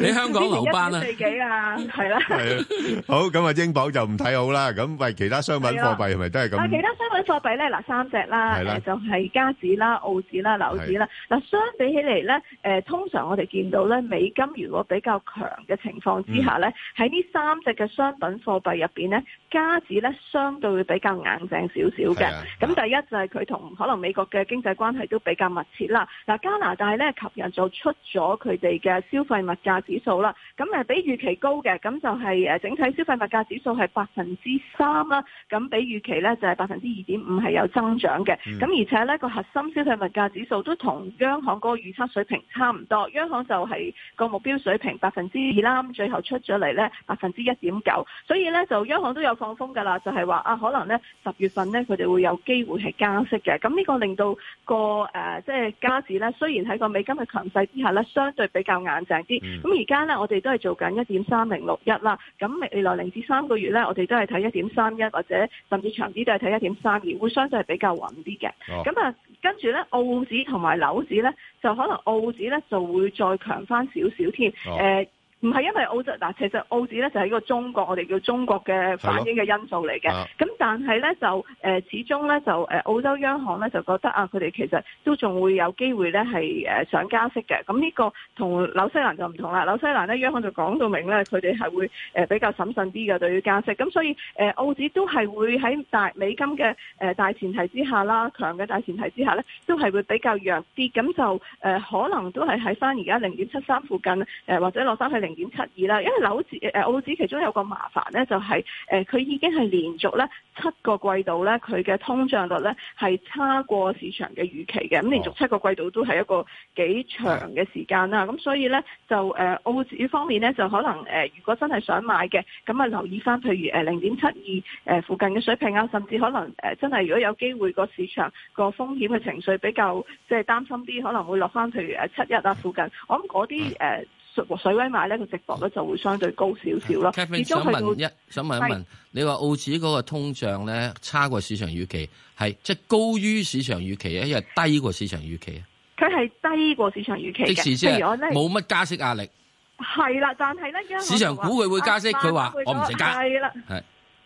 S2: 你香港留班 啦
S25: 之前一點，四幾啊，係啦。
S1: 係啊，好咁啊，英鎊就唔睇好啦。咁喂，其他商品貨幣係咪都係
S25: 啊，其
S1: 咁？
S25: 他商品貨幣咧，嗱三隻啦，
S1: 係
S25: 誒、
S1: 啦
S25: 就係加紙啦、澳紙啦、紐紙啦。嗱相比起嚟咧，誒、通常我哋見到咧，美金如果比較強嘅情況之下
S1: 嗯
S25: 咧，喺呢、三隻嘅商品貨幣入邊咧，加紙咧相對會比較硬淨少少
S17: 係
S25: 嘅
S17: 啊。
S25: 咁第一就係佢同可能美國嘅經濟關係都比較密切啦。嗱，加拿大咧琴日就出咗佢哋嘅消費物價指數啦，咁誒比預期高嘅，咁就係誒整體消費物價指數係百分之三啦，咁比預期咧就係百分之二點五係有增長嘅，
S17: 嗯
S25: 咁而且咧個核心消費物價指數都同央行嗰個預測水平差唔多，央行就係個目標水平百分之二啦，咁最後出咗嚟咧百分之一點九，所以咧就央行都有放風㗎啦，就係話啊可能咧十月份咧佢哋會有機會係加息嘅，咁呢個令到個誒、呃即係加指咧，雖然喺個美金嘅強勢之下咧，相對比較硬淨啲。咁而家咧，我哋都係做緊一點三零六一啦。咁未來零至三個月咧，我哋都係睇一點三一或者甚至長啲都係睇一點三二，會相對係比較穩啲嘅。
S17: 哦
S25: 咁啊、跟住咧，澳紙同埋紐紙咧，就可能澳紙咧就會再強翻少少添。誒、
S17: 哦
S25: 唔係因為澳洲嗱，其實澳紙咧就係一個中國，我哋叫中國嘅反映嘅因素嚟嘅。
S17: 啊
S25: 咁但係咧就誒、呃始終咧就誒、呃澳洲央行咧就覺得啊，佢哋其實都仲會有機會咧係誒想加息嘅。咁呢個同紐西蘭就唔同啦。紐西蘭咧央行就講到明咧，佢哋係會誒、呃比較審慎啲嘅對於加息。咁所以誒、呃澳紙都係會喺大美金嘅誒、呃大前提之下啦，強嘅大前提之下咧，都係會比較弱啲。咁就誒、呃可能都係喺翻而家零點七三附近誒、呃或者落翻去零點七二啦。因為紐紙誒、呃澳紙其中有個麻煩咧，就係誒佢已經係連續咧七個季度咧，佢嘅通脹率咧係差過市場嘅預期嘅。咁連續七個季度都係一個幾長嘅時間啦。咁所以咧就誒、呃澳紙方面咧就可能誒、呃如果真係想買嘅，咁啊留意翻譬如誒零點七二誒呃附近嘅水平啊，甚至可能誒、呃真係如果有機會個市場個風險嘅情緒比較即係擔心啲，可能會落翻譬如誒七一啊附近。我諗嗰啲
S2: 嗯
S25: 誒水水位買咧個值博率就會相對高少少咯。
S2: Kevin
S25: 始終
S2: 嗯想
S25: 去到
S2: 問一想問一問
S25: 係，
S2: 你話澳紙嗰個通脹咧差過市場預期，係即係高於市場預期啊，因為低過市場預期啊，
S25: 佢係低過市場預期
S2: 即
S25: 嘅。
S2: 使即
S25: 譬
S2: 係
S25: 如我咧
S2: 冇乜加息壓力，
S25: 係啦，但係咧，央行
S2: 市場估佢會加息
S25: 就
S2: 佢話
S25: 啊
S2: 我唔使加
S25: 係啦。
S2: 係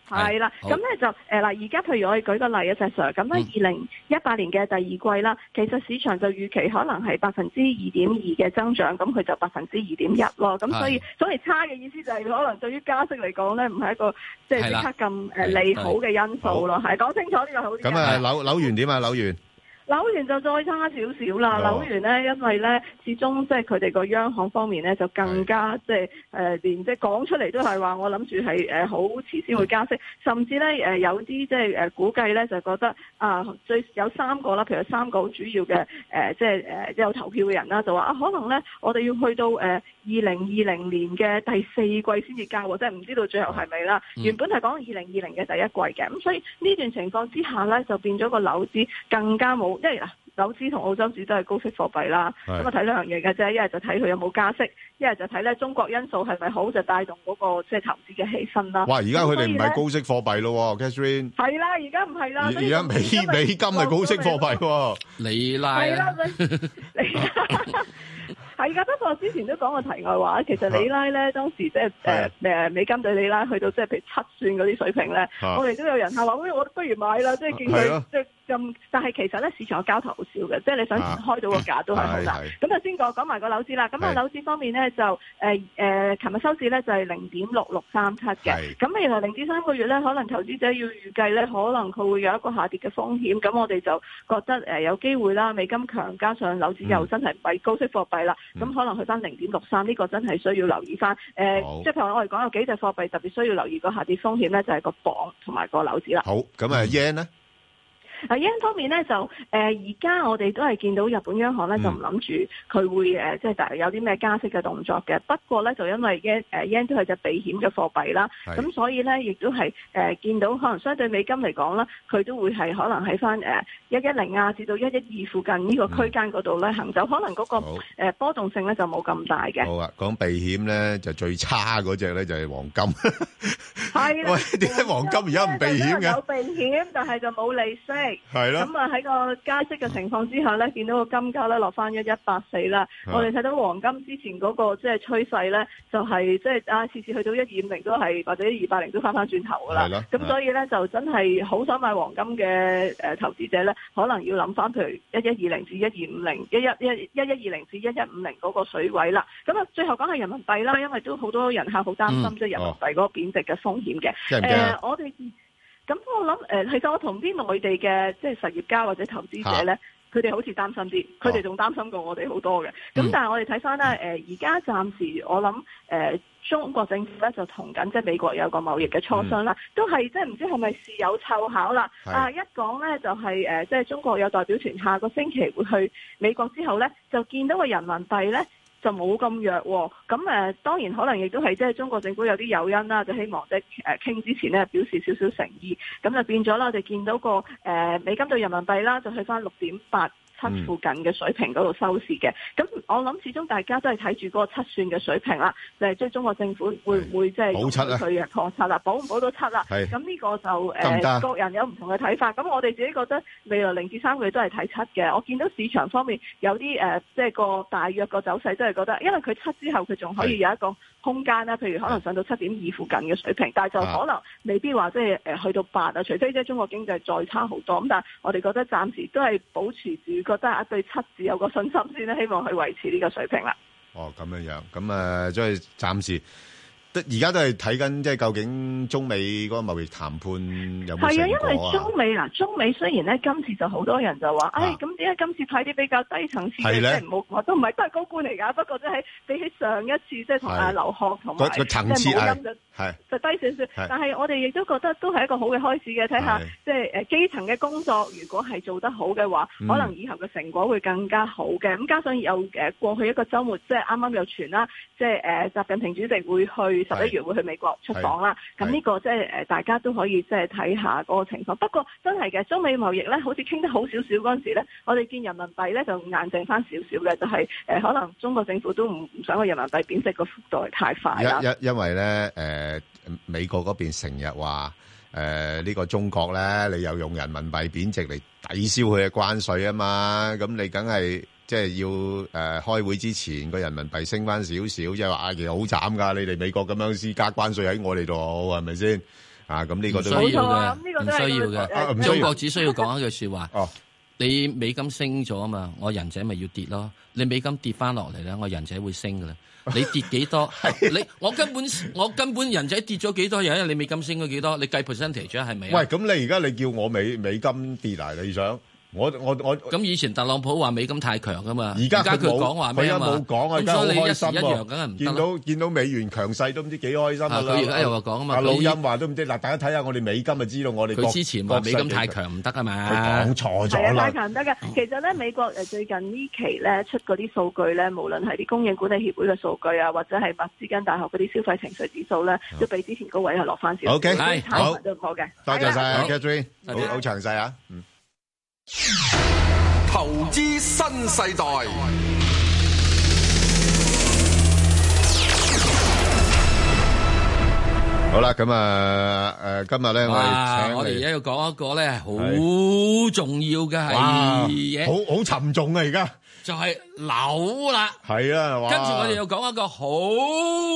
S25: 係啦，
S2: 好
S25: 咁咧就誒呃嗱，而家譬如我哋舉個例啊，石 Sir，咁
S1: 嗯
S25: 咧二零一八年嘅第二季啦，其實市場就預期可能係百分之二點二嘅增長，咁佢就百分之二點一咯，咁所以所謂差嘅意思就係可能對於加息嚟講咧，唔係一個即係
S1: 係
S25: 即
S1: 啦
S25: 刻咁誒利好嘅因素咯，係講清楚呢個好啲嘅。
S1: 咁啊，扭扭完點啊？扭完
S25: 紐元就再差少少啦，紐
S1: 哦
S25: 元咧，因為咧，始終即係佢哋個央行方面咧，就更加即係誒，連即係講出嚟都係話，我諗住係誒好遲先會加息，甚至咧誒、呃有啲即係誒估計咧，就覺得啊，最有三個啦，譬如三個好主要嘅誒、呃即係誒、呃有投票嘅人啦，就話啊，可能咧，我哋要去到誒二零二零年嘅第四季先至加喎，即係唔知道最後係咪啦。
S17: 嗯
S25: 原本係講二零二零嘅第一季嘅，咁所以呢段情況之下咧，就變咗個樓市更加冇，因為嗱。紐紙同澳洲紙都係高息貨幣啦，咁
S17: 係
S25: 啊睇兩樣嘢嘅啫，一係就睇佢有冇加息，一係就睇咧中國因素係咪好就帶動嗰、個即係投資嘅氣氛啦。
S1: 哇！而家佢哋唔係
S25: 咁
S1: 高息貨幣咯喎，Catherine。
S25: 所以呢。係啦，而家唔係啦。
S1: 而
S25: 所
S1: 而
S25: 以
S1: 家美
S25: 因為啊
S1: 美金係高息貨幣喎，
S2: 你
S25: 係啦，所以係噶，不過之前都講過題外話，其實里拉咧當時即係啊係誒誒美金對里拉去到即係譬如七算嗰啲水平咧，係我哋都有人係話，喂，我不如買啦，即係見啊係佢咯即係咁。但係其實咧市場嘅交投好少嘅，即係你想啊開到個價都係好難係係。咁啊先講講埋個樓市啦，咁啊係樓市方面咧就誒誒，琴、日收市咧就係零點六六三七嘅，咁未來零至三個月咧，可能投資者要預計咧，可能佢會有一個下跌嘅風險，咁我哋就覺得誒、呃有機會啦，美金強加上樓市又真係唔係高息貨幣啦，咁、可能去翻零點六三呢個真係需要留意翻，誒、
S1: 好
S25: 即係譬如我哋講有幾隻貨幣特別需要留意個下跌風險咧，就係、個鎊同埋個樓指啦。
S1: 好，咁啊，yen 呢？
S25: 嗱 yen 呃方面咧就誒而家我哋都係見到日本央行咧就唔諗住佢會誒即係大有啲咩加息嘅動作嘅，不過咧就因為 yen 誒 yen 都係隻避險嘅貨幣啦，
S16: 係
S25: 咁所以咧亦都係誒見到可能相對美金嚟講啦，佢都會係可能喺翻誒一一零啊至到一一二附近呢個區間嗰度咧行走，可能嗰個誒波動性咧就冇咁大嘅。
S1: 好啊，講避險呢，就最差嗰隻呢，就係黃金。
S25: 係啦。
S1: 喂，點解黃金而家唔避險嘅？
S25: 有避險，但係就冇利息。
S1: 係咯
S25: 咁啊喺個加息嘅情況之下咧，見到個金價咧落翻一一八四啦。
S1: 啊
S25: 我哋睇到黃金之前嗰個即係趨勢咧，就係即係啊次次去到一二五零都係或者一二八零都翻翻轉頭㗎
S1: 係
S25: 啦
S1: 咯。
S25: 咁所以咧就真係好想買黃金嘅誒投資者咧，可能要諗翻譬如一一二零至一二五零、一一一一一二零至一一五零嗰個水位啦。咁啊最後講係人民幣啦，因為都好多人客好擔
S1: 嗯
S25: 心即係人民幣嗰個貶值嘅風險嘅。
S1: 驚唔驚啊
S25: 誒我哋咁我諗誒、呃其實我同啲內地嘅即係實業家或者投資者咧，佢哋好似擔心啲，佢哋仲擔心過我哋好多嘅。咁、但係我哋睇翻咧，誒而家暫時我諗誒、呃中國政府咧就同緊即係美國有個貿易嘅磋商啦，都係即係唔知係咪事有湊巧啦。
S17: 係
S25: 啊，一講咧就係、呃即係中國有代表團下個星期會去美國之後咧，就見到個人民幣咧。就冇咁弱喎、咁誒、呃、當然可能亦都係即係中國政府有啲誘因啦，就希望即係誒傾之前咧表示少少誠意，咁就變咗啦，我哋見到個誒、呃美金對人民幣啦，就去翻六點八。七
S17: 嗯
S25: 附近嘅水平嗰度收市嘅，咁我諗始終大家都係睇住嗰個七算嘅水平啦，就係即係中國政府會唔會即係
S1: 保七啊
S25: 佢嘅破七啦，保唔保到七啦？
S1: 係
S25: 咁呢個就誒、
S1: 得唔得啊
S25: 呃、各人有唔同嘅睇法，咁我哋自己覺得未來零至三個月都係睇七嘅。我見到市場方面有啲誒、呃即係個大約個走勢都係覺得，因為佢七之後佢仲可以有一個空間啊啦，譬如可能上到七點二附近嘅水平，但係就
S18: 啊
S25: 可能未必話即係誒去到八啊，除非即係中國經濟再差好多。咁但係我哋覺得暫時都係保持住覺得啊對七字有個信心先啦，希望去維持呢個水平啦。
S1: 哦，咁樣樣，咁，呃，所以暫時，得-而家都係睇緊，即係究竟中美嗰個貿易談判有冇
S25: 係啊，因為
S1: 成果啊？
S25: 中美嗱，中美雖然咧今次就好多人就話，唉，咁點解今次派啲比較低層次嘅，
S1: 啊係
S25: 即
S1: 呢
S25: 係冇，我都唔係都係高官嚟㗎，不過即係比起上一次即係同阿
S1: 係
S25: 劉鶴同埋
S1: 個-個層次，
S25: 即係冇音
S1: 係，
S25: 就
S1: 係。
S25: 就低少
S1: 係
S25: 少，但係我哋亦都覺得都係一個好嘅開始嘅，睇下
S1: 係
S25: 即係誒基層嘅工作，如果係做得好嘅話，
S1: 嗯
S25: 可能以後嘅成果會更加好嘅。咁加上有誒過去一個週末，即係啱啱有傳啦，即係誒習近平主席會去十一月會去美國出訪啦。
S1: 係
S25: 咁呢個即係誒大家都可以即係睇下嗰個情況。不過真係嘅，中美貿易咧，好似傾得好少少嗰陣時咧，我哋見人民幣咧就硬淨翻少少嘅，就係誒可能中國政府都唔唔想個人民幣貶值個幅度係太快
S1: 因
S25: 啦。
S1: 因因為咧，誒、美國嗰邊成日話誒呢個中國咧，你又用人民幣貶值嚟抵消佢嘅關税啊嘛，咁你梗係即係要誒、呃、開會之前個人民幣升翻少少，即係話啊，其實好慘㗎，你哋美國咁樣施加關税喺我哋度，係咪先？啊，咁呢個
S2: 唔
S1: 都
S2: 需要嘅，
S25: 個
S2: 唔
S25: 都係
S2: 需要
S1: 啊唔
S2: 嘅。
S1: 需要
S2: 中國只需要講一句説話。你美金升咗啊嘛，我人仔咪要跌咯。你美金跌翻落嚟咧，我人仔會升 噶啦。你跌幾多？你我根本我根本人仔跌咗幾多，又因為你美金升咗幾多，你計 percentage 啊係咪啊？
S1: 喂，咁你而家你叫我美美金跌啊？你想我我我
S2: 咁以前特朗普話美金太強啊嘛，
S1: 而家
S2: 佢
S1: 佢冇
S2: 講話
S1: 佢
S2: 咩
S1: 有
S2: 啊嘛？
S1: 冇講啊？而
S2: 咁
S1: 家好
S2: 所以你一
S1: 開
S2: 時
S1: 心
S2: 一樣梗係
S1: 喎！
S2: 唔得
S1: 見
S2: 啦。
S1: 到見到美元強勢都唔知幾開心啊！
S2: 啊佢而家又話講啊嘛
S1: 阿
S2: 佢
S1: 老陰話都唔知嗱，大家睇下我哋美金就知道我哋國
S2: 佢之前話美金太強唔得啊嘛
S1: 佢講錯
S25: 係
S1: 咗
S25: 啊，太
S1: 啦。哦
S25: 強得嘅。其實咧，美國誒最近呢期咧出嗰啲數據咧，無論係啲供應管理協會嘅數據啊，或者係密斯根大學嗰啲消費情緒指數咧，都比之前高位係落翻少少。
S1: OK，
S25: 所以
S1: 係
S25: 睇
S1: 好
S25: 埋都唔好嘅。
S1: 多謝
S25: 係
S1: 晒
S25: 啦
S1: 啊
S25: 好
S1: Catherine，好好詳細啊！嗯
S14: 投資新世代，
S1: Xin chào các bạn, chào mừng các bạn đến với chương trình投tư Sinh Sài Gòn. Hôm nay, chúng ta sẽ nói về những vấn đề 好啦，咁啊诶，今日咧我哋
S2: 哇！
S1: 請
S2: 我哋而
S1: 嚟
S2: 家要講一個咧好重要嘅係嘢，
S1: 好好沉重啊！而家
S2: 就係樓啦。
S1: 係啊，哇
S2: 跟住我哋又講一個好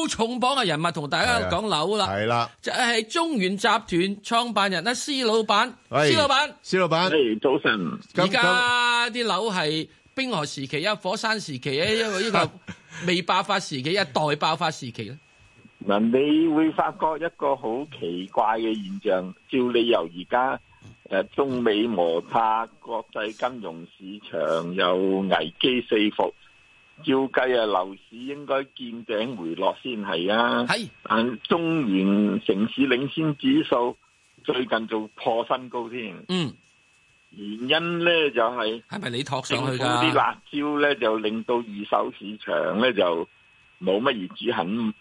S2: 重磅嘅人物，同大家講樓啦。
S1: 係啦，
S2: 就係中原集團創辦人啦，施老闆。
S1: 喂
S2: 施老闆，
S1: 施老闆，
S16: 早晨，
S2: 而家啲樓係冰河時期啊、火山時 期啊，因為呢個未爆發時期啊、待爆發時期啊咧。
S16: 嗱，你會發覺一個好奇怪嘅現象，照理由而家誒中美摩擦、國際金融市場又危機四伏，照計啊樓市應該見頂回落先係啊。
S2: 係，
S16: 但中原城市領先指數最近仲破新高添。
S2: 嗯，
S16: 原因咧就係
S2: 係咪你托
S16: 政
S2: 上
S16: 府
S2: 去
S16: 啲
S2: 㗎？
S16: 辣椒咧就令到二手市場咧就冇乜業主肯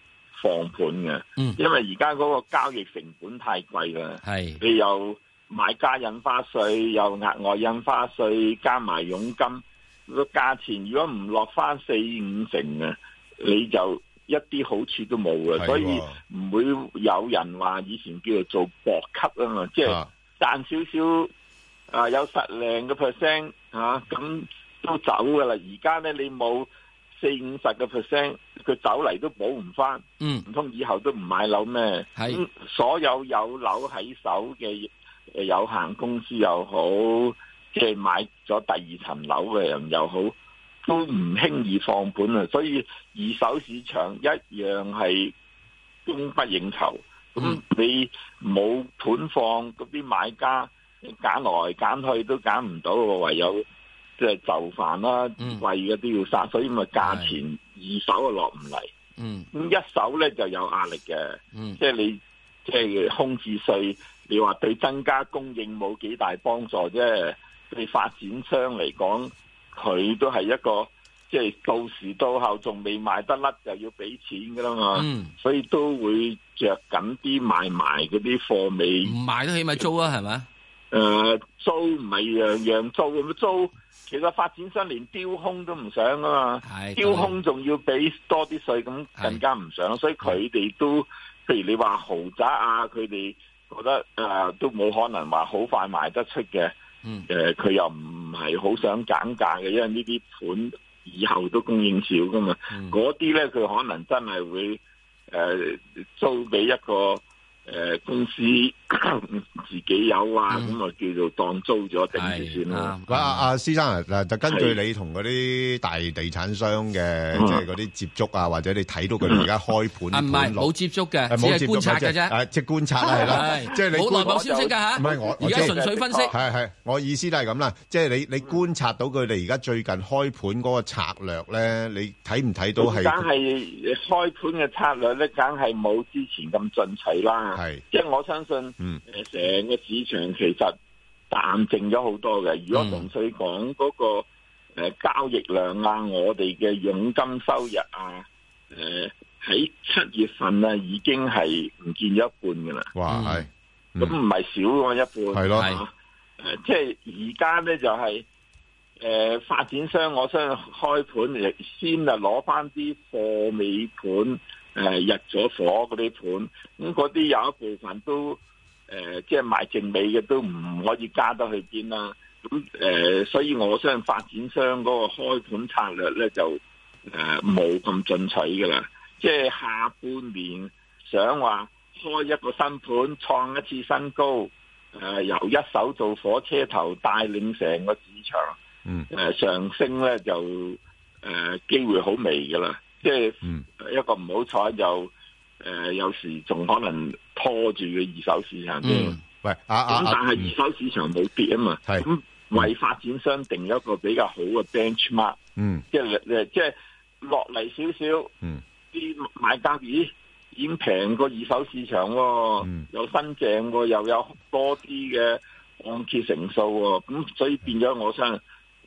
S16: 放盤嘅，
S2: 嗯
S16: 因為而家嗰個交易成本太貴啦。
S2: 係
S16: 你又買家印花税，又額外印花税，加埋佣金，個價錢如果唔落翻四五成啊，你就一啲好處都冇
S1: 係喎
S16: 嘅，所以唔會有人話以前叫做做搏級啊嘛，即係
S1: 啊
S16: 賺少少啊有實零嘅 percent 嚇，咁、都走噶啦。而家咧你冇四五十嘅 percent，佢走嚟都補唔翻。
S2: 嗯
S16: 唔通以後都唔買樓咩？
S2: 係
S16: 咁所有有樓喺手嘅誒有限公司又好，即係買咗第二層樓嘅人又好，都唔輕易放盤啊！所以二手市場一樣係供不應求。
S2: 嗯
S16: 咁你冇盤放，嗰啲買家揀來揀去都揀唔到，唯有即係就範啦，
S2: 嗯
S16: 貴嘅都要殺，所以咪價錢二手啊落唔嚟。
S2: 嗯
S16: 咁一手咧就有壓力嘅，
S2: 嗯
S16: 即係你即係空置税，你話對增加供應冇幾大幫助啫。對發展商嚟講，佢都係一個即係到時到後仲未賣得甩，就要俾錢噶啦嘛。
S2: 嗯
S16: 所以都會着緊啲賣埋嗰啲貨尾。
S2: 唔賣都起碼租啊，係咪？
S16: 誒、呃租唔係樣樣租咁租，其實發展商連丟空都唔想啊嘛，丟空仲要俾多啲税，咁更加唔想，所以佢哋都譬如你話豪宅啊，佢哋覺得誒、呃都冇可能話好快賣得出嘅，誒、呃
S2: 嗯
S16: 佢又唔係好想減價嘅，因為呢啲盤以後都供應少噶嘛，嗰啲咧佢可能真係會。誒、租俾一個誒、呃公司自己有啊，咁啊、叫做當租咗定住先啦。
S2: 嗯
S1: 喂，阿阿施生啊，嗱，就根據
S16: 係
S1: 你同嗰啲大地產商嘅，
S16: 嗯
S1: 即係嗰啲接觸啊，或者你睇到佢哋而家開
S2: 啊，
S1: 盤
S2: 唔
S1: 盤
S2: 係
S1: 落
S2: 冇接觸嘅，
S1: 係
S2: 只
S1: 冇
S2: 係
S1: 接觸
S2: 觀察嘅
S1: 即係
S2: 啫
S1: 誒。即係觀察啦，係啦
S2: 係，
S1: 即係你
S2: 冇
S1: 觀
S2: 內幕消息㗎嚇
S1: 唔係我，我
S2: 而家
S1: 知
S2: 純粹分析
S1: 係係，我意思都係咁啦，即係你你觀察到佢哋而家最近開盤嗰個策略咧，你睇唔睇到
S16: 咁梗
S1: 係？
S16: 係開盤嘅策略咧，梗係冇之前咁進取啦。
S1: 係，
S16: 即係我相信，
S1: 嗯
S16: 誒成個市場其實淡靜咗好多嘅。如果
S1: 嗯
S16: 純粹講嗰個誒交易量啊，我哋嘅佣金收入啊，誒喺七月份啊已經係唔見咗一半噶啦。
S1: 哇，係
S16: 咁唔係少喎一半。
S1: 嗯係咯
S16: 啊誒，即係而家咧就係、誒、呃發展商，我相信開盤先啊攞翻啲貨尾盤誒、呃入咗火嗰啲盤，咁嗰啲有一部分都誒、即係賣剩尾嘅都唔可以加得去邊啦。咁誒、所以我相信發展商嗰個開盤策略咧就誒呃冇咁進取㗎啦。即係下半年想話開一個新盤創一次新高。誒、由一手做火車頭帶領成個市場誒、
S1: 嗯
S16: 上升咧，就誒、機會好微㗎啦。即係呃一個唔好彩就誒、呃有時仲可能拖住個二手市場添。
S1: 嗯喂，阿阿
S16: 咁
S1: 阿
S16: 但係二手市場冇跌啊嘛，咁為發展商定一個比較好嘅 benchmark，
S1: 嗯
S16: 即係誒即係落嚟少少，
S1: 嗯
S16: 啲買家咦已經平過二手市場喎、又新淨喎，又有多啲嘅按揭成數喎，咁所以變咗我相信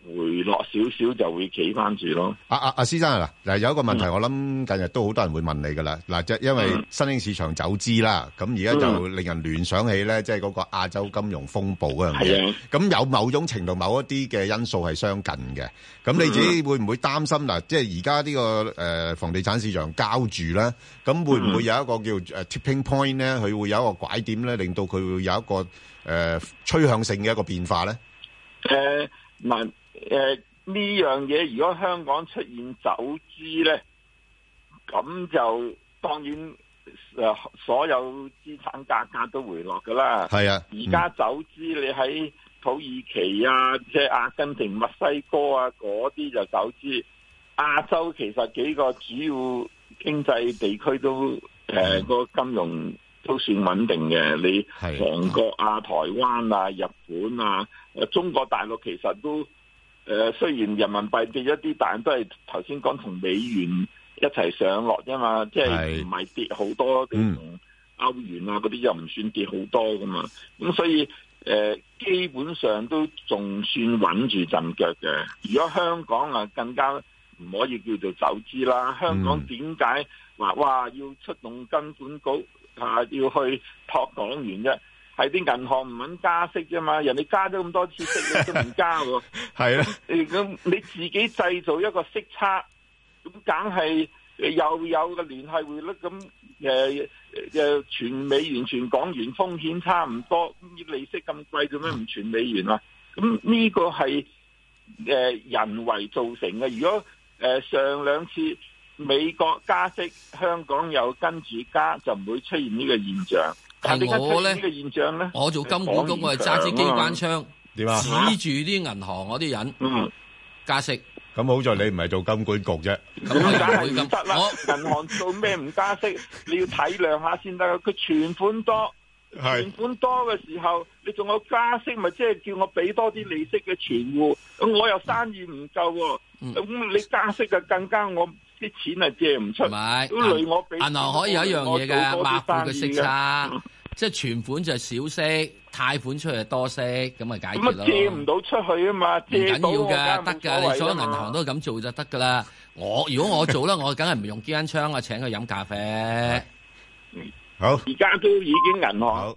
S16: 回落少少就會企翻住咯。
S1: 啊啊啊，先生啊，嗱，有一個問題，我諗近日都好多人會問你噶啦。嗱，即係因為新興市場走資啦，咁而家就令人聯想起咧，即係嗰個亞洲金融風暴嗰樣嘢
S16: 係啊。
S1: 咁有某種程度、某一啲嘅因素係相近嘅。咁你自己會唔會擔心嗱？即係而家呢個誒房地產市場交住啦，咁會唔會有一個叫誒 tipping point 咧？佢會有一個拐點咧，令到佢會有一個誒趨向性嘅一個變化咧？
S16: 誒嗱誒呢樣嘢，如果香港出現走資咧，咁就當然誒、呃所有資產價格都回落噶啦。
S1: 係啊嗯
S16: 而家走資你喺土耳其啊，即係阿根廷、墨西哥啊嗰啲就走資。亞洲其實幾個主要經濟地區都
S1: 嗯
S16: 誒個、金融都算穩定嘅，你韓國啊、台灣啊、日本啊、誒中國大陸其實都誒、呃、雖然人民幣跌一啲，但都係頭先講同美元一齊上落啫嘛，即係
S1: 係
S16: 唔係跌好多，你同歐元啊嗰啲又唔算跌好多噶嘛，咁所以誒、呃基本上都仲算穩住陣腳嘅。如果香港啊更加唔可以叫做走資啦，香港點解話哇要出動金管局啊要去托港元啫？係啲銀行唔肯加息啫嘛，人哋加咗咁多次息，你都唔加喎。
S1: 係啦，
S16: 你咁你自己製造一個息差，咁梗係又有個聯繫匯率咁呃誒誒全美元、全港元風險差唔多，咁利息咁貴，做咩唔全美元啊？咁呢個係誒、呃人為造成嘅。如果誒、呃上兩次美國加息，香港又跟住加，就唔會出現呢個現象。但係點解
S2: 我
S16: 出
S2: 咧
S16: 現呢個現象咧，
S2: 我做金管局，我係揸支機
S16: 啊
S2: 關槍，
S1: 點啊
S2: 指住啲銀行嗰啲
S16: 嗯
S2: 人加息。
S1: 咁好在你唔係做金管局啫。
S16: 咁啊梗係唔得啦！銀行做咩唔加息？你要體諒下先得㗎。佢存款多，
S1: 係
S16: 存款多嘅時候，你仲有加息，咪即係叫我俾多啲利息嘅存戶。咁我又生意唔夠喎，
S2: 嗯
S16: 咁、你加息就更加我啲錢係借唔出，咁累我俾
S2: 銀行可以有一樣嘢
S16: 我
S2: 㗎，
S16: 做多
S2: 抹
S16: 啲
S2: 付嘅
S16: 生意
S2: 息
S16: 嘅
S2: 差，即係存款就係少息，貸款出去就多息，咁咪解決
S16: 咁啊借唔到
S2: 咯。
S16: 出去啊嘛，
S2: 唔緊
S16: 借到我梗
S2: 要
S16: 係
S2: 㗎，得
S16: 冇所
S2: 㗎，
S16: 謂
S2: 你所有
S16: 啊
S2: 銀
S16: 嘛
S2: 行都咁做就得㗎啦。我如果我做啦，我梗係唔用機關槍啊，請佢飲咖啡。
S1: 好，
S16: 而家都已經銀行